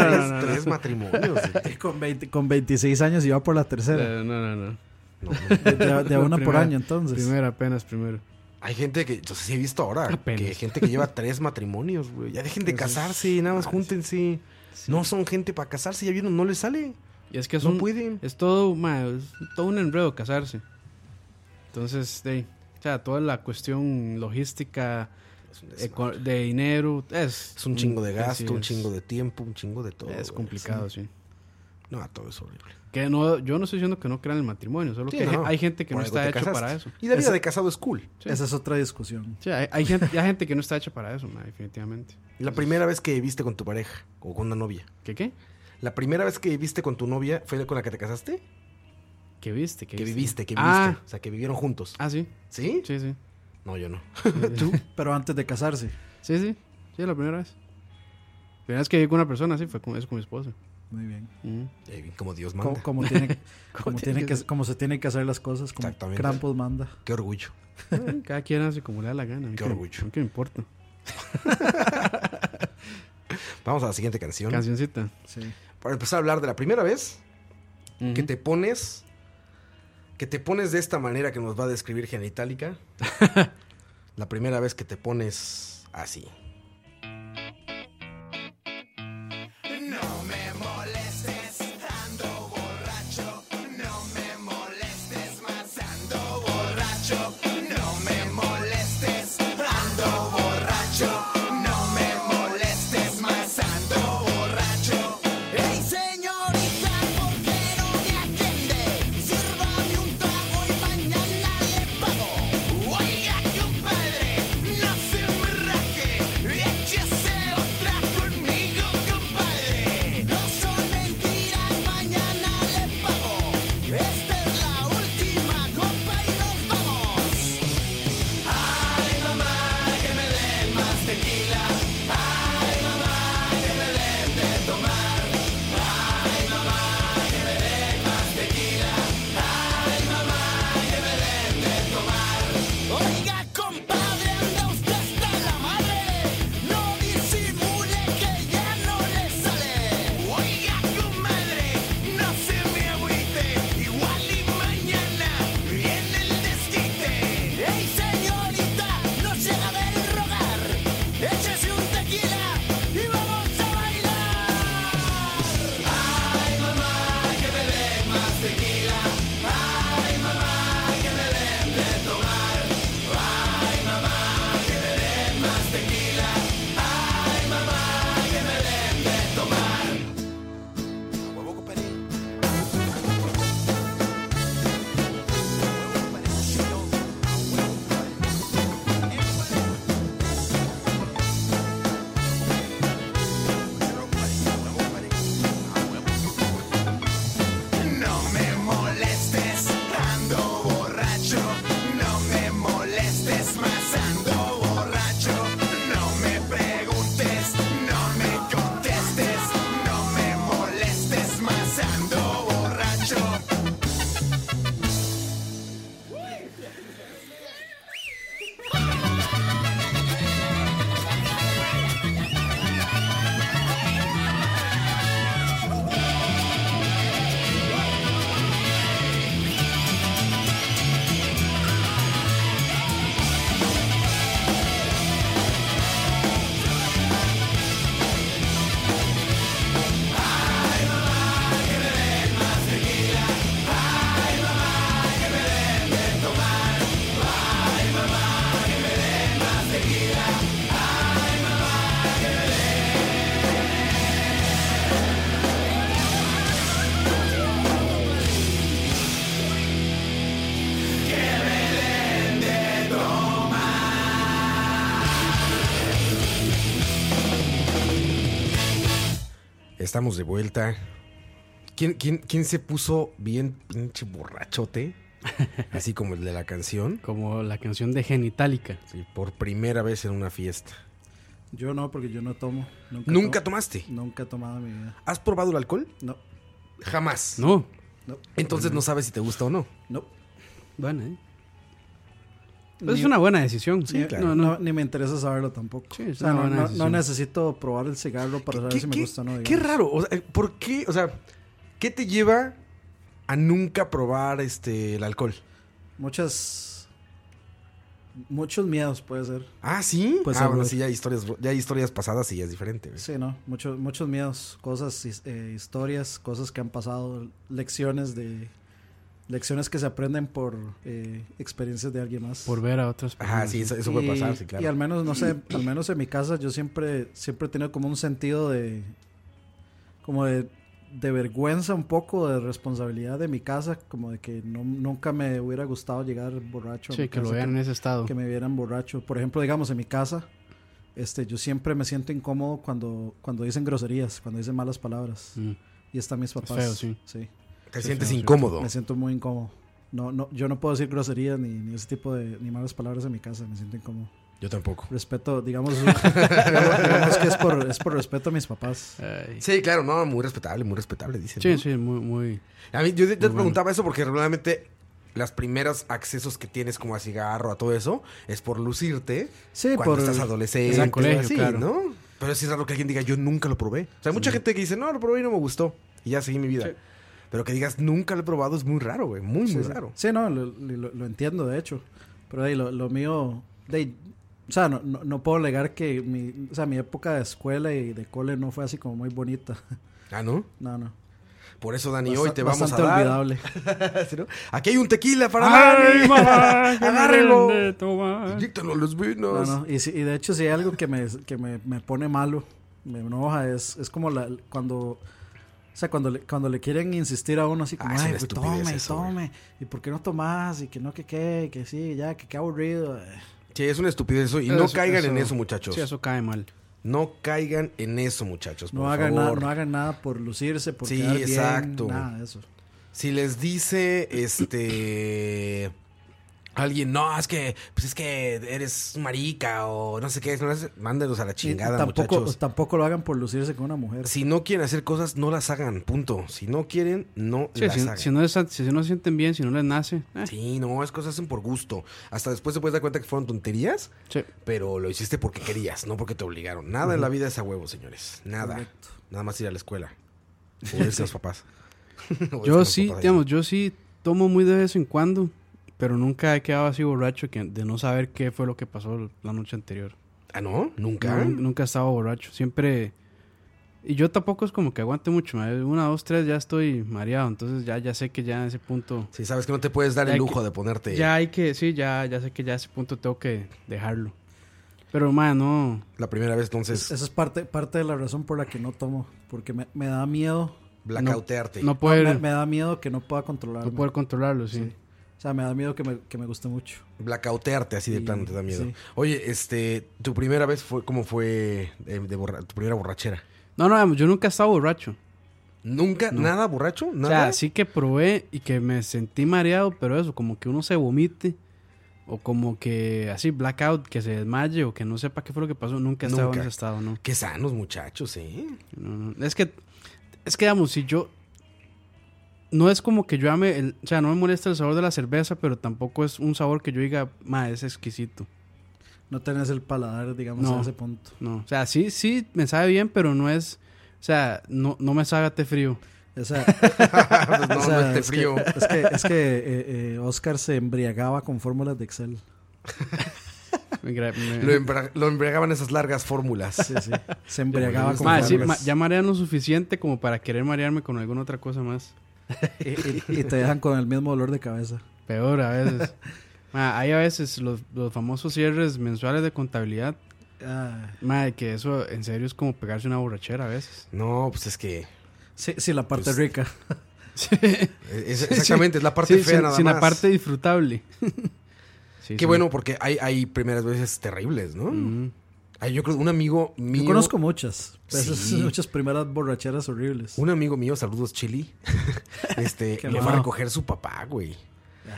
tres matrimonios. güey.
Con, 20 con 26 años iba por la tercera.
Eh, no, no, no.
No, no.
De, de- de a
[laughs] La
una por
primera-
año, entonces.
Primero, apenas primero.
Hay gente que, yo sí he visto ahora,
Apenas.
que hay gente que lleva tres matrimonios, güey. Ya dejen de casarse, nada más júntense.
Sí.
No son gente para casarse, ya vieron, no les sale.
Y es que es,
no
un-
pueden.
es todo, mae, es todo un enredo casarse. Entonces, de, o sea, toda la cuestión logística,
Es un,
eco- de dinero, es... Mm,
chingo de
sí,
gasto, un
es-
chingo de tiempo, un chingo de todo.
Es
güey.
complicado, sí.
No, todo es horrible.
Que no, yo no estoy diciendo que no crean el matrimonio, solo
Sí,
que
no.
hay gente que
Por
no
algo
está
te
hecho
casaste.
para eso.
Y la vida
Ese-
de casado es cool.
Sí.
Esa es otra discusión.
Sí, hay, hay gente, hay gente que no está hecha para eso, ma, definitivamente.
La primera vez que viste con tu pareja o con una novia.
¿Qué qué?
La primera vez que viste con tu novia fue con la que te casaste.
¿Qué viste? ¿Qué
Que viviste, que viviste.
Ah,
O sea, que vivieron juntos.
ah, sí.
¿Sí? [laughs]
Sí, sí.
No, yo no.
Tú, pero antes de casarse.
Sí, sí. Sí, la primera vez. La primera vez que viví con una persona, sí, fue con, es con mi esposa.
Muy bien.
Mm.
Eh, como Dios manda.
Como, como tiene,
Como
como
tiene
tiene
que
que, como se tienen que hacer las cosas, como
Exactamente.
Krampus manda.
Qué orgullo.
Eh, Cada quien hace como le da la gana. a mí
Qué
que-
orgullo.
a mí que me importa.
Vamos a la siguiente canción.
Cancioncita.
Sí.
Para empezar a hablar de la primera vez que
Ujú.
te pones. Que te pones de esta manera que nos va a describir Genitalica.
[laughs]
la primera vez que te pones así.
Hey señorita, ¿por qué no me atiende? Sírvame un trago y mañana le pago. Oiga, compadre, no se me raje. Échese otra conmigo, compadre. No son mentiras, mañana le pago. Esta es la última copa y nos vamos. Ay, mamá, que me den más tequila. Ay, mamá, que me den de tomar. Ay, mamá, que me den más tequila. Ay, mamá, que me den de tomar. Oiga, compadre, anda usted hasta la madre. No disimule que ya no le sale. Oiga, comadre, no se me agüite. Igual y mañana viene el desquite. Ey, señorita, no se a ver rogar. Échese un tequila y vamos a bailar. No me molestes, ando borracho. No me molestes más, ando borracho. No me preguntes, no me contestes. No me molestes más, ando borracho.
Estamos de vuelta. ¿Quién, quién, quién se puso bien pinche borrachote? Así como el de la canción.
Como la canción de Genitalica.
Sí, por primera vez en una fiesta.
Yo no, porque yo no tomo. Nunca,
¿Nunca
to-
tomaste?
Nunca he tomado en mi vida.
¿Has probado el alcohol?
No,
Jamás.
No. Mm.
no,
Entonces no sabes si te gusta o no.
no.
Bueno, ¿eh? Pues
Ni-
es una buena decisión.
ni,
claro. No,
no,
no.
ni me interesa saberlo tampoco.
Sí, es
O sea,
una
no,
buena
no-
decisión.
no necesito probar el cigarro para saber si me gusta o no.
qué
digamos.
raro. O sea, eh, ¿Por qué? O sea, ¿qué te lleva a nunca probar este el alcohol?
Muchas. Muchos miedos puede ser.
Ah, sí.
Pues,
ah, bueno,
seguro.
sí, ya hay historias, ya hay historias pasadas y ya es diferente. ¿ves?
Sí, ¿no? Muchos, muchos miedos, cosas, his- eh, historias, cosas que han pasado, lecciones de... Lecciones que se aprenden por eh, experiencias de alguien más.
Por ver a otras
Ajá, sí, eso, eso puede
Y-
pasar, sí, claro.
Ah, Y al menos, no sé, al menos en mi casa yo siempre, siempre he tenido como un sentido de... Como de, de vergüenza un poco, de responsabilidad de mi casa, como de que no- nunca me hubiera gustado llegar borracho. a mi
Sí, pues, que lo
casa,
vean en ese estado.
que me vieran borracho. Por ejemplo, digamos, en mi casa, este, yo siempre me siento incómodo cuando, cuando dicen groserías, cuando dicen malas palabras.
Mm.
Y están mis papás.
feo, sí.
Te
Sí,
sientes
sí, sí.
incómodo.
Me siento muy incómodo. No, no, yo no puedo decir groserías ni, ni ese tipo de ni malas palabras en mi casa, me siento incómodo.
Yo tampoco.
Respeto, digamos,
[laughs]
digamos, digamos que es por, es por respeto a mis papás.
Ay.
Sí, claro, no, muy respetable, muy respetable, dicen.
Sí,
¿no?
sí, muy, muy.
A mí, yo te te preguntaba eso porque regularmente las primeras accesos que tienes como a cigarro, a todo eso, es por lucirte
Sí,
cuando
por-
estás adolescente.
en el colegio,
así,
claro.
¿no? Pero sí es raro que alguien diga, yo nunca lo probé. O sea, hay mucha gente que dice, no, lo probé y no me gustó. Y ya seguí mi vida. Pero que digas, nunca lo he probado es muy raro, güey. Muy, muy
sí,
raro.
Sí, no, lo, lo- lo entiendo, de hecho. Pero ahí lo, lo mío, de, ahí, o sea, no, no, no puedo negar que mi, o sea, mi época de escuela y de cole no fue así como muy bonita. [laughs]
Ah, ¿no?
No, no.
Por eso, Dani,
Basta-
hoy te vamos a
bastante
dar.
olvidable.
¿Sí, no? Aquí hay un tequila para [laughs]
¡Ay,
Dani.
mamá!
Agárrenlo.
Agárrenlo. Toma.
Inyéctalo a los
No,
vinos.
no. Y, si- y de hecho, si hay algo que me, que me, me pone malo, me enoja, es, es como la, cuando. O sea, cuando le, cuando le quieren insistir a uno así como,
Ah, es
ay,
una
pues,
estupidez
tome,
eso, güey".
tome, y por qué no tomás, y que no, que qué, y que sí, ya, que qué aburrido. eh.
Sí, es una estupidez eso. Y no
Eso-
caigan en eso, muchachos.
Sí, eso cae mal.
No caigan en eso, muchachos.
No
Pues, por
hagan, nada,
favor.
no hagan nada por lucirse, por
Sí,
quedar bien,
exacto.
nada de eso.
Si les dice, este. Alguien, no, es que, pues es que eres marica o no sé qué, no sé, mándenlos a la
Y
chingada,
tampoco,
muchachos.
tampoco lo hagan por lucirse con una mujer.
Si no quieren hacer cosas, no las hagan, punto. Si no quieren, no
Sí,
las
si,
hagan.
si no les- si no se sienten bien, si no les nace. eh,
Sí, no, es cosas hacen por gusto. Hasta después te puedes dar cuenta que fueron tonterías,
sí.
pero lo hiciste porque querías, no porque te obligaron. Nada en la vida es a huevo, señores. Nada. Nada más ir a la
[laughs]
escuela. O irse a los papás. O irse con
Yo
los
sí,
papás ahí.
digamos, yo sí tomo muy de vez en cuando, pero nunca he quedado así borracho que, de no saber qué fue lo que pasó la noche anterior.
Ah, no, nunca.
No, nun- nunca he estado borracho, siempre... Y yo tampoco es como que aguante mucho, ma, una, dos, tres ya estoy mareado, entonces ya, ya sé que ya en ese punto...
Sí, sabes que no te puedes dar
Ya
el
que-
lujo de ponerte.
Ya hay que, sí, ya, ya sé que ya a ese punto tengo que dejarlo. Pero, man, no...
La primera vez, entonces,
Esa es parte, parte de la razón por la que no tomo, porque me, me da miedo.
blackoutearte.
No
no,
poder,
me, me da miedo que no pueda controlarme.
no poder controlarlo, sí.
Sí. O sea, me da miedo que me, que me guste mucho.
Blackoutearte así de
Sí,
plano te da miedo.
sí.
Oye, este, tu primera vez fue, ¿cómo fue de, de borra- tu primera borrachera?
No, no, digamos, yo nunca he estado borracho.
¿Nunca? ¿Nada borracho?
O
¿Nada?
sea, sí que probé y que me sentí mareado, pero eso, como que uno se vomite. O como que así, blackout, que se desmaye o que no sepa qué fue lo que pasó. Nunca he estado
Nunca.
en ese estado, ¿no?
Qué sanos muchachos,
[laughs]
¿eh?
No, no. Es que, es que, digamos, si yo... No es como que yo ame, el, o sea, no me molesta el sabor de la cerveza, pero tampoco es un sabor que yo diga, ma, es exquisito.
No tenés el paladar, digamos,
No.
a ese punto.
No, o sea, sí, sí, me sabe bien, pero no es, o sea, no, no me sabe a té frío.
O sea,
Pues no,
o sea,
no esté
es que-
[laughs]
frío.
es que, es que eh, eh, Oscar se embriagaba con fórmulas de Excel.
Me gra- me-
Lo, em-, embra- lo embriagaban esas largas fórmulas.
Sí, sí. Se embriagaba con
Ma, sí,
fórmulas.
ma- ya marean lo suficiente como para querer marearme con alguna otra cosa más.
Y, y- y te dejan con el mismo dolor de cabeza.
Peor a
[laughs]
veces. Ma, hay a veces los, los famosos cierres mensuales de contabilidad.
Ah.
Ma, que eso en serio es como pegarse una borrachera a
[laughs]
veces.
No, pues es que.
Sí, sí, la
Pues,
parte rica.
es- exactamente, es la parte
Sí,
fea
sin,
nada
sin
más.
la
[laughs]
parte disfrutable. Sí, Mm.
Qué
sí.
bueno, porque hay, hay primeras veces terribles, ¿no?
Ujú.
Ay, yo creo un amigo mío.
Yo conozco muchas. Esas-
Sí.
Muchas primeras borracheras horribles.
Un amigo mío, saludos Chili, [laughs] este, lo fue a
mal.
recoger su papá, güey.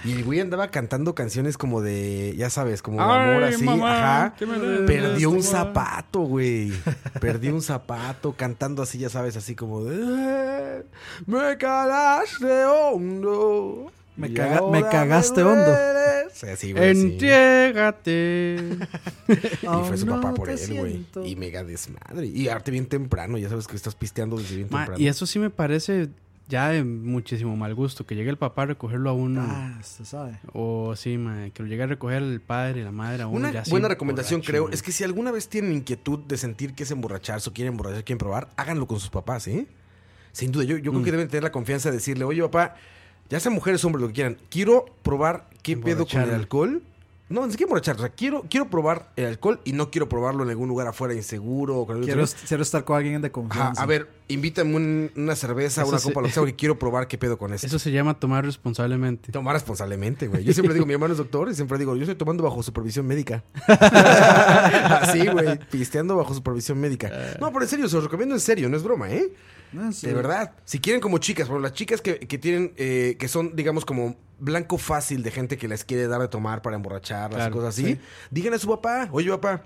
Y el güey andaba cantando canciones como de, ya sabes, como de
Ay,
amor así,
mamá,
ajá.
¿qué me debes,
Perdió un
mamá?
zapato, güey. Perdió un zapato cantando así, ya sabes, así como de me cagaste hondo.
Me
y
caga- me
ahora
cagaste hondo".
dueles. Sí, así, güey. así.
Entrégate.
Y fue su
Oh,
papá
no
por
te
él, güey.
siento.
Y mega desmadre. Y arte bien temprano, ya sabes que estás pisteando desde bien
Ma,
temprano.
y eso sí me parece ya de muchísimo mal gusto. Que llegue el papá a recogerlo a uno.
Ah, se sabe.
O sí, ma, que lo llegue a recoger el padre y la madre a uno.
Una
ya así,
buena recomendación,
borracho,
creo,
ma.
es que si alguna vez tienen inquietud de sentir que es emborracharse o quieren emborracharse, quieren probar, háganlo con sus papás, ¿eh? Sin duda, yo, yo
Mm.
creo que deben tener la confianza de decirle, oye, papá, ya sean mujeres, hombres, lo que quieran, quiero probar qué pedo con el
Emborracharme.
alcohol No, ni siquiera emborrachar. O sea, quiero, quiero probar el alcohol y no quiero probarlo en algún lugar afuera inseguro o con algún
Quiero, quiero estar con alguien de
Ajá,
confianza.
a ver, invítame un- una cerveza,
Eso
una
sí.
copa, lo que sea, porque quiero probar qué pedo
[laughs]
con esto.
Eso se llama tomar responsablemente.
Tomar responsablemente, güey. Yo siempre digo, mi hermano es doctor y siempre digo, yo estoy tomando bajo supervisión
[laughs]
médica. Así, güey, pisteando bajo supervisión médica. No, pero en serio, se los recomiendo en serio, no es broma, ¿eh?
No, Eh. Ah, sí.
De verdad. Si quieren como chicas, bueno, las chicas que, que tienen, eh, que son, digamos, como blanco fácil de gente que les quiere dar de tomar para emborracharlas
Claro,
y cosas así, díganle a su papá, oye, papá,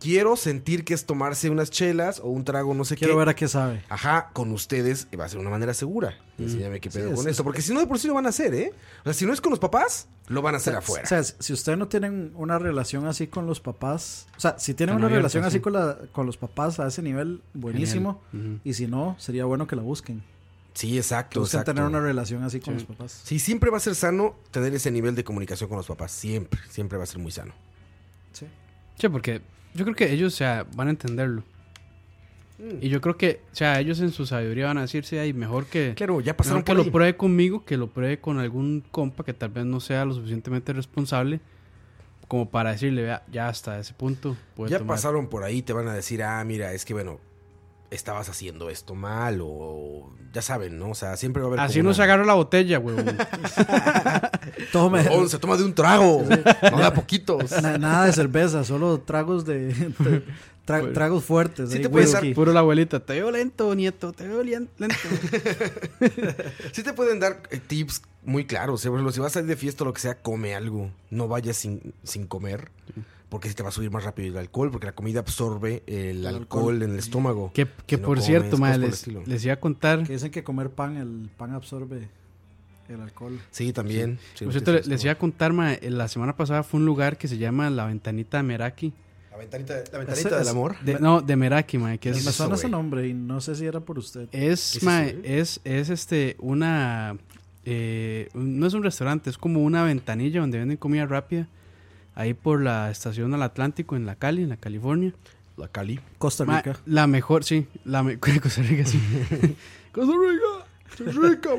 quiero sentir que es tomarse unas chelas o un trago, no sé
Quiero
qué.
ver a qué sabe.
Ajá, con ustedes va a ser una manera segura. Enséñame qué pedo
Mm. Sí,
con
es-
esto. Porque si no, de por sí lo van a hacer, ¿eh? O sea, si no es con los papás, lo van a hacer afuera.
O sea, si ustedes no tienen una relación así con los papás, o sea, si tienen
Tan
una
abierta,
relación así
sí.
con, la, con los papás a ese nivel, buenísimo.
Genial. Ujú.
Y si no, sería bueno que la busquen.
sí,
Que
exacto,
busquen
exacto.
tener una relación así con los papás.
Sí, siempre va a ser sano tener ese nivel de comunicación con los papás. Siempre, siempre va a ser muy sano.
Sí.
Sí, porque yo creo que ellos o sea, van a entenderlo.
Mm.
Y yo creo que, o sea, ellos en su sabiduría van a decirse, ay, mejor que,
Claro, ya
mejor
pasaron
que
por
lo
ahí.
pruebe conmigo, que lo pruebe con algún compa que tal vez no sea lo suficientemente responsable como para decirle, "Vea, ya hasta ese punto puede
Ya
tomar".
pasaron por ahí, te van a decir, ah, mira, es que bueno, estabas haciendo esto mal o ya saben, ¿no? O sea, siempre va a haber...
Así
como
no
una-
se agarró la botella, güey.
[laughs]
Todo me-
Oh, se toma de un trago, no de a poquitos.
[laughs]
[laughs]
na- nada de cerveza, solo tragos de, [laughs] de- tra- tragos fuertes.
Sí
ahí,
te puede
whisky.
Puro la abuelita, te veo lento, nieto, te veo lien- lento.
Sí te pueden dar eh, tips muy claros. ¿eh? Por ejemplo, si vas a salir de fiesta o lo que sea, come algo. No vayas sin, sin comer. Porque si te va a subir más rápido el alcohol, porque la comida absorbe el, alcohol, en el estómago.
[laughs] Que, que
Si no
por
comes,
cierto,
cosas
madre,
por el
les,
estilo.
les iba a contar.
Que dicen que comer pan, el pan absorbe el alcohol.
Sí, también. Sí,
Por
sí,
cierto,
sí,
le- les iba a contar, ma, eh, la semana pasada fue un lugar que se llama La Ventanita de Meraki.
La ventanita, la
Ese
ventanita del
es-
amor.
De- no, de Meraki, ma, que
Me
es,
eso,
suena ese
güey? Eh,
nombre y no sé si era por usted.
es,
¿Qué
ma,
es eso,
es, es este, una, eh, un- no es un restaurante, es como una ventanilla donde venden comida rápida, ahí por la estación al Atlántico, en la Cali, en la California.
La Cali.
Costa
Ma,
Rica.
la mejor, sí, la me- [laughs] Costa Rica, sí. Costa Rica.
rica,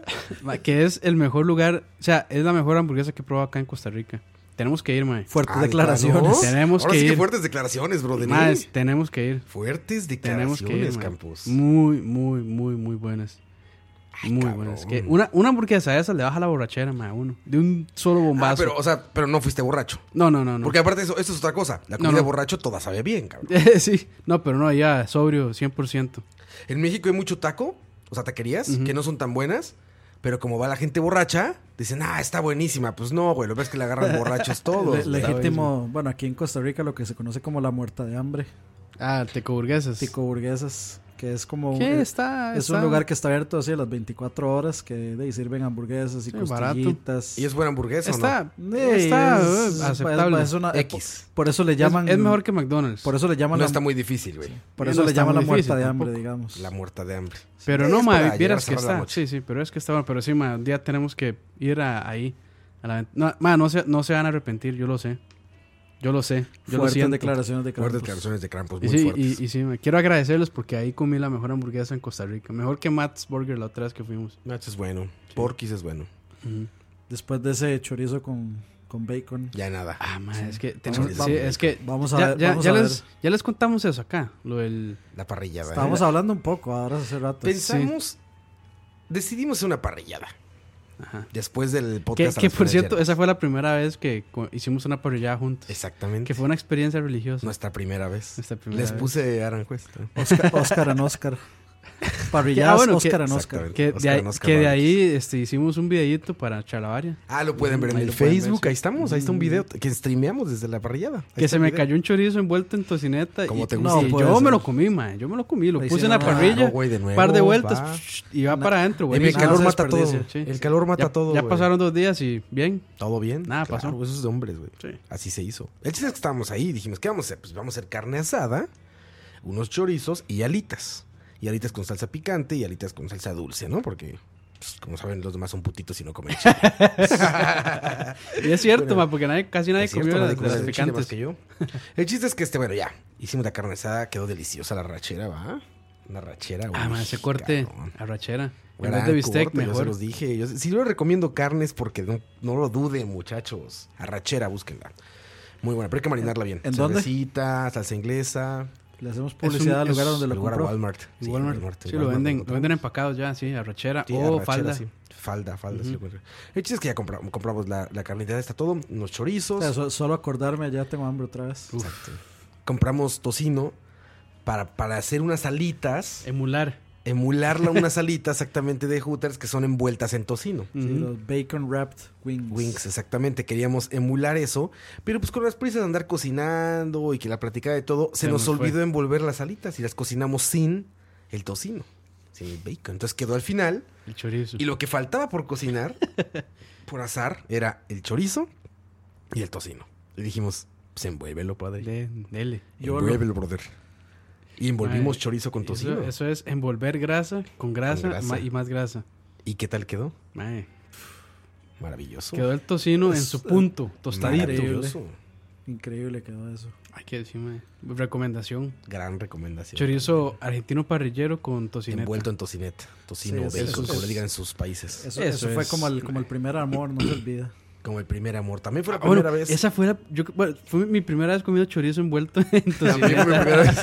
[laughs] Ma, que es el mejor lugar, o sea, es la mejor hamburguesa que he probado acá en Costa Rica. Tenemos que ir, mae.
Fuertes declaraciones.
plano. Tenemos
Ah, Ahora
que
sí
ir.
fuertes declaraciones, bro. de
Mae,
mí.
tenemos que ir.
Fuertes
Tenemos que ir,
declaraciones,
mae.
Campos. Ah,
Muy, muy, muy, muy buenas. muy
cabrón.
buenas. Que una, una hamburguesa de esas le baja la borrachera, mae, a uno. De un solo
Ah,
bombazo.
pero, o sea, pero no fuiste borracho.
No, no, no, no.
Porque aparte eso, eso es otra cosa. La
No,
comida
no.
borracho toda sabe bien, cabrón.
[laughs] sí, no, pero no, ya, sobrio, 100%.
En México hay mucho taco, o sea, taquerías, que no son tan buenas, pero como va la gente borracha, dicen, ah, está buenísima. Pues no, güey, lo ves que la agarran
[laughs]
borrachos todos.
Le-
güey.
legítimo, bueno, aquí en Costa Rica lo que se conoce como la muerta de hambre,
Ah, teco burguesas.
tico burguesas, que es como eh,
¿Qué? Está,
es un
está-
lugar que está abierto así a las 24 horas, que de ahí sirven hamburguesas y
Sí, barato.
costillitas.
¿Y es buena hamburguesa o no?
Está,
Eh,
está,
es-
eh,
es-
aceptable.
es una-
X.
Por eso le
Es-
llaman
es, mejor que McDonald's.
por eso le
No
llaman la,
está muy difícil, güey.
por
Sí,
eso
no
le
está
llaman la
muy
muerta
difícil
de hambre,
tampoco.
digamos.
La muerta de hambre.
Pero
Sí,
no,
es
ma,
para
vieras
llevarse
que
a la
está.
noche.
Sí, sí, pero es que está bueno. Pero sí, ma, un día tenemos que ir a- ahí. A la, vent- no, ma, no se, no se van a arrepentir, yo lo sé. Yo lo sé. Yo lo
Fuertes
siento.
declaraciones de
Fuertes
Krampus.
declaraciones de Krampus,
pues. Y
muy
sí,
fuertes.
y, y sí, ma, quiero agradecerles porque ahí comí la mejor hamburguesa en Costa Rica. Mejor que Matt's Burger la otra vez que fuimos.
Nacho es bueno. Porquis es bueno.
Después de ese chorizo con, con bacon.
Ya nada.
Ah, ma, es que
a
tenemos.
ver,
sí,
vamos.
es que.
Vamos a
ya,
ver,
ya-
vamos
ya
a
les, ya les contamos eso acá. Lo del.
La parrillada. ¿eh?
Estábamos hablando un poco ahora hace rato.
pues,
Pensamos... Decidimos hacer una parrillada.
Ajá.
Después del
Que,
podcast. a
que,
las
por
finales de
cierto,
ayer.
esa fue la primera vez que co- hicimos una parrillada juntos.
Exactamente.
Que fue una experiencia religiosa.
Nuestra primera vez.
Nuestra primera
Les
vez.
puse Aranjuez. ¿no?
Oscar, Oscar en Oscar. Parrilladas
Ah, bueno, que-
Oscar en Oscar.
Exactamente.
Que,
Oscar
de, ahí,
en Oscar
que de
Valdez.
ahí este, hicimos un videíto para Chalabaria.
Ah, lo pueden ver en
Ahí
el
lo pueden ver,
Facebook.
sí.
ahí estamos. Ahí está un video que streameamos desde la parrillada. Ahí
Que
está
se
el
me
video.
cayó un chorizo envuelto en tocineta.
Como
y,
te
y
gusta. pues.
yo
No, puede
me
ser.
lo comí, man. Yo me lo comí. Lo
Ahí
puse
sí,
en la
no,
parrilla.
güey, de nuevo,
par de vueltas.
va.
psh, Y va para adentro,
Y el
güey.
Nada,
calor
se
mata todo.
desperdicia.
Sí,
el
sí.
calor mata
ya,
todo.
Ya
güey.
pasaron dos días y bien.
¿Todo bien?
Nada, pasó.
Claro, Eso es de hombres, güey.
Sí.
Así se hizo. El chiste es que estábamos ahí y dijimos, ¿qué vamos a hacer? Pues vamos a hacer carne asada, unos chorizos y alitas. Y alitas con salsa picante y alitas con salsa dulce, ¿no? Porque, pues, como saben, los demás son putitos y no
[laughs]
comen chile.
Y es cierto, man, porque nadie, casi nadie
Es cierto,
comió
nadie
las,
comió
las
el chile más
picantes.
que yo. El chiste es que, este, bueno, ya. Hicimos la carne asada, quedó deliciosa la rachera, ¿va? Una rachera, güey.
Ah, man, ese corte
cabrón.
arrachera. En vez
Gran
de bistec,
corte, Yo se
mejor.
los dije. Yo, sí lo recomiendo carnes porque no, no lo dude, muchachos. Arrachera, búsquenla. Muy buena, pero hay que marinarla bien.
¿En dónde?
Cervecita, salsa inglesa.
Le hacemos publicidad al lugar
es
donde lo
lugar a
compró.
Walmart.
Y Walmart. sí, lo
Walmart,
venden, lo
Walmart.
venden empacado ya, sí, arrachera
Sí,
o
arrachera,
falda.
sí. Falda, falda. sí, güey. El chiste es que ya compra- compramos la, la carnita, está todo, unos chorizos.
O sea, so- solo acordarme, ya tengo hambre otra vez.
Exacto. Compramos tocino para, para hacer unas alitas,
Emular.
emularla unas alitas exactamente de Hooters que son envueltas en tocino.
Sí, los bacon wrapped wings.
Wings, exactamente, queríamos emular eso, pero pues con las prisas de andar cocinando y que la platicada de todo, se,
Se
nos
nos fue.
olvidó envolver las alitas y las cocinamos sin el tocino, sin el bacon. Entonces quedó al final
El chorizo.
y lo que faltaba por
[laughs]
cocinar, por azar, era el chorizo y el tocino. Y dijimos, pues envuélvelo, padre.
De, dele.
Yo
Envuélvelo, brother. Y envolvimos
Ay,
chorizo con tocino.
Eso, eso es envolver grasa con grasa,
Con grasa.
ma- y más grasa.
¿Y qué tal quedó?
Mae,
Maravilloso.
Quedó el tocino en su punto, tostadito.
Maravilloso.
Increíble quedó eso.
Hay que decir, mae. Recomendación.
Gran recomendación.
Chorizo argentino parrillero con tocineta.
Envuelto en tocineta. Tocino
Sí, eso-
bacon,
eso-
como le digan en sus países.
Eso,
Eso
eso fue
es-
como el, como el primer amor, no se olvida.
Como el primer amor. También fue la
Ah, bueno,
primera vez.
esa fue la, yo- bueno, fue mi primera vez comiendo chorizo envuelto en
También
tocineta.
fue la primera vez.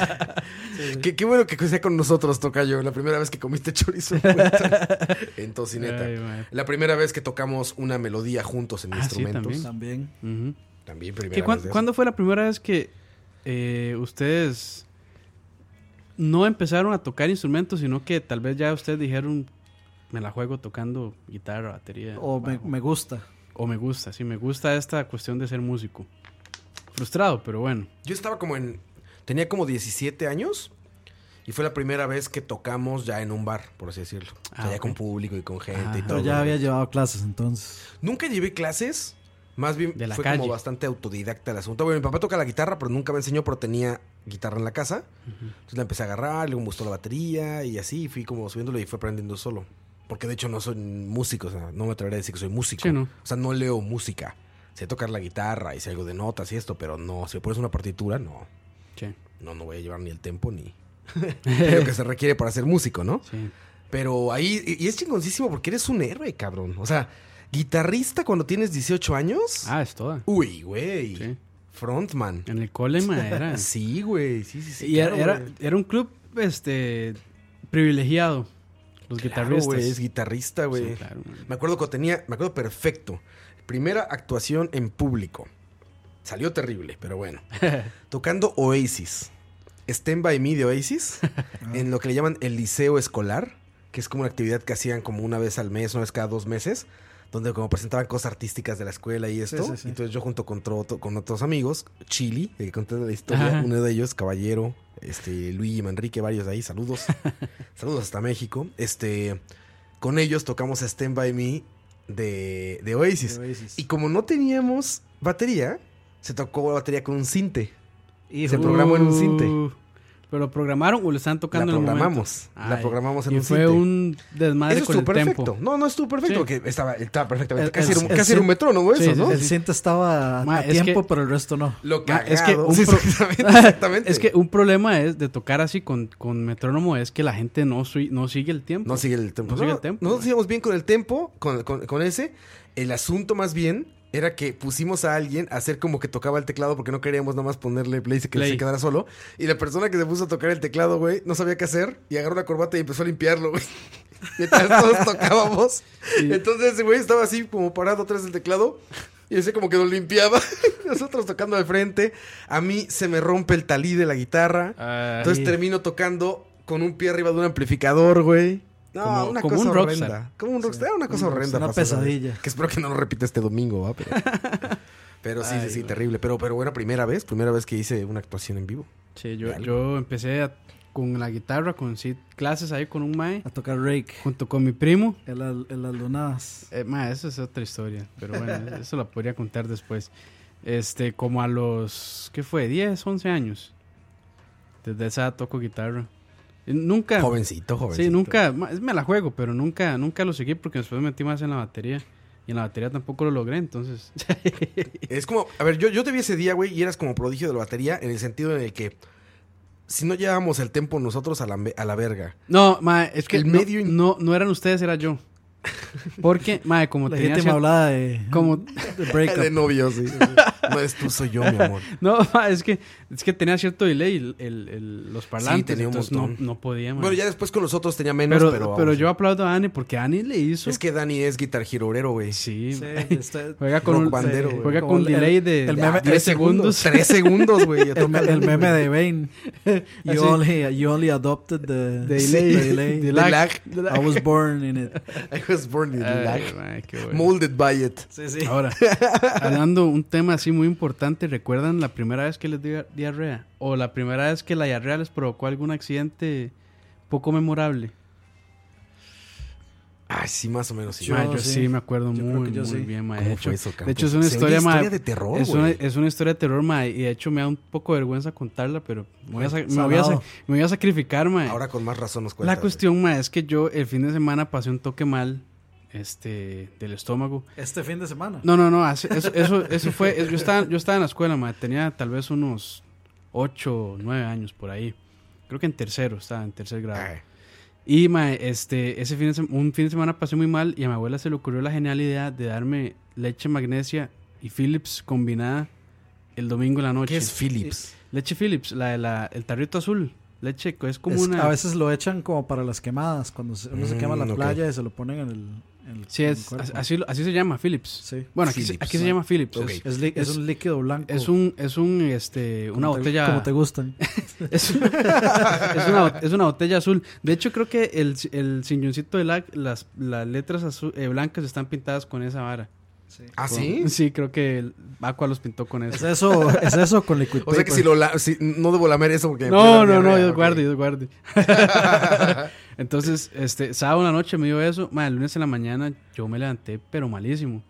[laughs] Qué, qué bueno que sea con nosotros, Tocayo. La primera vez que comiste chorizo envuelto
[laughs]
en tocineta.
Ay, mae.
la primera vez que tocamos una melodía juntos en
Ah, [clears throat] sí,
instrumentos.
también.
También.
Ujú.
También primera
¿Qué, cuán-
vez de eso.
¿Cuándo fue la primera vez que eh, ustedes no empezaron a tocar instrumentos, sino que tal vez ya ustedes dijeron, me la juego tocando guitarra, batería?
O me,
bajo"?
me gusta.
O me gusta, sí, me gusta esta cuestión de ser músico. Frustrado, pero bueno.
Yo estaba como en. Tenía como 17 años. Y fue la primera vez que tocamos ya en un bar, por así decirlo. O sea,
Ah,
ya
ok.
con público y con gente
Ajá.
y
Pero
todo.
ya había llevado clases entonces.
Nunca llevé clases. Más bien
De la
fue
calle.
como bastante autodidacta el asunto. Bueno, mi papá toca la guitarra, pero nunca me enseñó, pero tenía guitarra en la casa. Entonces la empecé a agarrar, luego me gustó la batería y así fui como subiéndolo y fue aprendiendo solo. Porque de hecho no soy músico, o sea, no me atrevería a decir que soy músico.
Sí, ¿no?
O sea, no leo música. Sé tocar la guitarra y sé algo de notas y esto, pero no, si me pones una partitura, no.
Che,
no, no voy a llevar ni el tempo ni [laughs] lo que se requiere para ser músico, ¿no?
sí.
Pero ahí, y y es chingoncísimo porque eres un héroe, cabrón. O sea, guitarrista cuando tienes 18 años.
Ah, es toda.
Uy, güey.
Sí.
Frontman.
En el cole, ma,
[laughs]
era.
Sí, güey. Sí, sí, sí.
y era,
claro,
era,
güey.
era un club este privilegiado. Los
Claro,
guitarristas.
güey, es guitarrista, güey.
Sí, claro, ma.
Me acuerdo que tenía, me acuerdo perfecto. Primera actuación en público. Salió terrible, pero
[laughs]
bueno. Tocando Oasis. Stand by Me de
[laughs]
Oasis. en lo que le llaman el liceo escolar, que es como una actividad que hacían como una vez al mes, una vez cada dos meses, donde como presentaban cosas artísticas de la escuela y esto.
sí, sí.
Entonces yo junto con, otro- con otros amigos, Chili, de que conté la historia,
Ajá.
uno de ellos, Caballero, este, Luigi Manrique, varios de ahí,
[laughs]
saludos. saludos hasta México. Este, con ellos tocamos Stand By Me de, de Oasis.
de Oasis.
Y como no teníamos batería, se tocó la batería con un cinte.
Hijo,
se programó en un cinte.
Uh, ¿Pero lo programaron o lo están
La
tocando en el momento?
programamos. La
Ay,
programamos en
y
un cinte.
fue un desmadre
Eso
con el
estuvo perfecto.
tempo.
No, no estuvo perfecto.
Sí.
porque estaba, estaba perfectamente.
El-
casi
el-
era un,
el
casi era un
cin-
metrónomo
Sí,
eso,
sí,
¿no?
El cinta estaba a-
Ma,
a
es que-
tiempo, pero el resto no.
Lo
Ma,
cagado.
es que un
Sí,
pro- [laughs]
exactamente, exactamente.
Es que un problema es de tocar así con, con metrónomo es que la gente no, sui- no sigue el tiempo.
No sigue el tempo.
No sigue el tempo,
Nosotros
güey.
íbamos bien con el tempo, con, con- con ese. El asunto más bien era que pusimos a alguien a hacer como que tocaba el teclado porque no queríamos nada más ponerle play y que
Play.
se quedara solo. Y la persona que se puso a tocar el teclado, güey, no sabía qué hacer y agarró la corbata y empezó a limpiarlo, güey. [laughs] Mientras todos tocábamos. Entonces ese güey estaba así como parado atrás del teclado. Y ese como que lo limpiaba. [laughs] Nosotros tocando de frente. A mí se me rompe el talí de la guitarra.
Ah,
Entonces termino tocando con un pie arriba de un amplificador, güey. No,
Como-
una
como
cosa
un rockstar.
horrenda. Como un rockstar, una cosa
un
horrenda.
rockstar, una
pasó, ¿sabes?
pesadilla.
Que espero que no lo repita este domingo, ¿va?
[laughs]
Pero, pero sí, sí, sí, terrible. Pero, pero bueno, primera vez, primera vez que hice una actuación en vivo.
sí, yo, yo empecé a- con la guitarra, con sí, clases ahí con un mae,
A tocar Rake.
junto con mi primo.
En, la- en las lunadas.
Eh, ma, eso es otra historia, pero bueno,
[laughs]
eso la podría contar después. Este, como a los, ¿qué fue? 10, 11 años. Desde esa edad toco guitarra. Y Nunca,
Jovencito, jovencito.
sí, nunca, ma, me la juego, pero nunca, nunca lo seguí porque después me metí más en la batería. Y en la batería tampoco lo logré, entonces. [laughs]
Es como, a ver, yo, yo te vi ese día, güey, y eras como prodigio de la batería en el sentido en el que si no llevábamos el tempo nosotros a la, me- a la verga.
No, mae, es que
El
no-
medio in-
no, no, eran ustedes, era yo. Porque, mae, como
La
tenía
gente me
cier-
hablaba de,
como [laughs]
de breakup.
[laughs] De novio, sí. No es tú, soy yo, mi amor.
no, mae, es que es que tenía cierto delay el- el- el- los parlantes,
tenía un
entonces no,
montón.
no podía, mae.
Bueno, ya después con los otros tenía menos,
pero,
pero.
pero,
vamos.
yo aplaudo a Ani porque Ani le hizo.
Es que Dani es guitar girorero, güey.
sí,
Sí,
mae.
este-
juega con un
rock bandero, güey.
juega
Como
con
el-
delay de
el
de
meme-
10
Tres
segundos.
Tres segundos, güey.
[laughs] el, me- el meme de Bane.
Así.
You only, you only adopted [laughs] the,
delay.
the delay.
[laughs]
Ah,
De
The
lag.
lag.
De lag.
I was born in it.
I was born in
Ay,
lag.
mae, qué bueno.
Molded by it.
Sí, sí.
Ahora, hablando un tema así muy importante, ¿recuerdan la primera vez que les dio diarrea? ¿O la primera vez que la diarrea les provocó algún accidente poco memorable?
Ay, sí, más o menos. Sí.
Yo
Ma, Yo, sí.
sí.
me acuerdo
Yo creo
muy,
que yo
muy
sí.
bien, ma,
¿Cómo
de hecho,
fue eso,
de
Campos?
hecho, es una
Se oye
historia, ma,
historia de terror,
es una,
güey.
es una historia de terror, ma, y de hecho me da un poco de vergüenza contarla, pero me voy a, sa- me voy a sa-
salado.
me voy a sacrificar, ma.
Ahora con más razón nos cuenta.
la cuestión, ma, es que yo el fin de semana pasé un toque mal este, del estómago.
Este fin de semana.
No, no, no. así- Eso, eso, eso fue. es- Yo estaba, yo estaba en la escuela, ma, Tenía tal vez unos 8, 9 años por ahí. Creo que en tercero, estaba en tercer grado.
Ay,
Y, ma, este, ese fin de sem- un fin de semana pasé muy mal y a mi abuela se le ocurrió la genial idea de darme leche magnesia y Philips combinada el domingo en la noche.
¿Qué es Philips?
Leche Philips, la, de la, el tarrito azul. Leche que es como
Es-
una.
A veces lo echan como para las quemadas, cuando se- uno se
Mm,
quema en la
ok.
playa y se lo ponen en el, en el-
Sí,
en el
es,
cuerpo.
así, lo- así se llama, Philips.
Sí.
Bueno, aquí, se-
Philips,
aquí se
ah.
llama Philips.
Ok.
Es,
Es, li- es un líquido blanco.
es un, es un, este, una
Como te-
botella.
Como te
[laughs]
gustan.
Es, es una, bot- es una botella azul. De hecho, creo que el, el silloncito de la, las, las letras azu- eh, blancas están pintadas con esa vara.
¿Ah,
Con-
sí?
Sí, creo que el Aqua los pintó con
Es
eso.
eso, es eso con
[laughs]
liquid
O sea que si,
paper.
lo la- si- no debo lamer eso porque... me
No,
puede
no,
dar
no,
diarrea,
Dios
ok.
guarde,
[laughs]
Dios guarde. Entonces, este, sábado en la noche me dio eso. Ma, el lunes en la mañana yo me levanté, pero malísimo.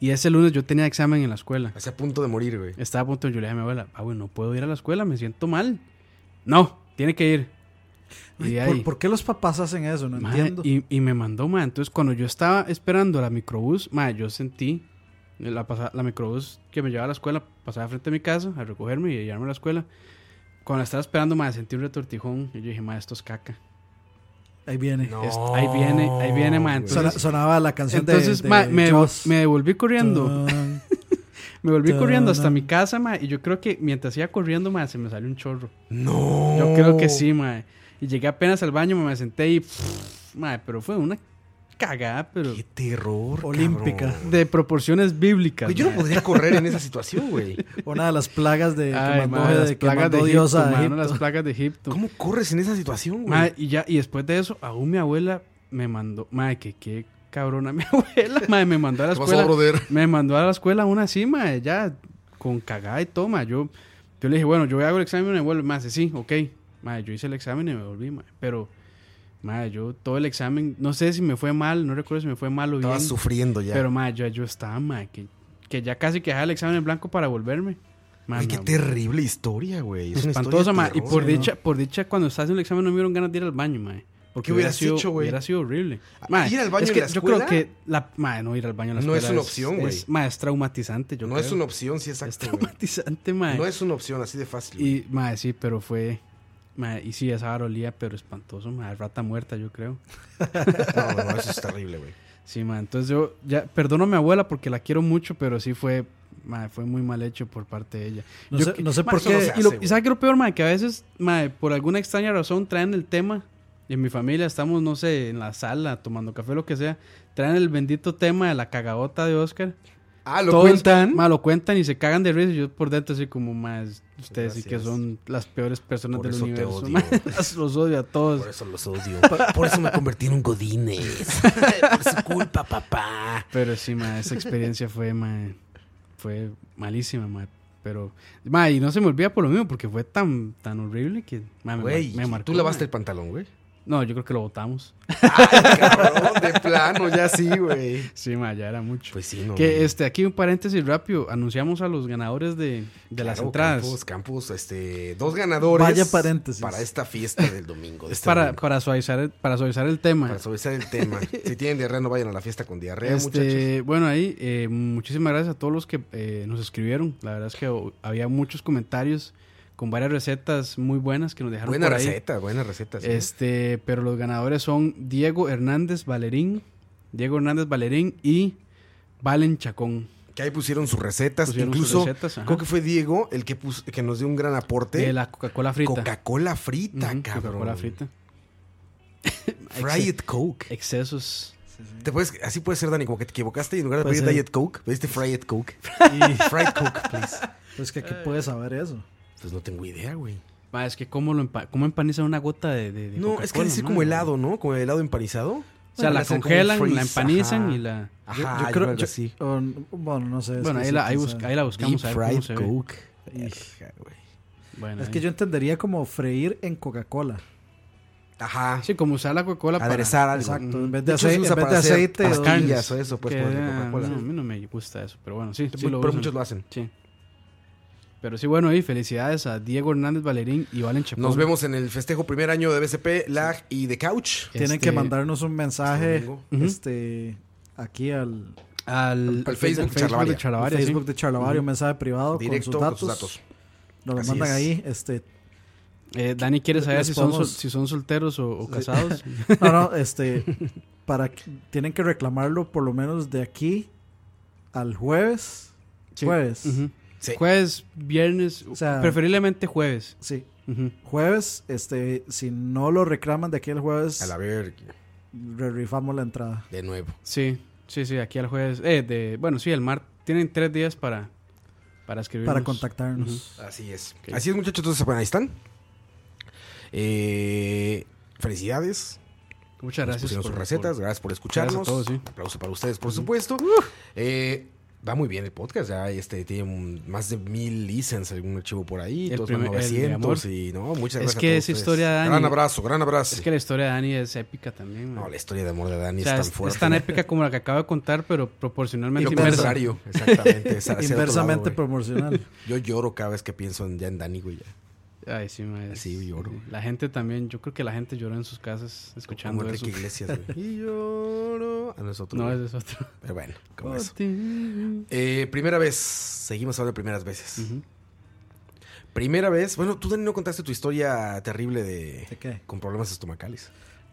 Y ese lunes yo tenía examen en la escuela.
Así a punto de morir, güey.
Estaba a punto de yo le dije a mi abuela, ah, bueno, no puedo ir a la escuela, me siento mal. No, tiene que ir.
Ay,
Y ahí-
¿Por, por qué los papás hacen eso? No
Mae,
entiendo.
Y, y me mandó, ma. Entonces, cuando yo estaba esperando la microbús, ma, yo sentí la, pasa- la microbús que me llevaba a la escuela, pasaba frente a mi casa a recogerme y a llevarme a la escuela. Cuando la estaba esperando, ma, sentí un retortijón. Y yo dije, ma, esto es caca.
Ahí viene.
No,
Esto- ahí viene, ahí viene, ma.
güey.
Sona-
Entonces,
sonaba la canción
entonces,
de, de
ma, me,
Joss.
me devolví corriendo.
Tan.
Me volví
Tan,
corriendo hasta
tan.
mi casa, ma. Y yo creo que mientras iba corriendo, ma, se me salió un chorro.
No.
Yo creo que sí, ma. Y llegué apenas al baño, me senté y... ma, pero fue una cagada, pero...
Qué terror,
Olímpica.
cabrón.
de proporciones bíblicas.
Güey, Pues yo no
ma.
podría correr en esa situación,
[laughs]
güey.
Una de las plagas de, que
Ay,
mandó,
ma,
de-
las
que
plagas de
mandó
Egipto,
Dios a
ma, no,
Egipto.
las plagas de Egipto.
¿Cómo corres en esa situación,
Ma,
güey?
y ya y después de eso, aún mi abuela me mandó, madre, que qué cabrona mi [laughs] abuela, madre, me mandó a la
¿Qué pasó,
escuela.
brother?
Me mandó a la escuela aún así, madre, ya con cagada y toma. Yo yo le dije, bueno, yo hago el examen y me vuelvo, más sí, ok. Madre, yo hice el examen y me volví, madre, pero madre, yo todo el examen, no sé si me fue mal, no recuerdo si me fue mal o bien.
Estaba sufriendo ya.
Pero madre, yo, yo estaba, madre, que, que ya casi que dejaba el examen en blanco para volverme. Ma,
Güey,
mi
qué
abuela-
terrible historia, güey. Es una
espantosa,
historia
ma.
de
Y
terror.
por dicha, por dicha, cuando estás en el examen no me dieron ganas de ir al baño, ma. Porque
¿Qué
hubiera
hubieras
sido,
hecho, güey?
Hubiera sido horrible.
Ah,
Ma,
¿ir al baño
es
en
que
la
yo creo
escuela?
que la, ma, no ir al baño en la
No
escuela.
es una opción, güey.
es- Ma, es traumatizante, yo
No
creo.
es una opción, sí,
Es
exacto. güey.
traumatizante, [laughs] ma.
No es una opción así de fácil. güey.
Y, ma, sí, pero fue. Ma, y sí, esa vara olía, pero espantoso, ma. Rata muerta, yo creo.
No, no, no, eso es terrible,
[laughs]
güey.
Sí, ma. Entonces yo, ya, perdono a mi abuela porque la quiero mucho, pero sí fue. ma, fue muy mal hecho por parte de ella.
No
Yo
sé-
que-
no sé
ma,
por
eso
qué-
se
hace,
y, lo,
güey.
y ¿sabes qué es lo peor, ma? Que a veces, ma, por alguna extraña razón traen el tema. Y en mi familia estamos, no sé, en la sala, tomando café, lo que sea. Traen el bendito tema de la cagabota de Oscar.
Ah, lo
Todos,
cuentan.
Ma, lo cuentan y se cagan de risa. Y yo por dentro así como, más ustedes sí que
Gracias.
son las peores personas
Por
del
eso te
universo.
odio.
[laughs] ma. los odio a todos.
Por eso los odio. [laughs] Por, por eso me convertí en un
[laughs]
godínez. Por su culpa, papá.
Pero sí, ma, esa experiencia fue, ma, fue malísima, ma. Pero, ma, y no se me olvida por lo mismo, porque fue tan, tan horrible que, ma, me,
Güey,
mar- me marcó.
tú lavaste
ma.
el pantalón, güey.
No, yo creo que lo votamos.
Cabrón, de plano, ya sí, güey.
Sí, ma, ya era mucho.
Pues sí, no.
que, este, aquí un paréntesis rápido. Anunciamos a los ganadores de, de las
Claro,
entradas.
Campos, Campos, este, dos ganadores.
Vaya paréntesis.
Para esta fiesta del domingo. de este
para,
domingo.
para, suavizar, el- para suavizar el tema.
Para suavizar el
[laughs]
tema. Si tienen diarrea, no vayan a la fiesta con diarrea,
Este,
muchachos.
Bueno, ahí eh, muchísimas gracias a todos los que eh, nos escribieron. La verdad es que oh, había muchos comentarios con varias recetas muy buenas que nos dejaron
Buena
por ahí.
receta, buena receta. sí.
Este, pero los ganadores son Diego Hernández Valerín, Diego Hernández Valerín y Valen Chacón.
Que ahí pusieron sus recetas.
Pusieron sus
Incluso
recetas, ajá.
creo que fue Diego el que, pus- que nos dio un gran aporte.
De la Coca-Cola frita.
Coca-Cola frita, cabrón.
Ujú, Coca-Cola frita.
Fried Coke.
Excesos.
Te puedes, así puede ser, Dani, como que te equivocaste y en lugar de
Puede
pedir
ser.
Diet Coke, pediste Fried
[laughs]
Coke. Fried Coke, please.
Pues que aquí puedes saber eso.
Pues no tengo idea, güey.
Ma, es que cómo, lo empa- cómo empaniza una gota de, de- de
No, es que
Coca-Cola,
decir
ma.
como helado, ¿no? Como helado empanizado.
O sea,
Bueno,
la
hacer como
congelan,
freeze,
la empanizan
ajá.
y la...
Ajá,
Yo-
Ah, yo,
yo
creo
creo-
que
yo-
sí.
o n- bueno, no sé. es
Bueno,
que
ahí
sí,
la, ahí,
quién
busca-
sabe.
ahí la buscamos a
Deep
ver cómo se
Fried
ve.
Coke. Ija, güey.
Bueno,
Es que
ahí.
yo entendería como freír en Coca-Cola.
Este
Ajá.
Sí, como usar la Coca-Cola para...
Aderezar algo.
Exacto. En vez
De
de,
hecho, se
ace-
usa
en vez
para
de
hacer
aceite.
las
o-
carnes.
pastillas o eso, pues,
que-
ponerle
ah,
Coca-Cola.
No, a mí no me gusta eso, pero bueno, sí. sí
Muy-
lo
pero
usan.
muchos lo hacen.
Sí. Pero sí, bueno, y felicidades a Diego Hernández Valerín y Valen Chacón.
Nos vemos en el festejo primer año de BCP, LAG y de Couch.
Tienen
Este,
que mandarnos un mensaje
domingo.
Ujú.
este aquí al
al,
al Facebook de Charlavaria.
de Charlavaria,
Facebook
sí.
de Charlavario, un mensaje
Oh,
privado
Directo
con sus datos.
datos.
Nos lo
Así
mandan
es.
ahí. Este,
Eh, Dani quiere saber
Les
si son, sol-
podemos-
si son solteros o, o casados.
[laughs] no, no, este, para, que- tienen que reclamarlo por lo menos de aquí al jueves.
Sí.
Jueves.
Ujú.
Sí.
Jueves, viernes,
sea-
preferiblemente jueves.
Sí.
Ujú.
Jueves, este, si no lo reclaman de aquí al jueves,
A la verga.
rifamos la entrada.
De nuevo.
Sí, sí, sí, aquí al jueves. Eh, de, bueno, sí, el martes. Tienen tres días para, para escribirnos.
Para contactarnos.
Así es.
Ok.
Así es, muchachos. Entonces, bueno, ahí están. Eh, felicidades.
Muchas
Nos
gracias.
pusieron
por-
Pues, sus recetas.
por-
Gracias por escucharnos.
Gracias a todos, sí.
Aplauso para ustedes, por supuesto. Eh, va muy bien el podcast. Ya este, tiene un- más de mil listens, algún archivo por ahí.
El
Todos
primer-
van
el de
900 y no, muchas
Es
gracias. a
que
todos
esa
ustedes.
historia de Dani-
Gran abrazo, gran abrazo.
Es que la historia de Dani es épica también. man.
No, la historia de amor de Dani
O sea,
es
es,
tan fuerte.
es tan épica como la que acabo de contar, pero
Y
proporcionalmente
lo
inversa.
contrario, exactamente. es hacia otro
Inversamente
lado, güey.
[laughs]
promocional.
Yo lloro cada vez que pienso en, ya en Dani, güey. ya.
Ay, sí, ma, es-
Sí, lloro,
sí.
güey.
La gente también, yo creo que la gente lloró en sus casas escuchando
Como
eso.
Enrique Iglesias, güey. Ah, Y lloro. A nosotros.
No, ese es otro.
Pero bueno, como eso.
Contigo.
Eh, primera vez. Seguimos hablando de primeras veces.
Ujú.
Primera vez. Bueno, tú, Dani, no contaste tu historia terrible de.
¿De qué?
Con problemas estomacales.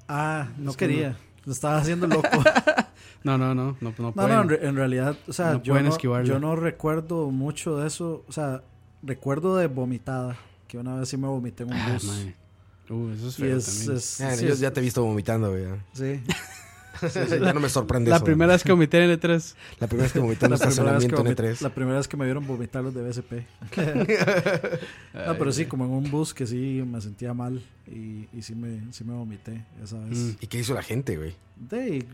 Ah, no
Es que
quería. Lo estaba
[laughs]
haciendo loco.
No, no, no, no, no
No,
pueden.
no, en, re- en realidad, o sea,
No
yo,
pueden
no,
esquivarlo.
yo no recuerdo mucho de eso. O sea, recuerdo de vomitada, que una vez sí me vomité en un
Ah,
bus.
mae. Uh, eso es
y
feo
es,
también.
es-
Ah,
sí,
yo
es-
ya te he visto vomitando, güey. ah.
sí.
ya no me sorprende
La
eso,
primera vez que vomité en E el E3.
güey. La primera vez que vomité en
La
un
primera, vez que
estacionamiento
E
en
vomit-
E3.
la primera vez que me vieron vomitar los de
[laughs]
BSP. no, pero sí, como en un bus que sí me sentía mal y, y sí, me, sí me vomité esa vez.
¿Y qué hizo la gente, güey?
Mm.
De ahí,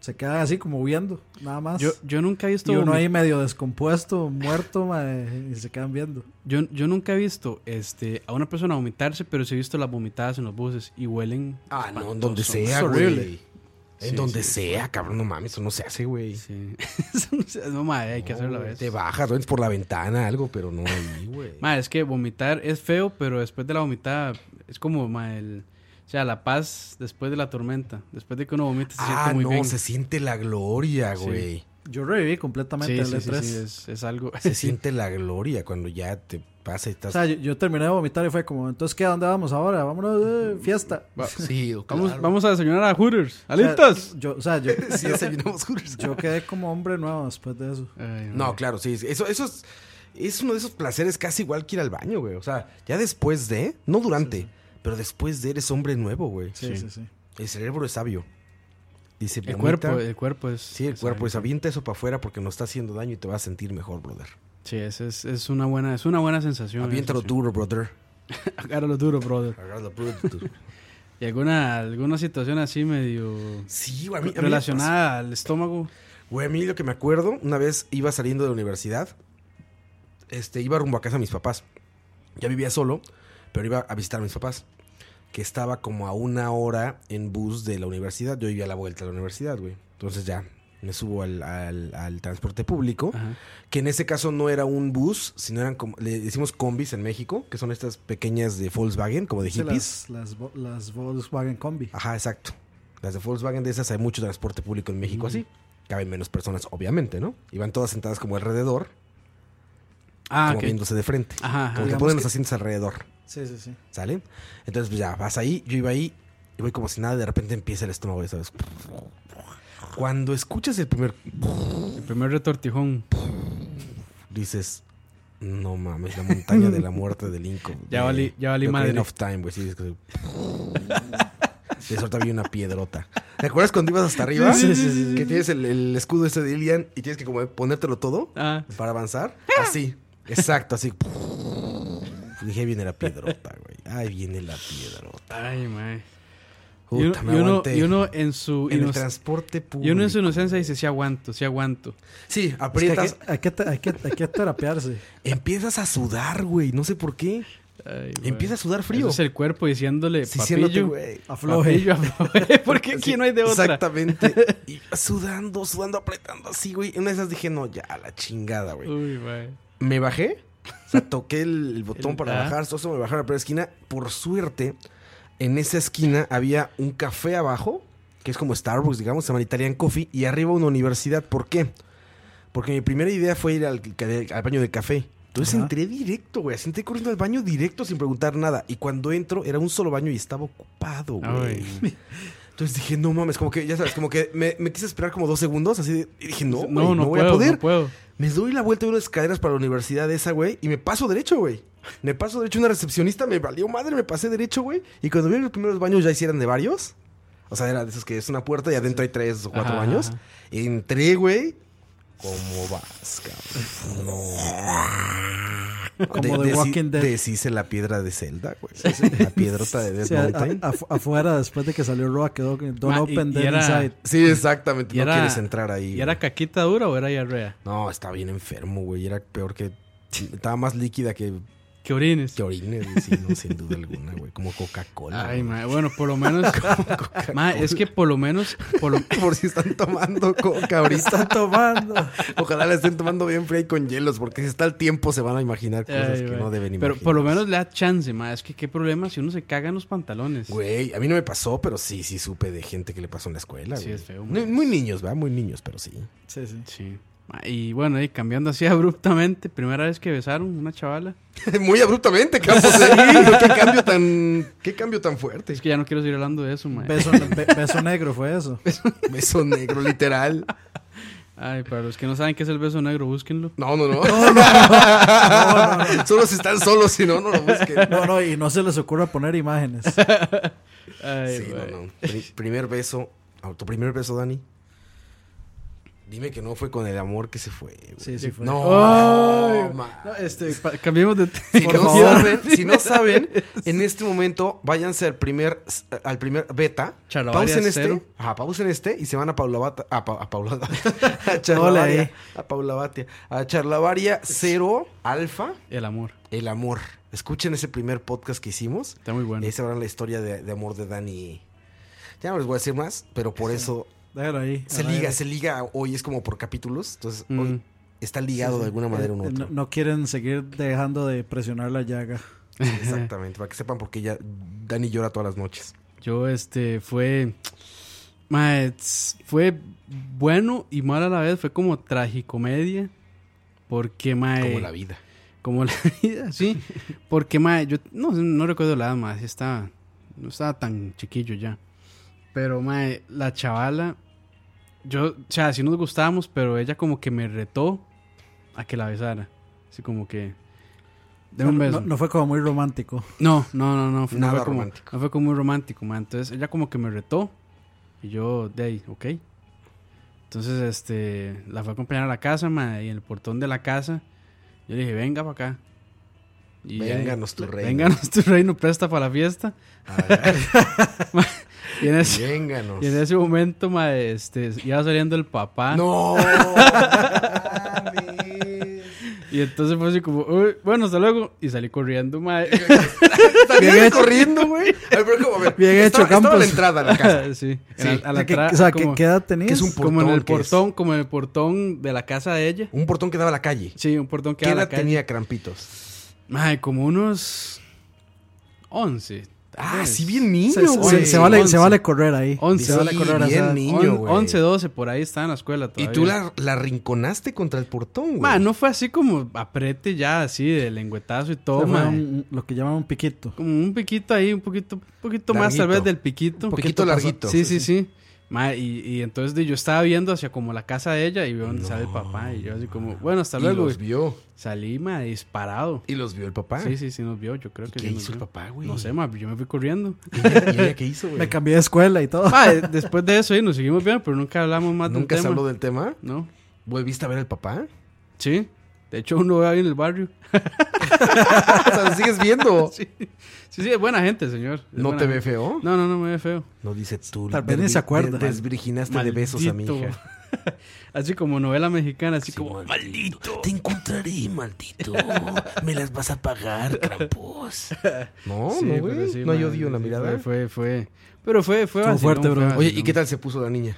se queda así como viendo, nada más.
Yo, yo nunca he visto.
y uno
vomi-
ahí medio descompuesto, muerto, mae, y se quedan viendo.
Yo, yo nunca he visto este, a una persona vomitarse, pero sí he visto las vomitadas en los buses y huelen.
Ah, no, en
espantoso.
donde sea,
Es
güey.
horrible.
En
Sí,
donde
sí.
sea, cabrón, no mames, eso no se hace, güey.
Sí. [laughs] Eso no sé, no, madre, hay que
No,
hacerlo a
Oh,
güey,
veces.
Te bajas, duermes por la ventana, algo, pero no ahí,
[laughs]
güey.
Mae, es que vomitar es feo, pero después de la vomitada es como, mae, el- o sea, la paz después de la tormenta. Después de que uno vomita se
Ah,
siente muy
no,
bien.
se siente la gloria,
Sí.
güey.
[laughs]
Yo reviví completamente
sí,
el E
sí, sí,
E3.
sí, es, es algo. [laughs]
Se siente la gloria cuando ya te pasa y
O
estás...
sea, yo, yo terminé de vomitar y fue como, entonces, ¿qué? ¿A dónde vamos ahora? Vámonos de fiesta.
[laughs]
Va-
sí,
Vamos, vamos a desayunar a Hooters.
O
¡Alitas!
sea, yo, o sea,
[laughs]
yo,
Sí, desayunamos juntos.
yo quedé como hombre nuevo después de eso.
Ay,
No,
mae.
claro, sí. sí, Eso, eso es, es uno de esos placeres casi igual que ir al baño, güey. O sea, ya después de, no durante, pero después de eres hombre nuevo, güey.
Sí, sí, sí.
El cerebro es sabio. Dice,
El
"Vomita".
cuerpo, el cuerpo es.
Sí, el
es
cuerpo
algo.
es avienta eso para afuera porque nos está haciendo daño y te vas a sentir mejor, brother.
Sí, es, es, es una buena, es una buena sensación.
Aviéntalo
eso, sí.
duro, brother.
[laughs] Agárralo duro, brother.
Agárralo duro.
[laughs] Y alguna, alguna situación así medio
Sí, güey. a mí- a mí me
relacionada al estómago.
Güey, a mí lo que me acuerdo, una vez iba saliendo de la universidad, este, iba rumbo a casa de mis papás. Ya vivía solo, pero iba a visitar a mis papás, que estaba como a una hora en bus de la universidad. Yo vivía a la vuelta de la universidad, güey. Entonces ya me subo al, al- al transporte público,
Ah.
Ajá.
que en ese caso no era un bus, sino eran como, le decimos combis en México, que son estas pequeñas de Volkswagen, como de
Sí,
hippies.
las, las, vo- las Volkswagen Combi.
Ah.
Ajá, exacto. Las de Volkswagen de esas hay mucho transporte público en México así. Caben menos personas, obviamente, ¿no? Y van todas sentadas como alrededor.
Ah,
como
ok.
viéndose de frente.
Ajá, ajá.
Como que
Digamos
ponen
que-
los asientos alrededor,
Sí, sí, sí.
¿sale? Entonces, pues ya, vas ahí, yo iba ahí, y voy como si nada, de repente empieza el estómago, ya sabes. Cuando escuchas el primer
El primer retortijón.
dices, no mames, la montaña de la muerte del Inco.
[laughs] Ya
de-
valí- ya valí
de Ocarina
madre.
of Time, güey. Sí, es que... [laughs] Y ahorita vi una piedrota. ¿Te acuerdas cuando ibas hasta arriba?
Sí, sí, sí, sí, sí.
Que tienes el, el escudo este de Ilian y tienes que como ponértelo todo
Ah.
para avanzar. Así, exacto, así. [laughs] Y Dije, ahí viene la piedrota, güey. Ahí viene la piedrota.
Ay, mae. Y uno,
Puta, me
y uno-
aguanté.
y uno en su
en el
inoc-
transporte
y uno en
público.
su inocencia dice, sí aguanto, sí aguanto.
Sí,
Es que hay,
aprietas,
que, hay, que, te- hay, que, hay que
[laughs]
terapearse.
empiezas a sudar, güey. No sé por qué.
Ay, mae.
Empieza a sudar
Eso
frío.
es el cuerpo diciéndole,
Sí, siéndote,
papillo,
güey.
Afloje.
papillo, afloje, [laughs] porque aquí no hay de otra. [laughs]
Exactamente. Y sudando, sudando, apretando así, güey. En una de esas dije, no, ya, a la chingada, güey.
Uy, mae.
Me bajé. O sea, toqué el, el botón
El-
para
ah.
bajar. Soso me bajaron a la primera esquina. Por suerte, en esa esquina había un café abajo, que es como Starbucks, digamos, se llama Italian Coffee. Y arriba una universidad. ¿Por qué? Porque mi primera idea fue ir al, al baño de café. Entonces
Ajá.
entré directo, güey. Así entré corriendo al baño directo sin preguntar nada. Y cuando entro, era un solo baño y estaba ocupado, güey.
Ay.
Entonces dije, no mames, como que, ya sabes, como que me, me quise esperar como dos segundos, así de- y dije, no, güey, no,
no, no,
voy
puedo,
a poder.
no puedo.
Me doy la vuelta de unas escaleras para la universidad de esa, güey, y me paso derecho, güey. Me paso derecho, una recepcionista me valió madre, me pasé derecho, güey. Y cuando vi los primeros baños ya hicieran de varios. O sea, era de esos que es una puerta y adentro hay tres o cuatro
Ajá,
baños.
ajá.
Entré, güey. ¿Cómo vas, cabrón? No.
Como The
deshice-
Walking Dead.
Deshice la piedra de Zelda, güey. La piedrota de Death
[laughs] Sí, a-
Mountain.
a- afu- afuera, después de que salió Roa, quedó Don't
Ma, y-
Open
y
Dead
era-
Inside.
Sí, exactamente.
Y
No
era-
quieres entrar ahí.
¿Y era caquita dura o era diarrea?
No, estaba bien enfermo, güey. Era peor que. Estaba más líquida que,
Que orines.
que orines, güey, sí, no, sin duda alguna, güey. Como Coca-Cola.
Ay,
güey.
mae, bueno, por lo menos...
[laughs]
mae, es que por lo menos... Por lo,
Por si están tomando coca ahorita.
[laughs] Está tomando.
Ojalá la estén tomando bien fría y con hielos, porque si está el tiempo se van a imaginar cosas
Ay,
que
mae.
no deben imaginar.
Pero por lo menos le da chance, mae. Es que qué problema si uno se caga en los pantalones.
Güey, a mí no me pasó, pero sí, sí supe de gente que le pasó en la escuela.
Sí,
güey.
es feo,
Muy,
güey.
muy niños, ¿verdad? Muy niños, pero sí. [laughs]
Sí, sí.
Sí. Ma, Y bueno, y cambiando así [laughs] abruptamente, primera vez que besaron una chavala.
muy abruptamente, Campos. ¿eh? qué cambio tan, qué cambio tan fuerte.
Es que ya no quiero seguir hablando de eso, mae.
Beso, be- beso negro fue eso.
Beso negro, literal.
Ay, para los que no saben qué es el beso negro, búsquenlo.
No, no, no. [laughs] Solo si están solos, si no, no lo busquen.
No, no, y no se les ocurra poner imágenes.
Ay,
Sí, no,
güey.
no. Pri- primer beso. ah, ¿Tu primer beso, Dani? Dime que no fue con el amor que se fue. güey.
Sí, sí fue.
No,
[laughs]
ma.
No, este, pa- cambiemos de
Si
tema.
por
no,
favor.
saben, si no
[laughs]
saben, en este momento váyanse al primer, al primer beta.
Charlavaria
pausen
cero.
este. Ajá, pausen este y se van a Paula Bata- A, Pa- a
[laughs]
Paula [laughs] a
Ole,
Charlavaria.
eh.
A Paula Batia. A Charlavaria Cero Alfa.
[laughs] El amor.
El amor. Escuchen ese primer podcast que hicimos.
Está muy bueno. [laughs]
Y ahí sabrán la historia de, de amor de Dani. Ya no les voy a decir más, pero por eso
Déjalo ahí.
se
al
liga,
aire.
se liga hoy, es como por capítulos. Entonces,
Mm.
hoy está ligado de alguna manera uno a
Eh,
otro.
No, [laughs] no quieren seguir dejando de presionar la llaga.
Sí, exactamente, para que sepan por qué ya Dani llora todas las noches.
Yo, este, fue. ma, es- fue bueno y mal a la vez. Fue como tragicomedia. Porque, mae.
Como la vida.
Como la [laughs] vida, sí. Porque, mae, yo no, no recuerdo la edad, mae. sí estaba, no estaba tan chiquillo ya. Pero, mae, la chavala, yo, o sea, sí nos gustábamos, pero ella como que me retó a que la besara. Así como que. De un
No,
beso.
no- no fue como muy romántico.
No, no, no, no. fue- no
Nada
fue como,
romántico.
No fue como muy romántico, man. Entonces ella como que me retó. Y yo, de ahí, ok. Entonces, este, la fue a acompañar a la casa, ma, y en el portón de la casa, yo le dije, venga para acá. Y ahí,
Vénganos tu reino.
Vénganos tu reino, presta para la fiesta. Y en ese,
Ah, Vénganos.
y en ah. ese momento, ma, este, iba saliendo el papá.
No. mames.
Y entonces fue así como, "Uy, bueno, hasta luego. Y salí
[laughs]
corriendo, ma.
Salían corriendo,
[laughs]
güey. A ver, pero como, a ver.
Bien
estaba-
hecho,
estaba a la
Campos.
entrada a la casa.
sí.
Sí.
en la- a la
o sea, que,
tra-
o sea, que-
como-
¿qué edad tenías?
que es un
como en
portón
el
que es?
portón, como en el portón de la casa de ella.
Un portón que daba a la calle.
Sí, un portón que
¿Qué
da a la
edad
calle.
tenía Crampitos?
Mae, como unos 11,
Ah, sí, bien niño,
Se, se-
güey.
se vale, se
Once.
vale correr ahí.
Once.
Se vale
Sí,
correr
bien
esa-
niño.
On-
güey.
11, 12, por ahí estaba en la escuela
Y
todavía.
tú la, la rinconaste contra el portón, güey.
Ma, no fue así como aprete ya, así de lengüetazo y todo,
Se llama
ma.
un- lo que llaman un piquito.
Como un piquito ahí, un poquito, un poquito más tal
Larguito.
vez del piquito.
Un poquito larguito.
Sí, sí, sí. Ma, y, y entonces de- yo estaba viendo hacia como la casa de ella y veo dónde sale el papá. Y yo así como, bueno, hasta
Y
luego.
los
güey.
vio.
Salí, ma, disparado.
Y los vio el papá.
Sí, sí, sí nos vio. Yo creo que
¿Qué
sí nos
hizo el
vio.
papá, güey?
No sé, ma, yo me fui corriendo.
¿Y ella, y ella qué
[laughs]
hizo,
Me
güey?
cambié de escuela y todo.
Ma, eh, [laughs] después de eso, y nos seguimos viendo, pero nunca hablamos más
Nunca
de un
se
tema.
habló del tema.
No,
¿Volviste a ver al papá? [laughs]
sí. De hecho, uno ve ahí en el barrio. [laughs]
O sea, lo sigues viendo.
Sí, sí, sí, es buena gente, señor. Es
¿No
buena
te ve
gente.
feo?
No, no, no me ve feo.
No dice tú.
Tal vez ni se
desvi-
acuerda.
de- Desvirginaste de besos a mi
Maldito.
hija.
así como novela mexicana, así [laughs] como.
maldito. Te encontraré,
[laughs]
maldito. Me las vas a pagar, Krampus. No,
Sí,
no,
pero
güey.
sí,
no hay
ma,
odio en la
sí,
mirada.
Fue, fue, fue. Pero fue, fue
Estuvo
vacilón,
fuerte, bro.
fue
Oye, ¿y
vacilón.
qué tal se puso la
[laughs]
niña?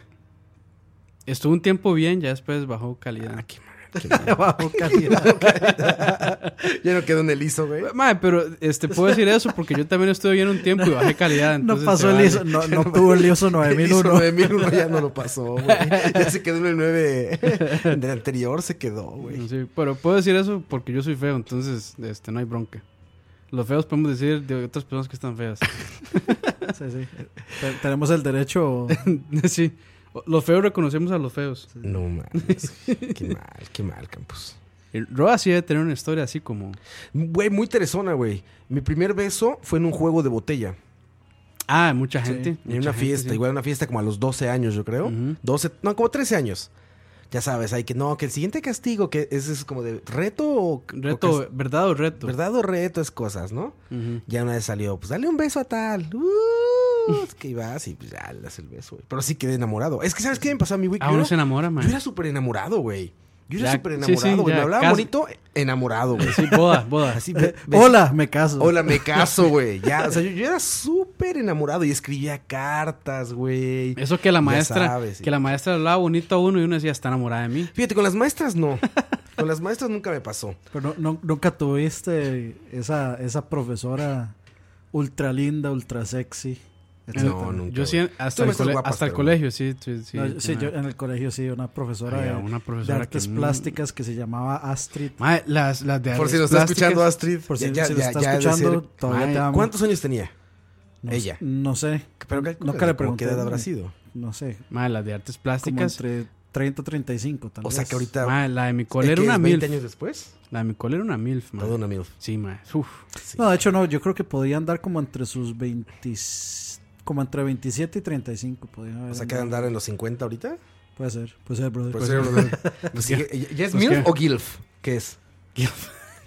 Estuvo un tiempo bien, ya después bajó calidad.
Ah,
Bajo calidad.
[laughs] Ya no quedó en el liso, güey.
Madre, pero este, puedo decir eso porque yo también estuve bien un tiempo y
[laughs]
bajé calidad.
[laughs] No
entonces
pasó
se
el
vale.
ISO, no, no tuvo el ISO
El ISO
9001.
9001 ya no lo pasó, [laughs] güey. Ya se quedó en el 9. Del anterior se quedó, güey.
Sí, pero puedo decir eso porque yo soy feo, entonces este, no hay bronca. Los feos podemos decir de otras personas que están feas. [laughs]
Sí, sí. Te- Tenemos el derecho.
sí. Los feos reconocemos a los feos.
No mames. Qué mal, qué mal, Campos.
El Roa sí debe tener una historia así como.
Güey, muy teresona, güey. Mi primer beso fue en un juego de botella.
Ah, mucha gente.
En una fiesta, igual una fiesta como a los 12 años, yo creo.
Ujú.
12, no, como 13 años. Ya sabes, hay que no, que el siguiente castigo, que ese es como de reto o. o
Reto,
cas-
¿verdad o reto?
¿Verdad o reto? Es cosas, ¿no?
Ujú.
Ya una vez salió, pues dale un beso a tal. Uh, es que ibas y pues ya le das el beso, güey. Pero sí quedé enamorado. Es que, ¿sabes qué me pasó a mi
Ah,
weekend?
uno se enamora,
Yo
man.
era súper enamorado, güey. Yo era
Ya,
súper
sí, sí,
enamorado, güey.
ya,
me hablaba
casi.
bonito, enamorado, güey.
Sí, boda, boda.
Así,
[laughs]
be- be-
Hola, me caso.
Hola, me caso, güey. Ya, o sea, yo, yo era súper enamorado y escribía cartas, güey.
Eso que la
Ya
maestra,
sabes, sí.
que la maestra hablaba bonito a uno y uno decía, está enamorada de mí.
Fíjate, con las maestras no. Con las maestras nunca me pasó.
Pero no- no- nunca tuviste esa, esa profesora ultra linda, ultra sexy. etcétera.
No, nunca.
Yo sí,
güey. Tú
hasta, el,
me estás
cole-
guapa,
hasta el
pero-
colegio, sí. sí, sí,
No, sí,
una-
yo en el colegio sí, una profesora,
Había
de,
una
de
profesora
artes
que-
plásticas que se llamaba Astrid.
Mae, las, las de
Por si
artes
lo está
plásticas-
escuchando Astrid.
Por si-
ya- ya-
si lo
ya-
está
ya ha de ser-
escuchando, todavía
Ay,
te amo.
¿Cuántos años tenía?
No sé-
Ella.
No sé,
Pero
nunca le
¿Cómo
pregunté.
¿Qué edad habrá sido?
no sé,
Mae, las de artes
como
plásticas.
entre 30 y 35 tal
O sea
vez.
que ahorita.
Mae, la de mi
¿eh,
cole era
qué
una
es,
milf.
años después?
La de mi cole era una milf, mae.
Perdón, amigo.
Sí, mae. Uf.
No, de hecho no, yo creo que podía andar como entre sus 20 como entre 27 y 35 podía haber
O sea, que ha de
andado.
andar en los 50 ahorita.
Puede ser, puede ser, brother.
Pues, [laughs] era- pues, sí, ¿Ya ya es
Pues,
MILF
¿qué?
o GILF? ¿Qué es?
[laughs]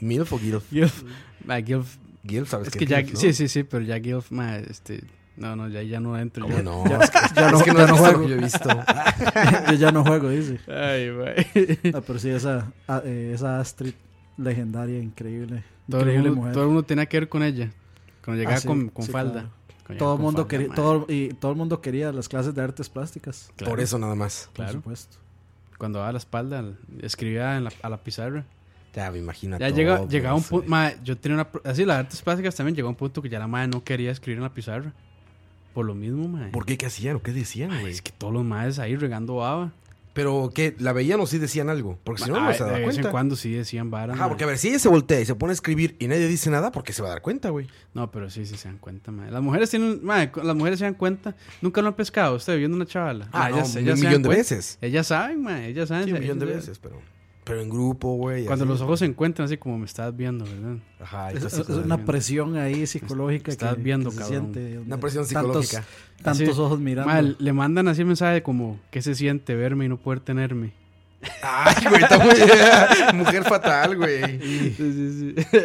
¿MILF o GILF?
Gilf. Mae, Gilf.
GILF, ¿sabes
Es
qué
que ya,
GILF, no?
sí, sí, sí, pero ya Gilf, mae, este. No, no, ya, ya no entro.
¿Cómo
ya.
no? Es que,
no-
es que no
ya
has visto
no
lo
juego.
que yo he visto.
[laughs] yo ya no
[laughs]
juego, dice.
Ay, mae.
Ah, pero sí, esa, a- eh, esa Astrid legendaria, increíble.
Todo el,
increíble
mundo,
mujer.
todo el mundo tenía que ver con ella. Cuando llegaba
Ah, sí,
con, con
sí,
falda.
claro.
Cuando
Todo
llegaba
el
con
mundo
falda,
quería,
mae.
todo, y todo el mundo quería las clases de artes plásticas.
Claro.
Por eso nada más.
Claro.
Por supuesto.
Cuando daba la espalda, al- escribía en la- a la pizarra.
Ya me imagino a
Ya llega,
todos,
llegaba un
güey.
punto. yo tenía una. pro- Así, las artes plásticas también llegó a un punto que ya la madre no quería escribir en la pizarra. Por lo mismo, madre.
¿Por qué? ¿Qué hacían o qué decían, güey?
Es que todos los madres ahí regando baba.
Pero que la veían o sí decían algo. Porque Pues si no, no
Ay,
se
de
da
vez en
cuenta.
cuando sí decían varas.
Ajá,
mae.
porque a ver, si ella se voltea y se pone a escribir y nadie dice nada, porque se va a dar cuenta, güey.
No, pero sí, sí se dan cuenta, madre. Las mujeres tienen. mae, cu- las mujeres se dan cuenta. Nunca lo han pescado. Usted viendo una chavala.
Ah,
Mae,
no, un
se
millón
dan
de
cuenta.
veces.
Ellas saben, madre. Ellas saben.
Sí, un
se-
millón de
ellas-
veces, pero. Pero en grupo, güey.
Cuando
así.
los ojos se encuentran, así como me estás viendo, ¿verdad?
Ajá,
Es,
entonces,
es una presión ahí psicológica
Estás
que,
viendo,
que se
cabrón.
siente. Dios
Una
mío.
presión
Tantos-
psicológica.
Tantos,
Así.
ojos mirando.
Mae, le mandan así un mensaje como: ¿Qué se siente verme y no poder tenerme? [laughs]
Ay, güey, está muy. [laughs] Mujer fatal, güey.
Sí,
[laughs]
sí, sí.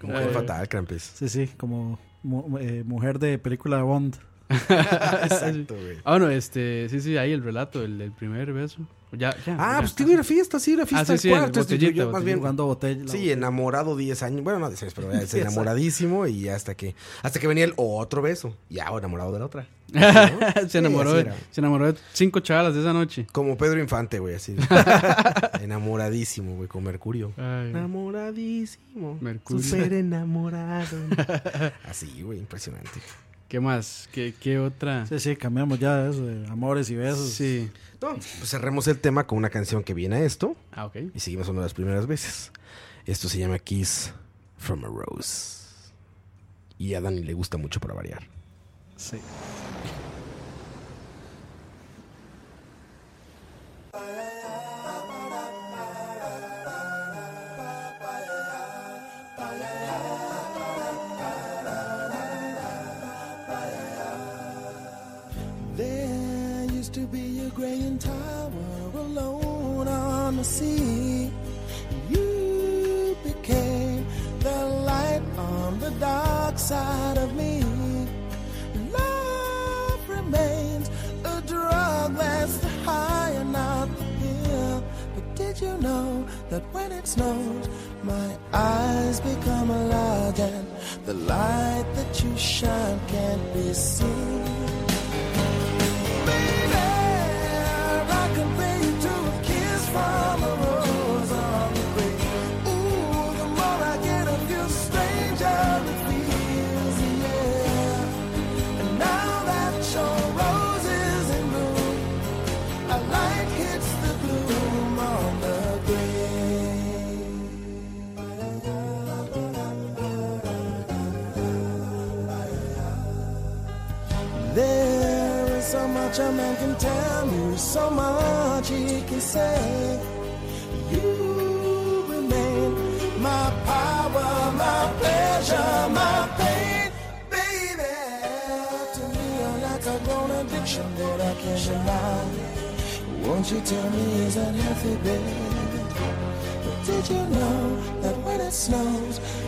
Mujer fatal,
[laughs]
Crampes.
Sí, sí, como mu- eh, mujer de película de Bond.
Exacto, güey.
Ah, bueno, este, sí, sí, ahí el relato, el, del primer beso. Ya, ya,
Ah,
ya.
pues tiene una fiesta, sí, una fiesta.
sí,
al
sí, en
cuarto, este, yo- yo
botellita,
más bien,
botellita.
Jugando botella.
Sí, enamorado 10 años. Bueno, no 10 años, pero
[laughs]
es enamoradísimo y hasta que hasta que venía el otro beso. Ya, enamorado de la
[laughs]
otra. ¿no?
[laughs] se, enamoró
Sí, así
de,
era.
se enamoró de cinco chavalas de esa noche.
Como Pedro Infante, güey,
[laughs]
así. enamoradísimo, güey, con Mercurio.
Ay.
Enamoradísimo. [laughs]
Mercurio.
Súper enamorado. así, Ah, güey, impresionante.
¿Qué más? ¿Qué, qué otra?
Sí, sí, cambiamos ya de eso, de amores y besos.
Sí.
No, pues cerremos el tema con una canción que viene a esto
Ah, ok.
y seguimos una de las primeras veces. Esto se llama Kiss from a Rose. Y a Dani le gusta mucho para variar.
Sí.
There used to be a graying tower alone on the sea. You became the light on the dark side of me. Love remains a drug that's the high and not the pill. But did you know that when it snows, my eyes become large and the light that you shine can't be seen? I can pay you to a kiss from a rose on the grave. Ooh, the more I get of you, stranger it feels, yeah. And now that your rose is in bloom, a light hits the bloom on the grave. There is so much a man can tell you, so much he can say. You remain my power, my pleasure, my pain, baby. To me, you're like a grown addiction that I can't survive. Won't you tell me is that healthy, baby? But did you know that when it snows,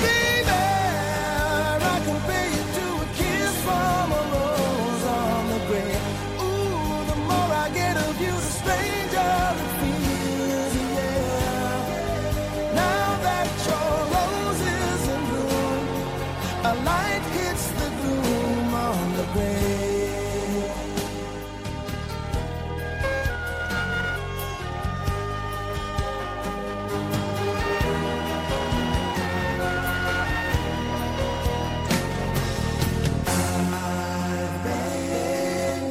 Baby, I compare you to a kiss from a rose on the grave. Ooh, the more I get of you, the stranger it feels, yeah. Now that your rose is in bloom, a light hits the gloom on the grave.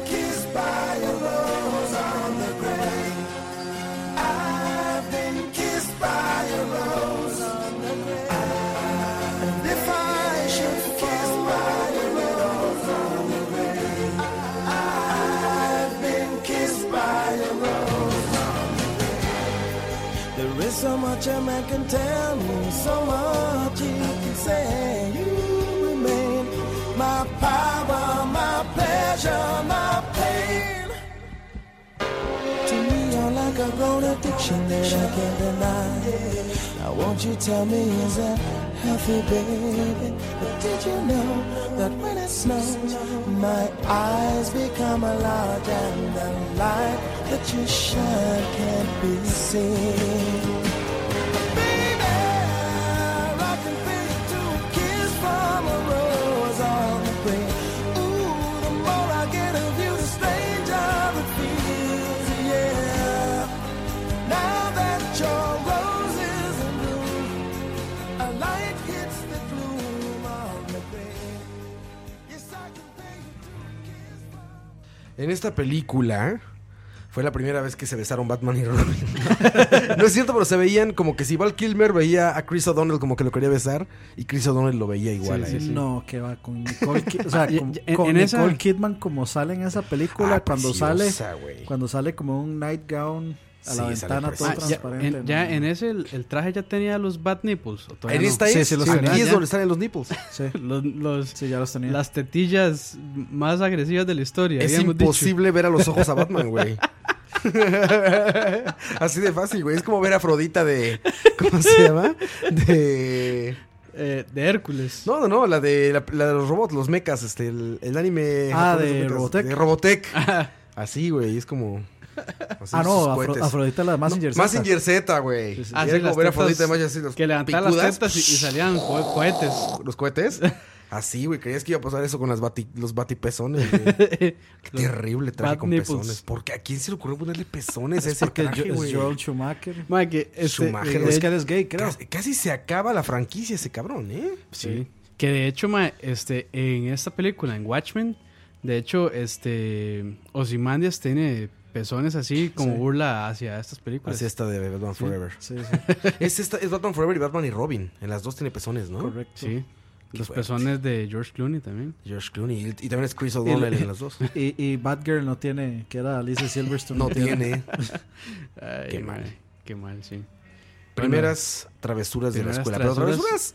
kissed by a rose on the grave. I've been kissed by a rose on the grave. And if I should kiss by a rose on the grave, I've been kissed by a rose on the grave. There is so much a man can tell me, so much he can say. You remain my power, my pleasure, my pain. To me, you're like a grown addiction that I can't deny. Now, won't you tell me, is that healthy, baby? But did you know that when it snows, my eyes become large and the light that you shine can't be seen? Baby, I can feel you to a kiss from a rose on the grave. Ooh, the more I get of you, the stranger it feels, yeah. Now that your rose is in bloom, a light hits the gloom on the grave. Yes, I can feel you to a kiss from
En esta película fue la primera vez que se besaron Batman y Robin. [laughs] no es cierto, pero se veían como que si Val Kilmer veía a Chris O'Donnell como que lo quería besar y Chris O'Donnell lo veía igual
Sí,
a él.
sí. Ah,
No, que va con Nicole, Ki- o
[laughs]
sea,
Y-
con,
y- en-
con
en esa-
Nicole Kidman como sale en esa película
Ah,
cuando sale
preciosa, güey.
cuando sale como un nightgown
Sí,
a la
sale
ventana todo
preciosa.
Ah, ya,
transparente.
en, ya
¿no?
en ese el, el traje ya tenía los bat nipples. ¿o todavía
En
no?
esta
Sí,
es,
sí, los
aquí
tenía.
es
[laughs]
donde están en los nipples.
sí,
Los- los-
sí, ya los tenía.
las tetillas más agresivas de la historia.
Es
habíamos dicho.
imposible ver a los ojos a Batman, güey. [laughs] Así de fácil, güey. Es como ver a Afrodita de. ¿Cómo se llama? De.
eh, de Hércules. [laughs]
No, no, no, la de, la, la de los robots, los mechas, este, el, el anime.
Ah,
japonés
de
mechas,
Robotech.
De Robotech.
Ah.
Así, güey, es como. así
Ah,
sus
no, Afro-
cohetes.
Afrodita la más
No, Mazinger Z, güey.
Ah,
Y
sí,
era como
las
ver a
tetas
Afrodita de Mazinger Z, los
que levantaban las
picudas,
tetas y, y salían co- cohetes.
los
[laughs]
cohetes. Así, güey, creías que iba a pasar eso con las bati- los batipezones,
[laughs]
güey. Qué
Los
terrible traje
bat
con
nipples.
pezones. ¿Por qué? ¿A quién se le ocurrió ponerle pezones a ese
Porque
traje,
yo-
güey?
es Joel Schumacher.
Mae, que este,
Schumacher,
de-
güey.
Es que eres gay, creo.
Casi, casi se acaba la franquicia ese cabrón, ¿eh?
Sí. Que de hecho, ma, este, en esta película, en Watchmen, de hecho, este, Ozymandias tiene pezones así como burla hacia estas películas.
Así está de Batman Forever.
Pues, [laughs] Sí, sí,
Es, esta, es Batman Forever y Batman y Robin. En las dos tiene pezones, [laughs] ¿no?
correcto.
Sí. Los
fuerte.
pezones de George Clooney también.
George Clooney. Y, y también es Chris O'Donnell en las
[laughs]
dos.
Y, y Batgirl no tiene, que era Alicia Silverstone.
No tiene
Ay,
Qué
ma,
mal.
Qué mal, sí.
primeras travesuras de la
Primeras
escuela. Pero
travesuras-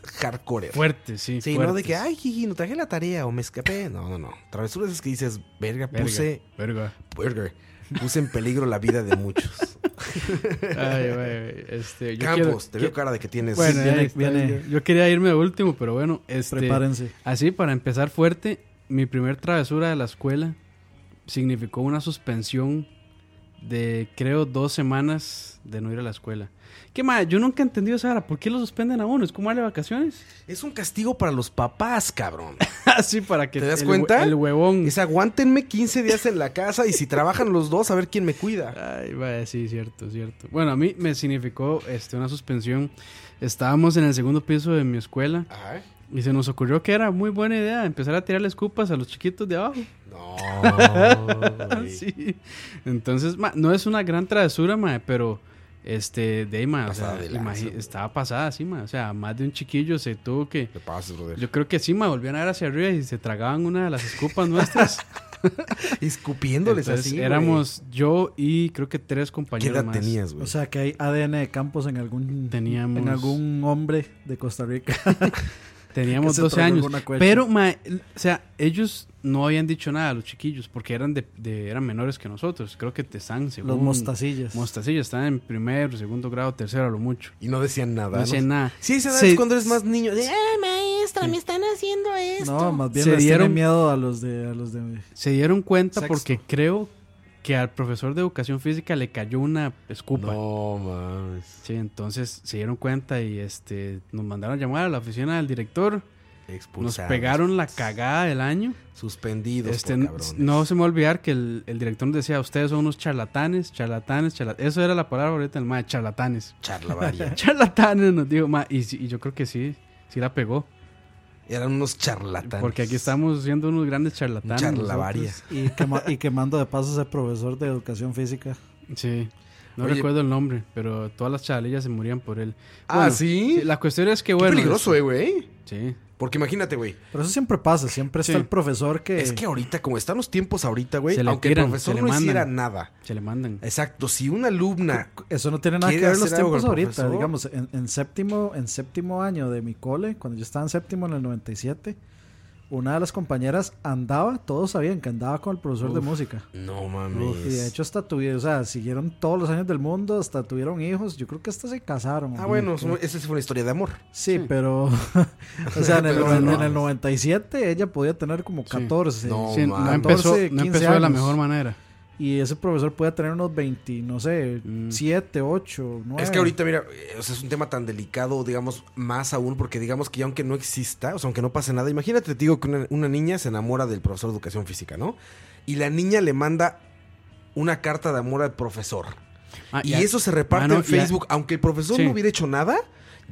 travesuras hardcore.
Fuerte, sí.
Sí, no
fuertes.
de que, ay, jiji, no traje la tarea o me escapé. No, no, no. Travesuras es que dices, verga,
Verga,
puse,
verga.
burger, puse en peligro la vida de muchos. [laughs]
Ay, güey, este, [laughs] yo
Campos,
quiero-
te veo cara de que tienes.
Bueno,
Sí, viene-
ahí está,
viene-
yo- Yo quería irme de último, pero bueno, este,
Prepárense.
así para empezar fuerte, mi primer travesura de la escuela significó una suspensión de creo dos semanas de no ir a la escuela. ¿Qué más? Yo nunca he entendido esa hora. ¿Por qué lo suspenden a uno? ¿Es como darle vacaciones? [laughs]
Es un castigo para los papás, cabrón.
Así para que
¿Te das
el hue-
cuenta?
el huevón.
Es aguántenme 15 días en la casa y si trabajan los dos, a ver quién me cuida.
Ay, vaya, sí, cierto, cierto. Bueno, a mí me significó este, una suspensión. Estábamos en el segundo piso de mi escuela
Ajá.
y se nos ocurrió que era muy buena idea empezar a tirarles cupas a los chiquitos de abajo. [laughs]
No. güey.
Ah, Sí. Entonces, ma, no es una gran travesura, ma, pero este, de ahí, ma, o
Pasada
sea,
de lanza,
imagi-
güey.
estaba pasada, sí, ma. O sea, más de un chiquillo se tuvo que.
Te pasas, brother.
Yo creo que sí, ma, volvían a ver hacia arriba y se tragaban una de las escupas nuestras.
[laughs] Escupiéndoles
Entonces,
así. güey.
éramos yo y creo que tres
¿Qué
compañeros
edad
más.
tenías, güey?
O sea que hay ADN de Campos en algún
Teníamos-
en algún hombre de Costa Rica. [laughs]
Teníamos
se
12
tragó
años.
alguna cuecha.
Pero, ma, o sea, ellos no habían dicho nada a los chiquillos porque eran de, de- eran menores que nosotros. Creo que te están, según.
Los mostacillas.
Mostacillas están en primero, segundo grado, tercero a lo mucho.
y no decían nada.
No hacían nada.
Sí, esa edad
Se-
es cuando eres más niño. De, "Ah,
maestra, me están haciendo esto.
no, más bien
Se
les
dieron-
tiene miedo a los de a los de
Se dieron cuenta
Sexto.
porque creo que al profesor de educación física le cayó una escupa.
No mames.
Sí, entonces se dieron cuenta y este nos mandaron a llamar a la oficina del director. Nos
Expulsados.
pegaron la cagada del año.
Suspendidos.
Este,
por cabrones.
no se me va a olvidar que el, el director nos decía, ustedes son unos charlatanes, charlatanes, charlatanes. Eso era la palabra ahorita del ma,
[laughs]
charlatanes.
Charla
[laughs]
varia.
Charlatanes nos dijo, ma, y, sí- y yo creo que sí, sí la pegó.
Eran unos charlatanes.
Porque aquí estamos siendo unos grandes charlatanes.
Charlavaria.
nosotros.
y, quema- y quemando de paso ese profesor de educación física.
Sí. No
Oye.
recuerdo el nombre, pero todas las chavalillas se morían por él.
Ah, ¿sí?
La cuestión es que,
Qué
bueno.
peligroso, eh, güey.
Sí.
Porque imagínate, güey.
Pero eso siempre pasa, siempre
Sí.
está el profesor que,
Es que ahorita, como están los tiempos ahorita, güey,
Se le
aunque
tiran,
el profesor
se
no
le
hiciera
mandan.
nada.
Se le mandan.
Exacto, si una alumna.
eso no tiene nada que
¿Quiere
ver los
hacer algo
tiempos
el
ahorita,
profesor?
digamos, en, en séptimo en séptimo año de mi cole, cuando yo estaba en séptimo en el 97, una de las compañeras andaba, todos sabían que andaba con el profesor de música.
No
Uf, y de
mames.
hecho hasta tuvieron, o sea, siguieron todos los años del mundo, hasta tuvieron hijos, yo creo que hasta se casaron.
Ah, bueno, eso- esa sí fue una historia de amor.
Sí, pero, [laughs] o sea, en el,
Pero no.
en el 97 ella podía tener como 14.
No,
Sí, no
mames.
empezó,
14,
no
15
empezó de la
años.
mejor manera.
Y ese profesor podía tener unos 20, no sé, 7, 8, 9.
Mm. Es que ahorita, mira, eh, o sea, es un tema tan delicado, digamos, más aún, porque digamos que ya aunque no exista, o sea, aunque no pase nada, imagínate, te digo que una, una niña se enamora del profesor de educación física, ¿no? Y la niña le manda una carta de amor al profesor.
Ah,
y
a-
eso se reparte
ah, no,
en
y a-
Facebook, aunque el profesor
Sí.
no hubiera hecho nada,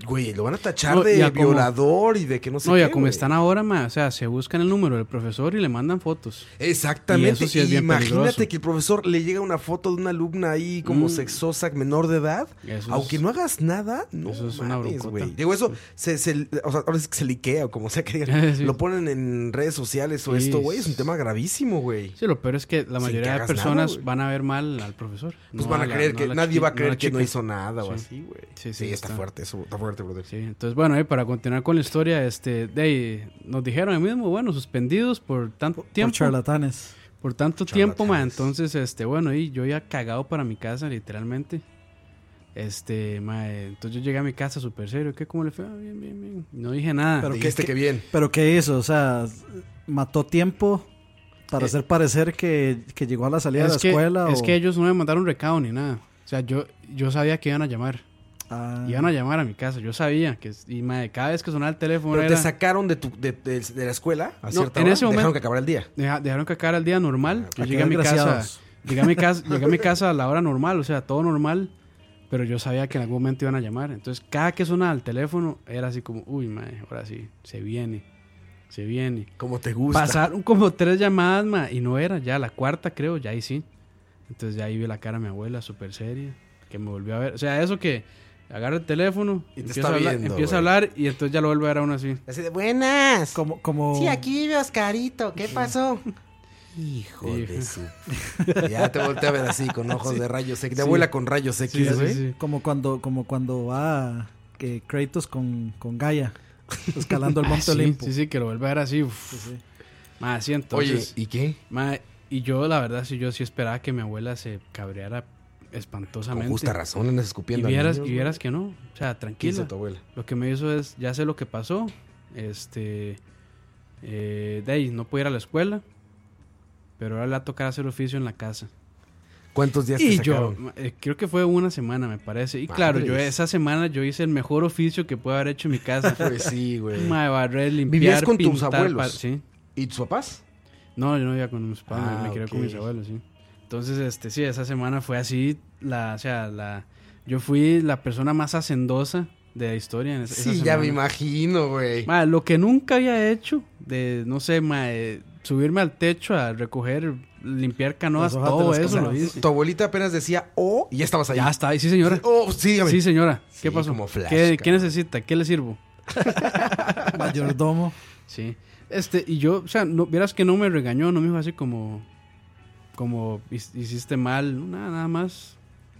güey, lo van a tachar
No, y
de
a como-
violador y de que no sé
No,
qué.
ya como
güey.
están ahora, ma, o sea, se buscan el número del profesor y le mandan fotos.
Exactamente.
Y eso sí es
y
bien
imagínate
peligroso. Mm.
que el profesor le llega una foto de una alumna ahí como sexosa, menor de edad.
Eso
aunque
es-
no hagas nada, no
eso es una
mames,
broncota.
güey. Digo, eso se, se- o sea, ahora sí que se liquea o como sea que digan.
[laughs] Sí.
Lo ponen en redes sociales o
Sí.
esto, güey. Es un tema gravísimo, güey.
Sí, lo peor es que la
Sin que
mayoría de
hagas nada,
personas
güey.
van a ver mal al profesor.
Pues
no
van a,
la-
creer
no
que
la
nadie
chiqui-
va a
no
creer
la
que no
chica.
hizo nada o
Sí.
así, güey.
Sí, sí,
Sí, está,
está.
fuerte eso, está fuerte, brother.
Sí, entonces bueno, eh, para continuar con la historia, este, de ahí, nos dijeron ahí mismo, bueno, suspendidos por tanto
Por
tiempo, por,
charlatanes.
tanto tiempo, ma,
charlatanes.
entonces, este, bueno, y yo ya cagado para mi casa, literalmente. Este, mae, entonces yo llegué a mi casa súper serio. ¿Qué? ¿Cómo le fue? Ah, bien, bien, bien. No dije nada.
Pero
Dije,
Dijiste que bien.
Pero ¿qué hizo? O sea, mató tiempo para hacer parecer que, que llegó a la salida de la
Eh, es, que,
escuela.
es
o-
que ellos no me mandaron recado ni nada. O sea, yo, yo sabía que iban a llamar.
Ah,
Iban a llamar a mi casa. Yo sabía que. Y mae, cada vez que sonaba el teléfono.
Pero
era-
te sacaron de, tu, de, de- de la escuela a
No,
cierta
en
hora,
ese momento-
dejaron que acabara el día.
Deja- dejaron que acabara el día
Ah,
normal. Yo
qué
llegué a mi casa.
desgraciados.
Llegué a
[laughs]
mi casa, llegué a mi casa a la hora normal, o sea, todo normal. Pero yo sabía que en algún momento iban a llamar. Entonces, cada que sonaba el teléfono, era así como, uy, mae, ahora sí, se viene, se viene.
Como te gusta.
Pasaron como tres llamadas, mae, y no era, ya la cuarta, creo, ya ahí sí. Entonces, ya ahí vi la cara de mi abuela, súper seria, que me volvió a ver. O sea, eso que agarra el teléfono,
Y te
empieza,
está
a, hablar,
viendo,
empieza a
güey.
hablar, y entonces ya lo vuelve a ver a uno así.
Así de buenas.
como, como,
Sí, aquí vive Oscarito. ¿Qué pasó?
Hijo
Sí.
de
[laughs]
su. Ya te volteé a ver así, con ojos de rayos X. De abuela con rayos X,
Sí, sí,
güey.
sí.
como cuando como cuando va eh, Kratos con, con Gaia escalando el
[laughs] Ah,
Monte
sí,
Olimpo.
Sí, sí, que lo vuelve a ver así. uf. Mae, sí,
Oye,
entonces.
¿y qué?
mae, y yo, la verdad, sí, yo sí esperaba que mi abuela se cabreara
Con
espantosamente.
justa razón, andas
Y
escupiendo. a
vieras,
niños,
y vieras que no. O
¿Qué
sea,
hizo
tranquila.
tu abuela?
Lo que me hizo es, ya sé lo que pasó. Este. Eh, de ahí, no pude ir a la escuela. Pero ahora le va a tocar hacer oficio en la casa.
¿Cuántos días te
Y yo,
sacaron?
ma- eh, creo que fue una semana, me parece. Y claro, yo
Madres.
esa semana yo hice el mejor oficio que pude haber hecho en mi casa.
[laughs] Pues
[laughs]
sí, güey.
Mae, barrer, limpiar,
¿Vivías con tus
pintar,
abuelos?
pa- sí.
¿Y tus papás?
No, yo no vivía con mis padres,
Ah,
me quedé con
ok.
mis abuelos, sí. Entonces, este, sí, esa semana fue así, la, o sea, la, yo fui la persona más hacendosa de la historia. En esa, esa
Sí, ya me
semana.
imagino, güey.
Ma, lo que nunca había hecho, de, no sé, ma, de subirme al techo a recoger, limpiar canoas,
Las hojas de
todo
las
eso lo
casanas.
hice.
Tu abuelita apenas decía, oh, y ya estabas ahí.
Ya está, ahí, sí señora.
Oh, sí, dígame.
Sí señora, ¿qué
Sí,
pasó?
como flash,
¿Qué, ¿Qué
cabrón.
necesita? ¿Qué le sirvo?
Mayordomo.
Sí. Este, y yo, o sea, no, vieras que no me regañó, no me dijo así como, como "His- hiciste mal, no, nada, nada más.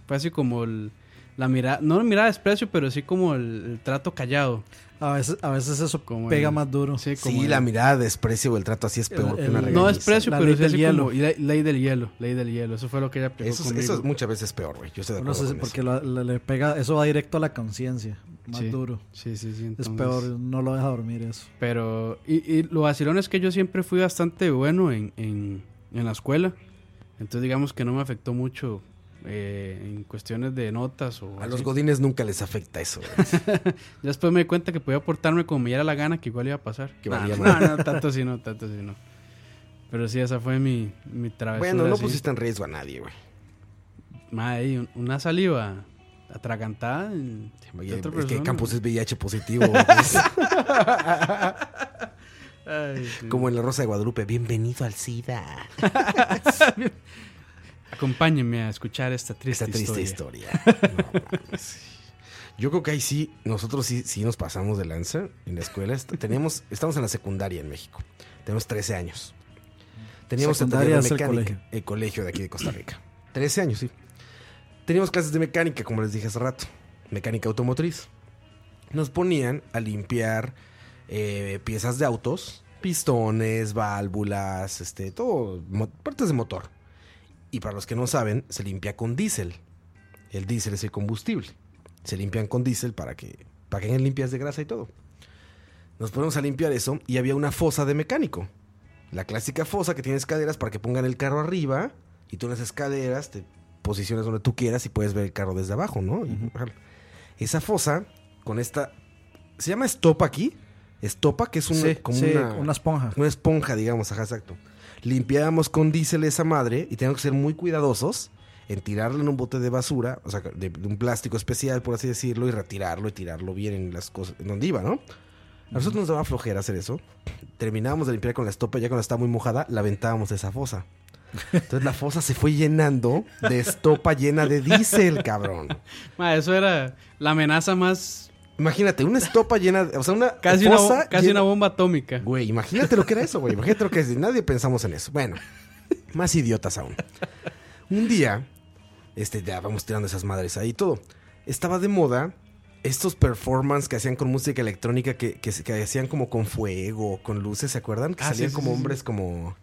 Fue así como el- la mirada, no la mirada de desprecio, pero sí como el, el trato callado.
A veces, a veces eso
Como
pega
el-
más duro.
Sí, como
Sí,
el-
la mirada de desprecio o el trato así es peor que una
el-
regañiza.
No desprecio,
La
pero
ley
sí
del
así
hielo.
como ley, ley del hielo, ley del hielo. Eso fue lo que ella aplicó
Eso, es-
conmigo.
eso es muchas veces peor, güey. Yo estoy de
No
acuerdo
sé,
con
porque
eso.
la- la- le pega, eso va directo a la conciencia. Más
Sí.
duro.
Sí, sí,
Es
sí. entonces-
peor, no lo deja dormir eso.
Pero, y, y lo vacilón es que yo siempre fui bastante bueno en, en, en la escuela. Entonces, digamos que no me afectó mucho eh, en cuestiones de notas o.
A
así.
los godines nunca les afecta eso, güey.
Ya Después me di cuenta que podía portarme como me diera la gana, que igual iba a pasar.
Que
no,
valía
no,
madre.
no, tanto sí, no, tanto sí, no. Pero sí, esa fue mi, mi travesura.
Bueno, no
sí.
pusiste en riesgo a nadie, güey.
Madre, y un- una saliva atragantada. en- de
Oye,
otra
Es que
persona.
Campos es VIH positivo. güey.
Ay, sí.
Como en la Rosa de Guadalupe. Bienvenido al SIDA.
Acompáñenme a escuchar esta triste,
Esta triste
historia.
historia. No, mames. Yo creo que ahí sí, nosotros sí, sí nos pasamos de lanza en la escuela. Est- Teníamos, estamos en la secundaria en México. Tenemos 13 años. Teníamos
Secundaria
secundaria
es
de
el
mecánica, el colegio. de aquí de Costa Rica. 13 años, sí. Teníamos clases de mecánica, como les dije hace rato. Mecánica automotriz. Nos ponían a limpiar eh, piezas de autos, pistones, válvulas, este, todo, mo- partes de motor. Y para los que no saben, se limpia con diésel. El diésel es el combustible. Se limpian con diésel para que para que hagan limpias de grasa y todo. Nos ponemos a limpiar eso y había una fosa de mecánico. La clásica fosa que tiene escaleras para que pongan el carro arriba y tú en las escaleras te posicionas donde tú quieras y puedes ver el carro desde abajo, ¿no? Y bajarlo. Esa fosa con esta se llama estopa aquí. Estopa que es una
Sí,
como
sí,
una,
una esponja.
una esponja, digamos, ajá, exacto. Limpiábamos con diésel esa madre y teníamos que ser muy cuidadosos en tirarlo en un bote de basura, o sea, de, de un plástico especial, por así decirlo, y retirarlo y tirarlo bien en las cosas, en donde iba, ¿no? A nosotros nos daba flojera hacer eso. Terminábamos de limpiar con la estopa, ya cuando estaba muy mojada, la aventábamos de esa fosa. Entonces la fosa se fue llenando de estopa llena de diésel, cabrón.
Ma, eso era la amenaza más.
Imagínate, una estopa llena, de, o sea, una
Casi, una,
Eh, fosa
bo- casi
llena-
una bomba atómica.
Güey, imagínate lo que era eso, güey. Imagínate lo que es. Nadie pensamos en eso. Bueno, más idiotas aún. Un día, este, ya vamos tirando esas madres ahí y todo. Estaba de moda estos performances que hacían con música electrónica que, que, se- que hacían como con fuego, con luces, ¿se acuerdan? Que
Ah, sí,
salían
sí,
como
sí, sí.
hombres como...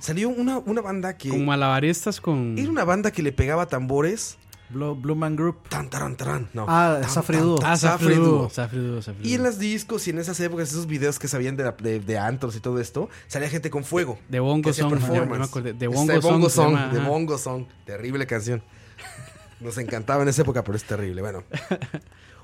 Salió una, una banda que...
Con malabaristas con.
Era una banda que le pegaba tambores
Blue, Blue Man Group.
Tan, taran, taran. No.
Ah,
Tan,
Safriduo.
tan,
Ah,
Safri
Safriduo.
Duo.
Safriduo, Safriduo.
Y en las discos y en esas épocas, esos videos que sabían de, la- de, de antros y todo esto, salía gente con fuego.
De bongo
que hacía
song, ya- ya me
performance.
acordé, de
Está
bongo
el
song se
song,
llama,
de
ajá.
bongo song. Terrible canción. Nos encantaba en esa época, pero es terrible.
[laughs]
Bueno,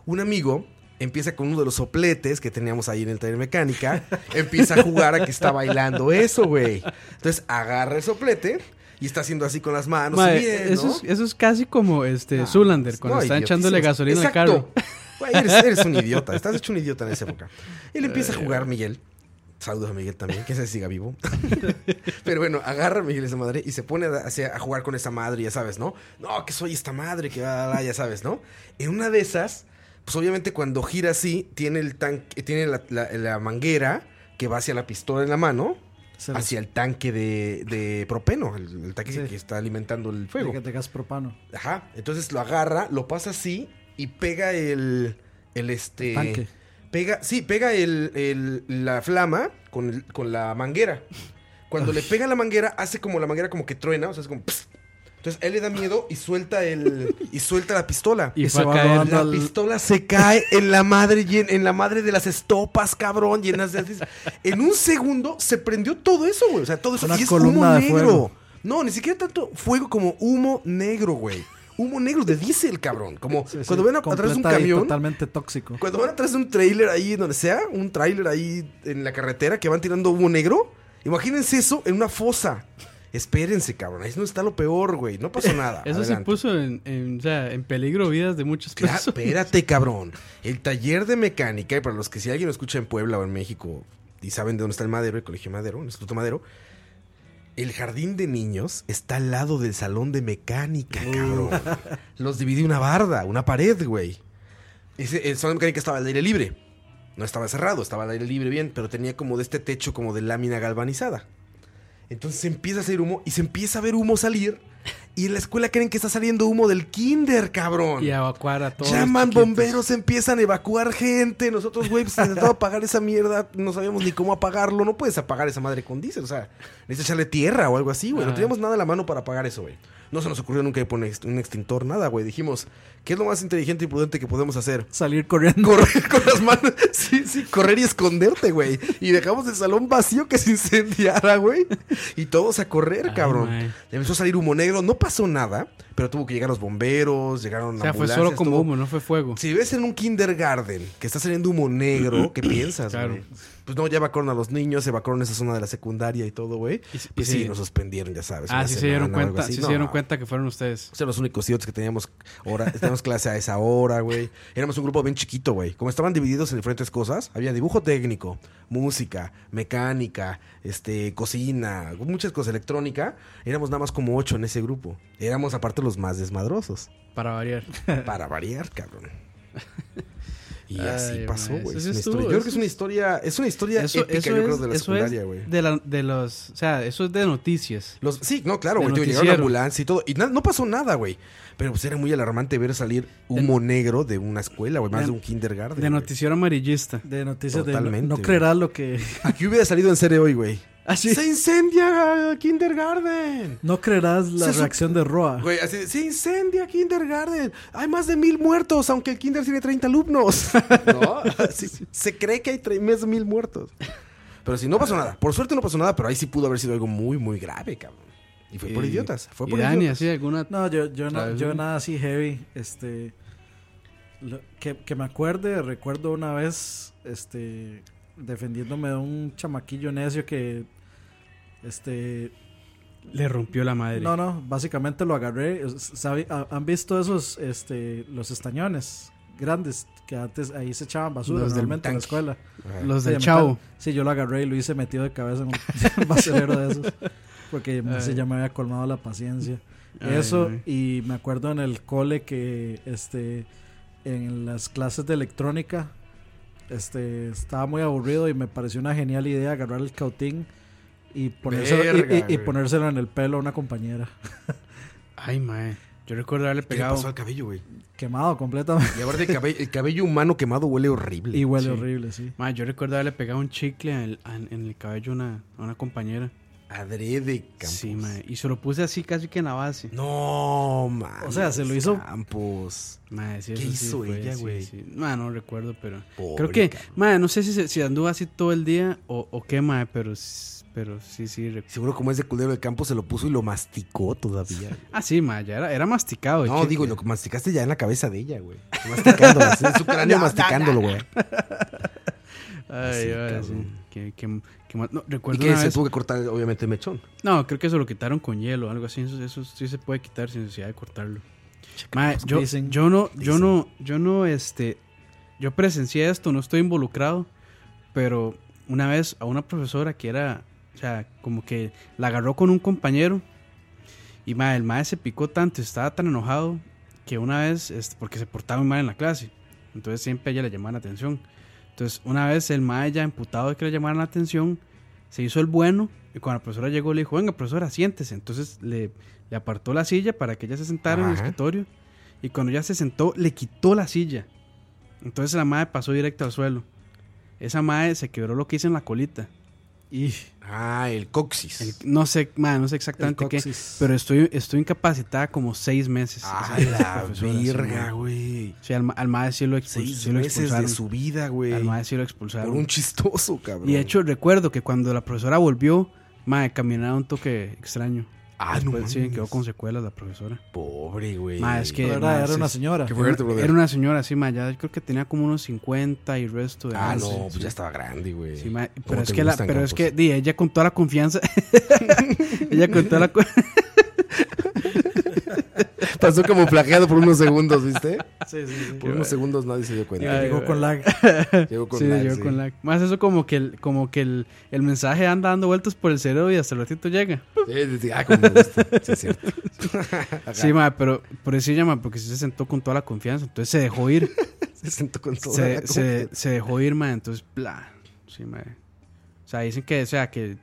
un amigo empieza con uno de los sopletes que teníamos ahí en el taller de mecánica. Empieza a jugar a que está bailando eso, güey. Entonces agarra el soplete y está haciendo así con las manos. y
Mae,
mide,
eso,
¿no?
es, eso es casi como este Zulander cuando
Ah, No,
está
idiotísimas.
echándole gasolina al
Exacto.
carro.
Güey, eres, eres
[laughs]
un idiota, estás hecho un idiota en esa época. Él empieza a jugar, Miguel. Saludos a Miguel también, que se siga vivo. [laughs] Pero bueno, agarra a Miguel esa madre y se pone a, hacia- a jugar con esa madre, ya sabes, ¿no? No, que soy esta madre, que va, ya sabes, ¿no? En una de esas, pues obviamente cuando gira así, tiene, el tanque, tiene la, la- la manguera que va hacia la pistola en la mano,
Ah,
Se los-
hacia el tanque de, de propeno, el, el tanque
Sí.
que está alimentando el fuego.
de, de gas propano.
Ajá. Entonces lo agarra, lo pasa así y pega el. El este.
Tanque.
Pega. Sí, pega el, el- la flama con, el- con la manguera. Cuando le pega la manguera, hace como la manguera como que truena, o sea, es como. "Pss". Entonces él le da miedo y suelta el. y suelta la pistola.
Y,
Y se
fue a
va
caer.
rodando.
La
al-
pistola se cae en la madre llen- en la madre de las estopas, cabrón, llenas de en un segundo se prendió todo eso, güey, o sea, todo eso
Una
y es
columna
humo
de
negro.
fuego.
No, ni siquiera tanto fuego como humo negro, güey. Humo negro de diésel, cabrón, como
Sí, sí,
cuando ven a- atrás de un
completa y
camión,
Totalmente tóxico.
cuando van atrás de un trailer ahí donde sea, un trailer ahí en la carretera que van tirando humo negro, imagínense eso en una fosa. Espérense, cabrón, ahí no está lo peor, güey, no
[laughs]
pasó nada.
Eso sí
Adelante.
puso en, en, o sea, en peligro vidas de muchas
Claro,
personas.
ah, espérate, cabrón. El taller de mecánica, y para los que si alguien lo escucha en Puebla o en México y saben de dónde está el Madero, el Colegio Madero, el Instituto Madero, el jardín de niños está al lado del salón de mecánica,
Mm.
cabrón. Los dividió una barda, una pared, güey. Ese- el salón de mecánica estaba al aire libre. No estaba cerrado, estaba al aire libre bien, pero tenía como de este techo como de lámina galvanizada. Entonces se empieza a salir humo y se empieza a ver humo salir. Y en la escuela creen que está saliendo humo del kinder, cabrón.
[laughs] Y evacuar a todos.
Llaman
los chiquitos.
bomberos, empiezan a evacuar gente. Nosotros, güey,
[laughs]
pues intentaba apagar esa mierda. No sabíamos ni cómo apagarlo. No puedes apagar esa madre con diésel. O sea, necesitas echarle tierra o algo así, güey. No
Ah.
teníamos nada a la mano para apagar eso, güey. No se nos ocurrió nunca poner ext- un extintor, nada, güey. Dijimos, ¿qué es lo más inteligente y prudente que podemos hacer? [laughs]
Salir corriendo.
Correr con las manos. Sí, sí, correr y esconderte, güey. Y dejamos el salón vacío que se incendiara, güey. Y todos a correr,
Ay,
cabrón.
mae.
Le Empezó a salir humo negro. No pasó nada, pero tuvo que llegar los bomberos, llegaron
O sea, fue
ambulancias,
solo como
todo.
humo, no fue fuego.
Si ves en un kindergarten que está saliendo humo
[clears throat]
negro, ¿qué piensas,
Claro.
güey? Pues no, ya evacuaron a los niños, se evacuaron esa zona de la secundaria y todo, güey.
Y si- y
Pues sí,
si-
nos suspendieron, ya sabes. pues,
ah,
una
sí se
semana
dieron
o algo
cuenta,
así.
sí
No,
se dieron
no.
cuenta que fueron ustedes.
Éramos los únicos idiotas que teníamos, hora, [laughs] teníamos clase a esa hora, güey. Éramos un grupo bien chiquito, güey. Como estaban divididos en diferentes cosas, había dibujo técnico, música, mecánica, este, cocina, muchas cosas, electrónica. Éramos nada más como ocho en ese grupo. Éramos aparte los más desmadrosos.
Para variar.
Para variar, cabrón. Y
Ay,
así pasó,
mae,
güey.
eso
Es
sí
una
estuvo,
historia- Yo creo
eso
que es una historia, es una historia
Eso,
épica,
eso
yo creo,
es,
de la
eso es
secundaria, güey.
de, la- de los. O sea, eso es de noticias.
Los, sí, no, claro,
de
güey. tío, Llegaron la
noticiero.
ambulancia y todo. Y na- no pasó nada, güey. Pero pues era muy alarmante ver salir humo negro de una escuela, güey. Más
de-
de, un kindergarten.
De
güey.
noticiero amarillista.
De noticias de no-
Totalmente,
no,
güey.
creerás lo que. [laughs]
Aquí hubiera salido en serie hoy, güey.
Así.
¡Se incendia eh, kindergarten!
No creerás la
Se sup-
reacción de Roa.
[laughs] Güey, así, de, se incendia Kindergarten. Hay más de mil muertos, aunque el Kinder tiene 30 alumnos. [laughs] ¿No? Así, se cree que hay tre- más de mil muertos. Pero si no pasó nada. Por suerte no pasó nada, pero ahí sí pudo haber sido algo muy, muy grave, cabrón. Y fue por
Y-
idiotas. Fue
y
por
Dani,
idiotas.
así, alguna.
No, yo, yo, no,
Claro,
yo
sí.
nada así heavy. Este. lo- que, que me acuerde, recuerdo una vez. Este. Defendiéndome de un chamaquillo necio que. Este.
Le rompió la madre.
No, no, básicamente lo agarré. es- sabe- ha- ¿Han visto esos, este, los estañones grandes que antes ahí se echaban basura
Los del
normalmente en la
tanque.
escuela?
Ajá.
Los
Sí,
del
de
Chavo.
metal. Sí, yo lo agarré y lo hice metido de cabeza en un [laughs] basurero de esos. Porque
Ay.
se ya me había colmado la paciencia.
Ay,
Eso,
ay.
y me acuerdo en el cole que este en las clases de electrónica este estaba muy aburrido y me pareció una genial idea agarrar el cautín y ponérselo, y-
Verga,
y- y
güey.
ponérselo en el pelo a una compañera. [laughs]
Ay, mae. Yo recuerdo haberle
¿Qué le
pegado.
pasó al cabello, güey?
Quemado completamente.
Y aparte el cabello, el cabello humano quemado huele horrible.
Y huele
Sí.
horrible, sí.
Mae, yo recuerdo haberle pegado un chicle al- al- en el cabello a una, a una compañera.
Adrede, Campos.
Sí, mae, Y se lo puse así casi que en la base.
No, man.
O sea, se lo hizo-
Campos.
Mae, sí,
¿Qué
eso sí
hizo
fue,
ella,
sí,
güey?
sí. Mae, no recuerdo, pero.
Pobre
creo que,
cabrón.
mae, no sé si, se- si anduvo así todo el día o, o qué, mae, pero, s- pero sí, sí. recu-
Seguro como es de culero de Campos, se lo puso y lo masticó todavía.
Ah, sí, mae, ya era, era masticado. el
No,
chicle.
digo, lo que masticaste ya en la cabeza de ella, güey. Masticándolo, así,
[laughs]
en su cráneo masticándolo, güey.
Ay,
Sí,
ay, sí.
cabrón.
Qué- qué- qué mal- no,
Y
recuerdo
que
una
se
vez-
tuvo que cortar, obviamente, el mechón.
No, creo que se lo quitaron con hielo o algo así. Eso, eso sí se puede quitar sin necesidad de cortarlo. Mae, yo,
dicen.
yo no, yo no, yo no, este, yo presencié esto, no estoy involucrado, pero una vez a una profesora que era, o sea, como que la agarró con un compañero y mae, el mae se picó tanto, y estaba tan enojado que una vez, este, porque se portaba muy mal en la clase, entonces siempre a ella le llamaba la atención. Entonces una vez el mae ya emputado de que le llamaran la atención, se hizo el bueno y cuando la profesora llegó le dijo, venga profesora, siéntese. Entonces le, le apartó la silla para que ella se sentara en el
Ajá.
escritorio y cuando ella se sentó le quitó la silla. Entonces la madre pasó directo al suelo. Esa madre se quebró lo que hizo en la colita. Y
Ah, el coxis.
el- no sé, mae, no sé exactamente qué,
coxis.
pero estoy, estoy incapacitada como seis meses.
Ah,
Esa- esa
la
profesora, sí,
verga,
mae.
güey.
Sí, al, ma- al mae sí lo, expuls-
Seis
sí lo
meses
expulsaron.
de su vida, güey.
Al mae sí lo expulsaron.
Por un chistoso, cabrón.
Y de hecho, recuerdo que cuando la profesora volvió, madre, caminaba un toque extraño.
Ah, no
Después, sí,
mames.
quedó con secuelas la profesora.
Pobre, güey.
Ma, es que-
Pero
mae,
era, era
sí,
una
sí.
señora.
Qué fuerte, brother.
Era una señora, sí, madre, ya creo que tenía como unos 50 y resto de
Ah,
años.
no,
Sí,
pues
sí.
ya estaba grande, güey.
Sí, mae,
¿Cómo
pero es
te
que, la-
gustan,
pero es que
Campos?
di, ella con toda la confianza. [laughs] ella con
[laughs]
toda la co-
Pasó
[laughs]
como plagiado por unos segundos, ¿viste?
Sí, sí, sí.
Por unos segundos nadie se dio cuenta.
Ay,
Llegó
güey.
con lag.
[laughs]
Llegó con
Sí,
lag,
yo
sí.
con la. Más eso como que el, como que el, el mensaje anda dando vueltas por el cerebro y hasta el ratito llega.
Sí, sí, sí. Ah, como me gusta. Sí, es cierto. [laughs] Ajá.
Sí, madre, pero por eso llama, porque sí se sentó con toda la confianza, entonces se dejó ir.
Se sentó [laughs] con toda la
se,
confianza.
se, se dejó ir, ma, entonces, bla. Sí, ma. O sea, dicen que, o sea, que,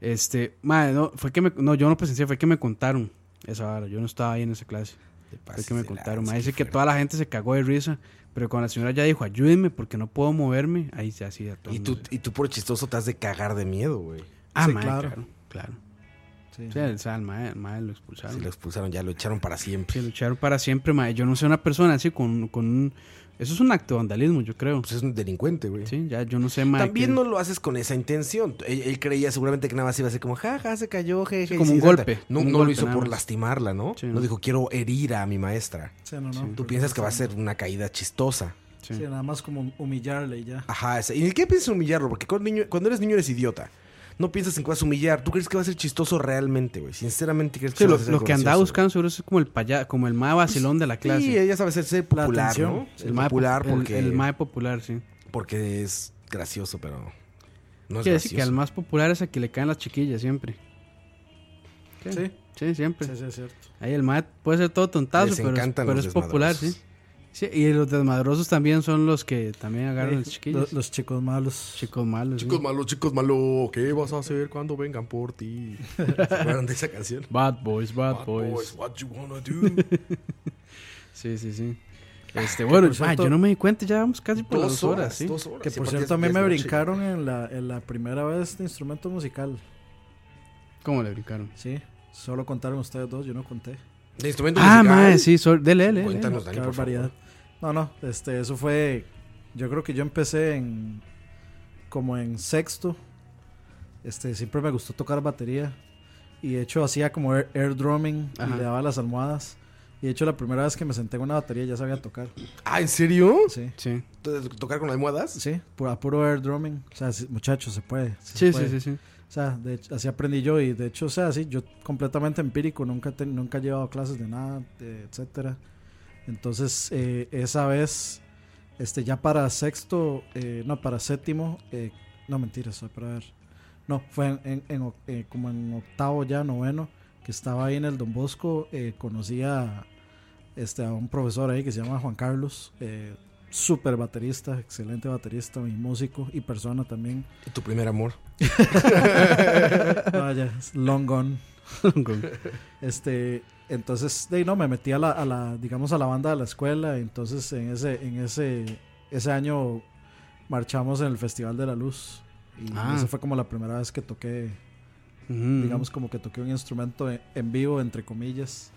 este, ma, no, fue que me, no, yo no presencié, fue que me contaron esa vara, yo no estaba ahí en esa clase.
Te
Fue
pases
que me
de
contaron,
lanza,
ma, dice
qué
que
fuerte.
toda la gente se cagó de risa, pero cuando la señora ya dijo, ayúdenme porque no puedo moverme, ahí se hacía todo. el
Y tú,
mundo.
y tú por chistoso te has de cagar de miedo, güey.
ah,
Sí,
ma,
claro.
claro. claro,
Sí.
O sea, el, o sea, el ma, el ma lo expulsaron.
Si lo expulsaron, ya lo echaron para siempre.
Sí, lo echaron para siempre, ma. Yo no soy una persona así con, con un... Eso es un acto de vandalismo, yo creo.
Pues es un delincuente, güey.
Sí, ya yo no sé, ma.
También
quién-
no lo haces con esa intención. Él, él creía seguramente que nada más iba a ser como, jaja, se cayó, jeje.
Sí,
y
como un
se salta.
golpe,
No,
como un
no
golpe
lo hizo
nada
por
más.
lastimarla, ¿no?
Sí,
no.
no.
dijo, quiero herir a mi maestra.
Sí, no, no.
Tú piensas que va a ser una caída chistosa.
Sí.
Sí, nada más como humillarle y ya.
Ajá, ese- ¿y qué piensas humillarlo? Porque cuando, niño- cuando eres niño eres idiota. No piensas en que vas a humillar. ¿Tú crees que va a ser chistoso realmente, güey? Sinceramente, ¿crees que
Sí,
va
lo,
a ser
lo que andaba
gracioso?
buscando seguro es como el paya, como el mae vacilón de la clase.
Sí, ella sabe ser, ser
La
popular,
atención.
¿no?
el
el
mae
popular
pop- el-
porque,
el, mae popular, sí.
porque es gracioso, pero no es
Quiere decir que
gracioso.
al más popular es a que le caen las chiquillas siempre.
Sí, sí,
Sí, siempre.
pues.
sí, es cierto.
Ahí el mae puede ser todo tontazo,
Les
pero, es,
encantan
pero
los
es popular, sí.
desmadrosos.
Sí, Y los desmadrosos también son los que también agarran las
Lo-
chiquillas.
Los, chicos malos.
chicos malos. sí.
Chicos malos, chicos malos, ¿qué vas a hacer cuando vengan por ti? ¿Se acuerdan de esa canción?
Bad boys, [laughs] bad,
Bad
boys.
boys, what you wanna
[laughs]
do?
Sí, sí, sí. Este, bueno,
por
mae,
cierto-
yo no me di cuenta, ya vamos casi por las
Dos
dos
horas,
horas, sí.
dos horas.
Que por
Sí,
cierto, a
porque
mí
es
me
noche.
brincaron en la, en la primera vez de instrumento musical.
¿Cómo le brincaron?
Sí, solo contaron ustedes dos, yo no conté.
De instrumento
Ah,
musical.
mae, sí, eh. sol, dele, dele, dele.
Cuéntanos,
Qué
Dani, Pues por
barbaridad.
favor.
No, no, este, eso fue. Yo creo que yo empecé en. Como en sexto. Este, siempre me gustó tocar batería. Y de hecho hacía como air, air drumming
Ajá.
y le daba las almohadas. Y de hecho la primera vez que me senté en una batería ya sabía tocar.
Ah, ¿en serio?
Sí,
Sí.
¿Entonces, ¿Tocar con almohadas?
sí, pu- a puro air drumming. O sea, sí, muchachos, se puede.
Sí,
se
sí,
puede.
sí, sí.
O sea, de hecho, así aprendí yo y de hecho, o sea, sí, yo completamente empírico, nunca, te- nunca he llevado clases de nada, eh, etcétera. Entonces, eh, esa vez, este, ya para sexto, eh, no, para séptimo, eh, no, mentira, soy para ver. No, fue en, en- en oc- eh, como en octavo ya, noveno, que estaba ahí en el Don Bosco, eh, conocí a, este, a un profesor ahí que se llama Juan Carlos, eh, súper baterista, excelente baterista y músico y persona también.
¿Y Tu primer amor.
[laughs] Vaya, es [laughs] long gone. Este, entonces, de ahí, no, me metí a la, a la, digamos, a la banda de la escuela. Entonces, en ese, en ese, ese año marchamos en el Festival de la Luz. Y
Ah.
esa fue como la primera vez que toqué
Ujú.
digamos como que toqué un instrumento e- en vivo, entre comillas,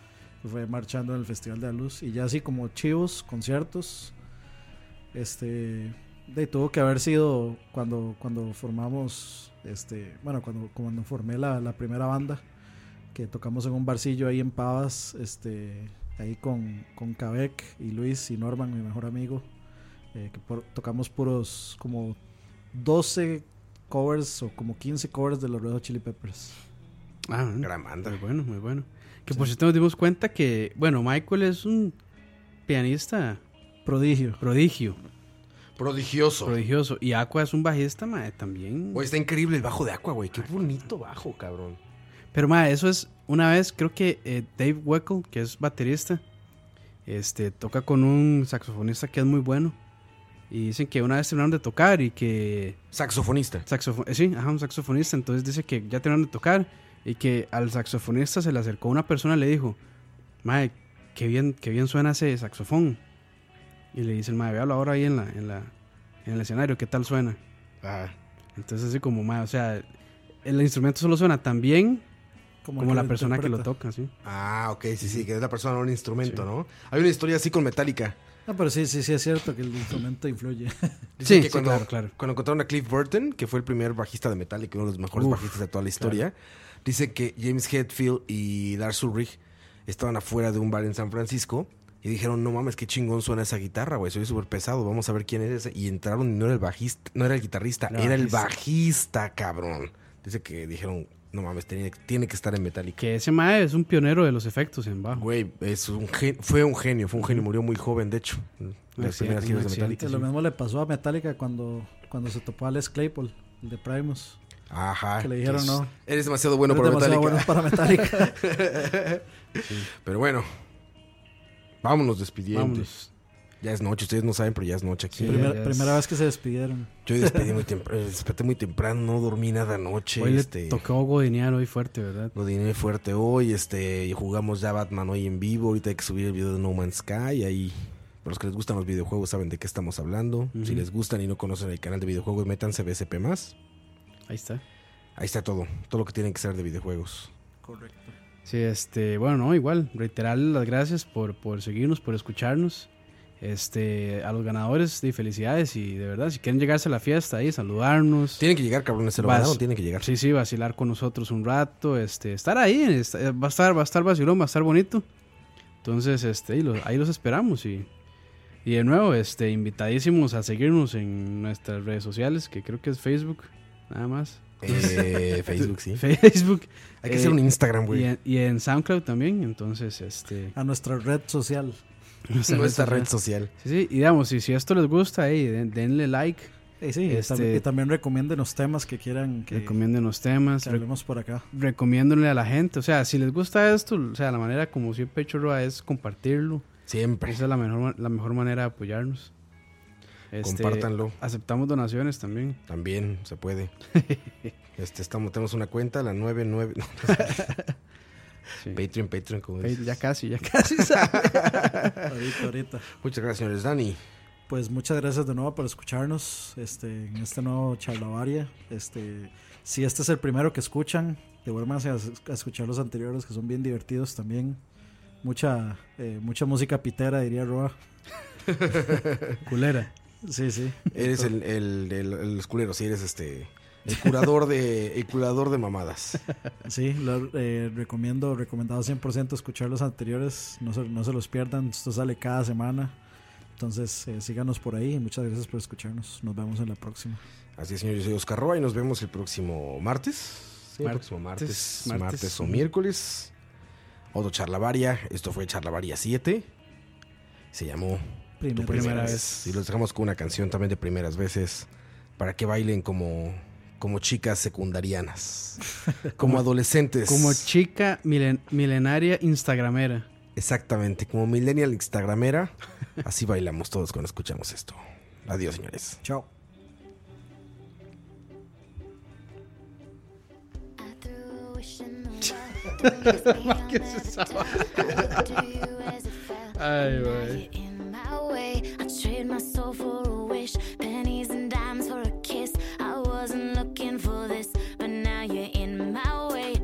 y fue marchando en el Festival de la Luz. Y ya así como chivos, conciertos, este, de, tuvo que haber sido cuando, cuando formamos, este, bueno, cuando, cuando formé la, la primera banda, que tocamos en un barcillo ahí en Pavas, este, ahí con, con Cabek y Luis y Norman, mi mejor amigo, eh, que por- tocamos puros como 12 covers o como 15 covers de los Red Hot Chili Peppers.
Ah, bueno.
Gran banda.
Muy bueno, muy bueno. Que por cierto nos dimos cuenta que, bueno, Michael es un pianista
Prodigio.
prodigio,
Prodigioso.
prodigioso. Y Aqua es un bajista, mae, también.
Güey, está increíble el bajo de Aqua, güey. Qué bonito bajo, cabrón.
Pero, mae, eso es, una vez creo que eh, Dave Weckl, que es baterista, este, toca con un saxofonista que es muy bueno. Y dicen que una vez terminaron de tocar y que
Saxofonista.
Saxofo- eh, sí, ajá, un saxofonista. Entonces dice que ya terminaron de tocar y que al saxofonista se le acercó una persona y le dijo, Mae, qué bien, qué bien suena ese saxofón. Y le dice el Mae, véalo ahora ahí en, la, en, la, en el escenario, ¿qué tal suena? Entonces así como, Mae, o sea, el instrumento solo suena tan bien como,
el que
la
lo
persona que lo
interpreta.
toca, ¿sí?
Ah, ok, sí, sí, que es la persona, no un instrumento, ¿no? Hay una historia así con Metallica.
No, Ah, pero sí, sí, sí es cierto que el instrumento influye.
Dicen
Sí,
que
sí,
cuando,
claro, claro.
cuando encontraron a Cliff Burton, que fue el primer bajista de Metallica, uno de los mejores
Uf,
bajistas de toda la historia, dice que James Hetfield y Lars Ulrich estaban afuera de un bar en San Francisco y dijeron, no mames, qué chingón suena esa guitarra, güey, soy súper pesado, vamos a ver quién es ese. Y entraron y no era el bajista, no era el guitarrista,
No,
era el
es-
bajista, cabrón. Dice que dijeron, no mames, tiene, tiene que estar en Metallica.
Que ese Mae es un pionero de los efectos en bajo.
Güey, es un gen- fue un genio, fue un genio, murió muy joven, de hecho. Las
sí,
primeras
un
giras de
accidente.
Metallica.
Que lo mismo le pasó a Metallica cuando, cuando se topó a Les Claypool, el de Primus.
Ajá.
Que le dijeron,
Entonces,
no.
Eres demasiado bueno para
Eres demasiado
Metallica.
bueno para
[laughs]
Metallica.
Pero bueno, vámonos despidiendo.
Vámonos.
Ya es noche, ustedes no saben, pero ya es noche aquí.
Sí,
Primer-
ya es-
primera vez que se despidieron.
Yo despedí
[laughs]
muy temprano, desperté muy temprano, no dormí nada anoche.
Hoy
este,
le tocó godinear hoy fuerte, ¿verdad?
Lo diné fuerte hoy, este, y jugamos ya Batman hoy en vivo. Ahorita hay que subir el video de No Man's Sky ahí. Para los que les gustan los videojuegos saben de qué estamos hablando. Si les gustan y no conocen el canal de videojuegos, métanse BSP más.
Ahí está.
Ahí está todo, todo lo que tienen que saber de videojuegos.
Correcto.
Sí, este, bueno, no, igual, reiterarles las gracias por, por seguirnos, por escucharnos. Este, a los ganadores, de felicidades y de verdad, si quieren llegarse a la fiesta ahí, saludarnos.
Tienen que llegar, cabrones, se lo
Vas-
ganaron, tienen que llegar.
Sí, sí, vacilar con nosotros un rato, este, estar ahí, esta- va a estar, va a estar vacilón, va a estar bonito. Entonces, este, ahí los, ahí los esperamos y, y de nuevo, este, invitadísimos a seguirnos en nuestras redes sociales, que creo que es Facebook, nada más.
Eh, Facebook, sí.
[laughs] Facebook.
Hay que
eh,
hacer un Instagram,
y
güey.
en, y en SoundCloud también, entonces, este...
A nuestra red social.
[laughs]
Nuestra
Nuestra
red
red social.
Sí, sí, y digamos, y si esto les gusta, ahí, den- denle like,
Y sí, y
Este-
tam- y también recomienden los temas que quieran que,
recomienden los temas,
que
re-
hablemos por acá.
recomiéndenle a la gente. O sea, si les gusta esto, o sea, la manera como siempre he hecho Roa, es compartirlo.
Siempre.
Esa es la mejor, ma- la mejor manera de apoyarnos. Este,
Compártanlo.
Aceptamos donaciones también.
También se [laughs] puede. Este, estamos, tenemos una cuenta, la 99. no,
Sí.
Patreon, Patreon, como
Ahí,
dices.
Ya casi, ya casi. sale.
Ahorita, ahorita.
Muchas gracias, señores. Dani,
Pues muchas gracias de nuevo por escucharnos este, en este nuevo charlavaria. Este, si este es el primero que escuchan, devuélvanse a, a escuchar los anteriores que son bien divertidos también. Mucha, eh, mucha música pitera,
[laughs]
diría Roa.
Culera.
Sí, sí.
eres el, el, el, el esculero, sí, eres este. El curador [laughs] de, el curador de mamadas.
Sí, lo, eh, recomiendo, recomendado 100% escuchar los anteriores. No se, no se los pierdan. Esto sale cada semana. Entonces, eh, síganos por ahí. Muchas gracias por escucharnos. Nos vemos en la próxima.
Así es, señores. Yo soy Oscar Roa y nos vemos el próximo martes. Sí, el
Mar-
próximo martes.
martes.
Martes, o miércoles. Otro Charlavaria. Esto fue Charlavaria 7. Se llamó
Primera,
Tu primera,
primera
vez.
vez.
Y los dejamos con una canción también de primeras veces para que bailen como, como chicas
[laughs]
secundarianas, como adolescentes.
Como chica milen- milenaria instagramera.
Exactamente, como millennial instagramera. Así bailamos todos cuando escuchamos esto. Adiós, señores.
Chao.
¿Qué es esa
Ay, güey.
in my way. I trade my soul for a wish, pennies and dimes for a kiss. I wasn't looking for this, but now you're in my way.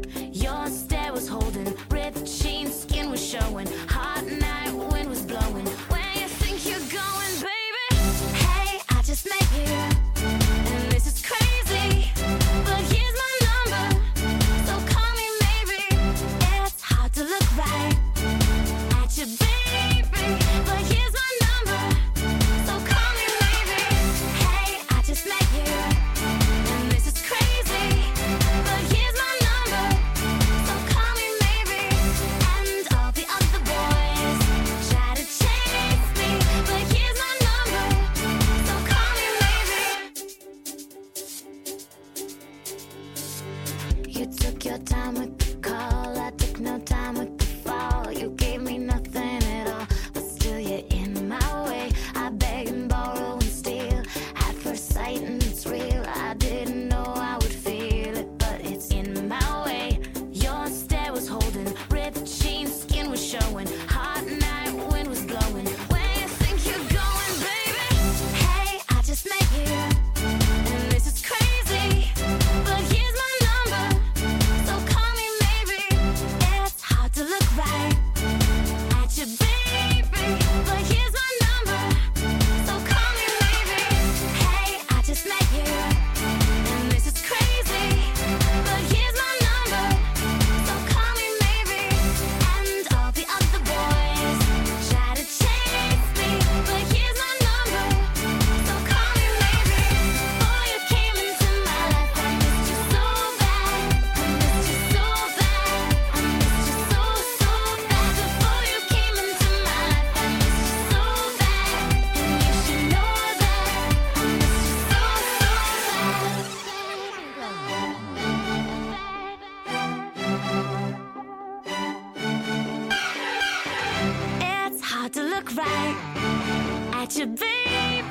at you, baby.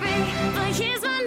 But here's my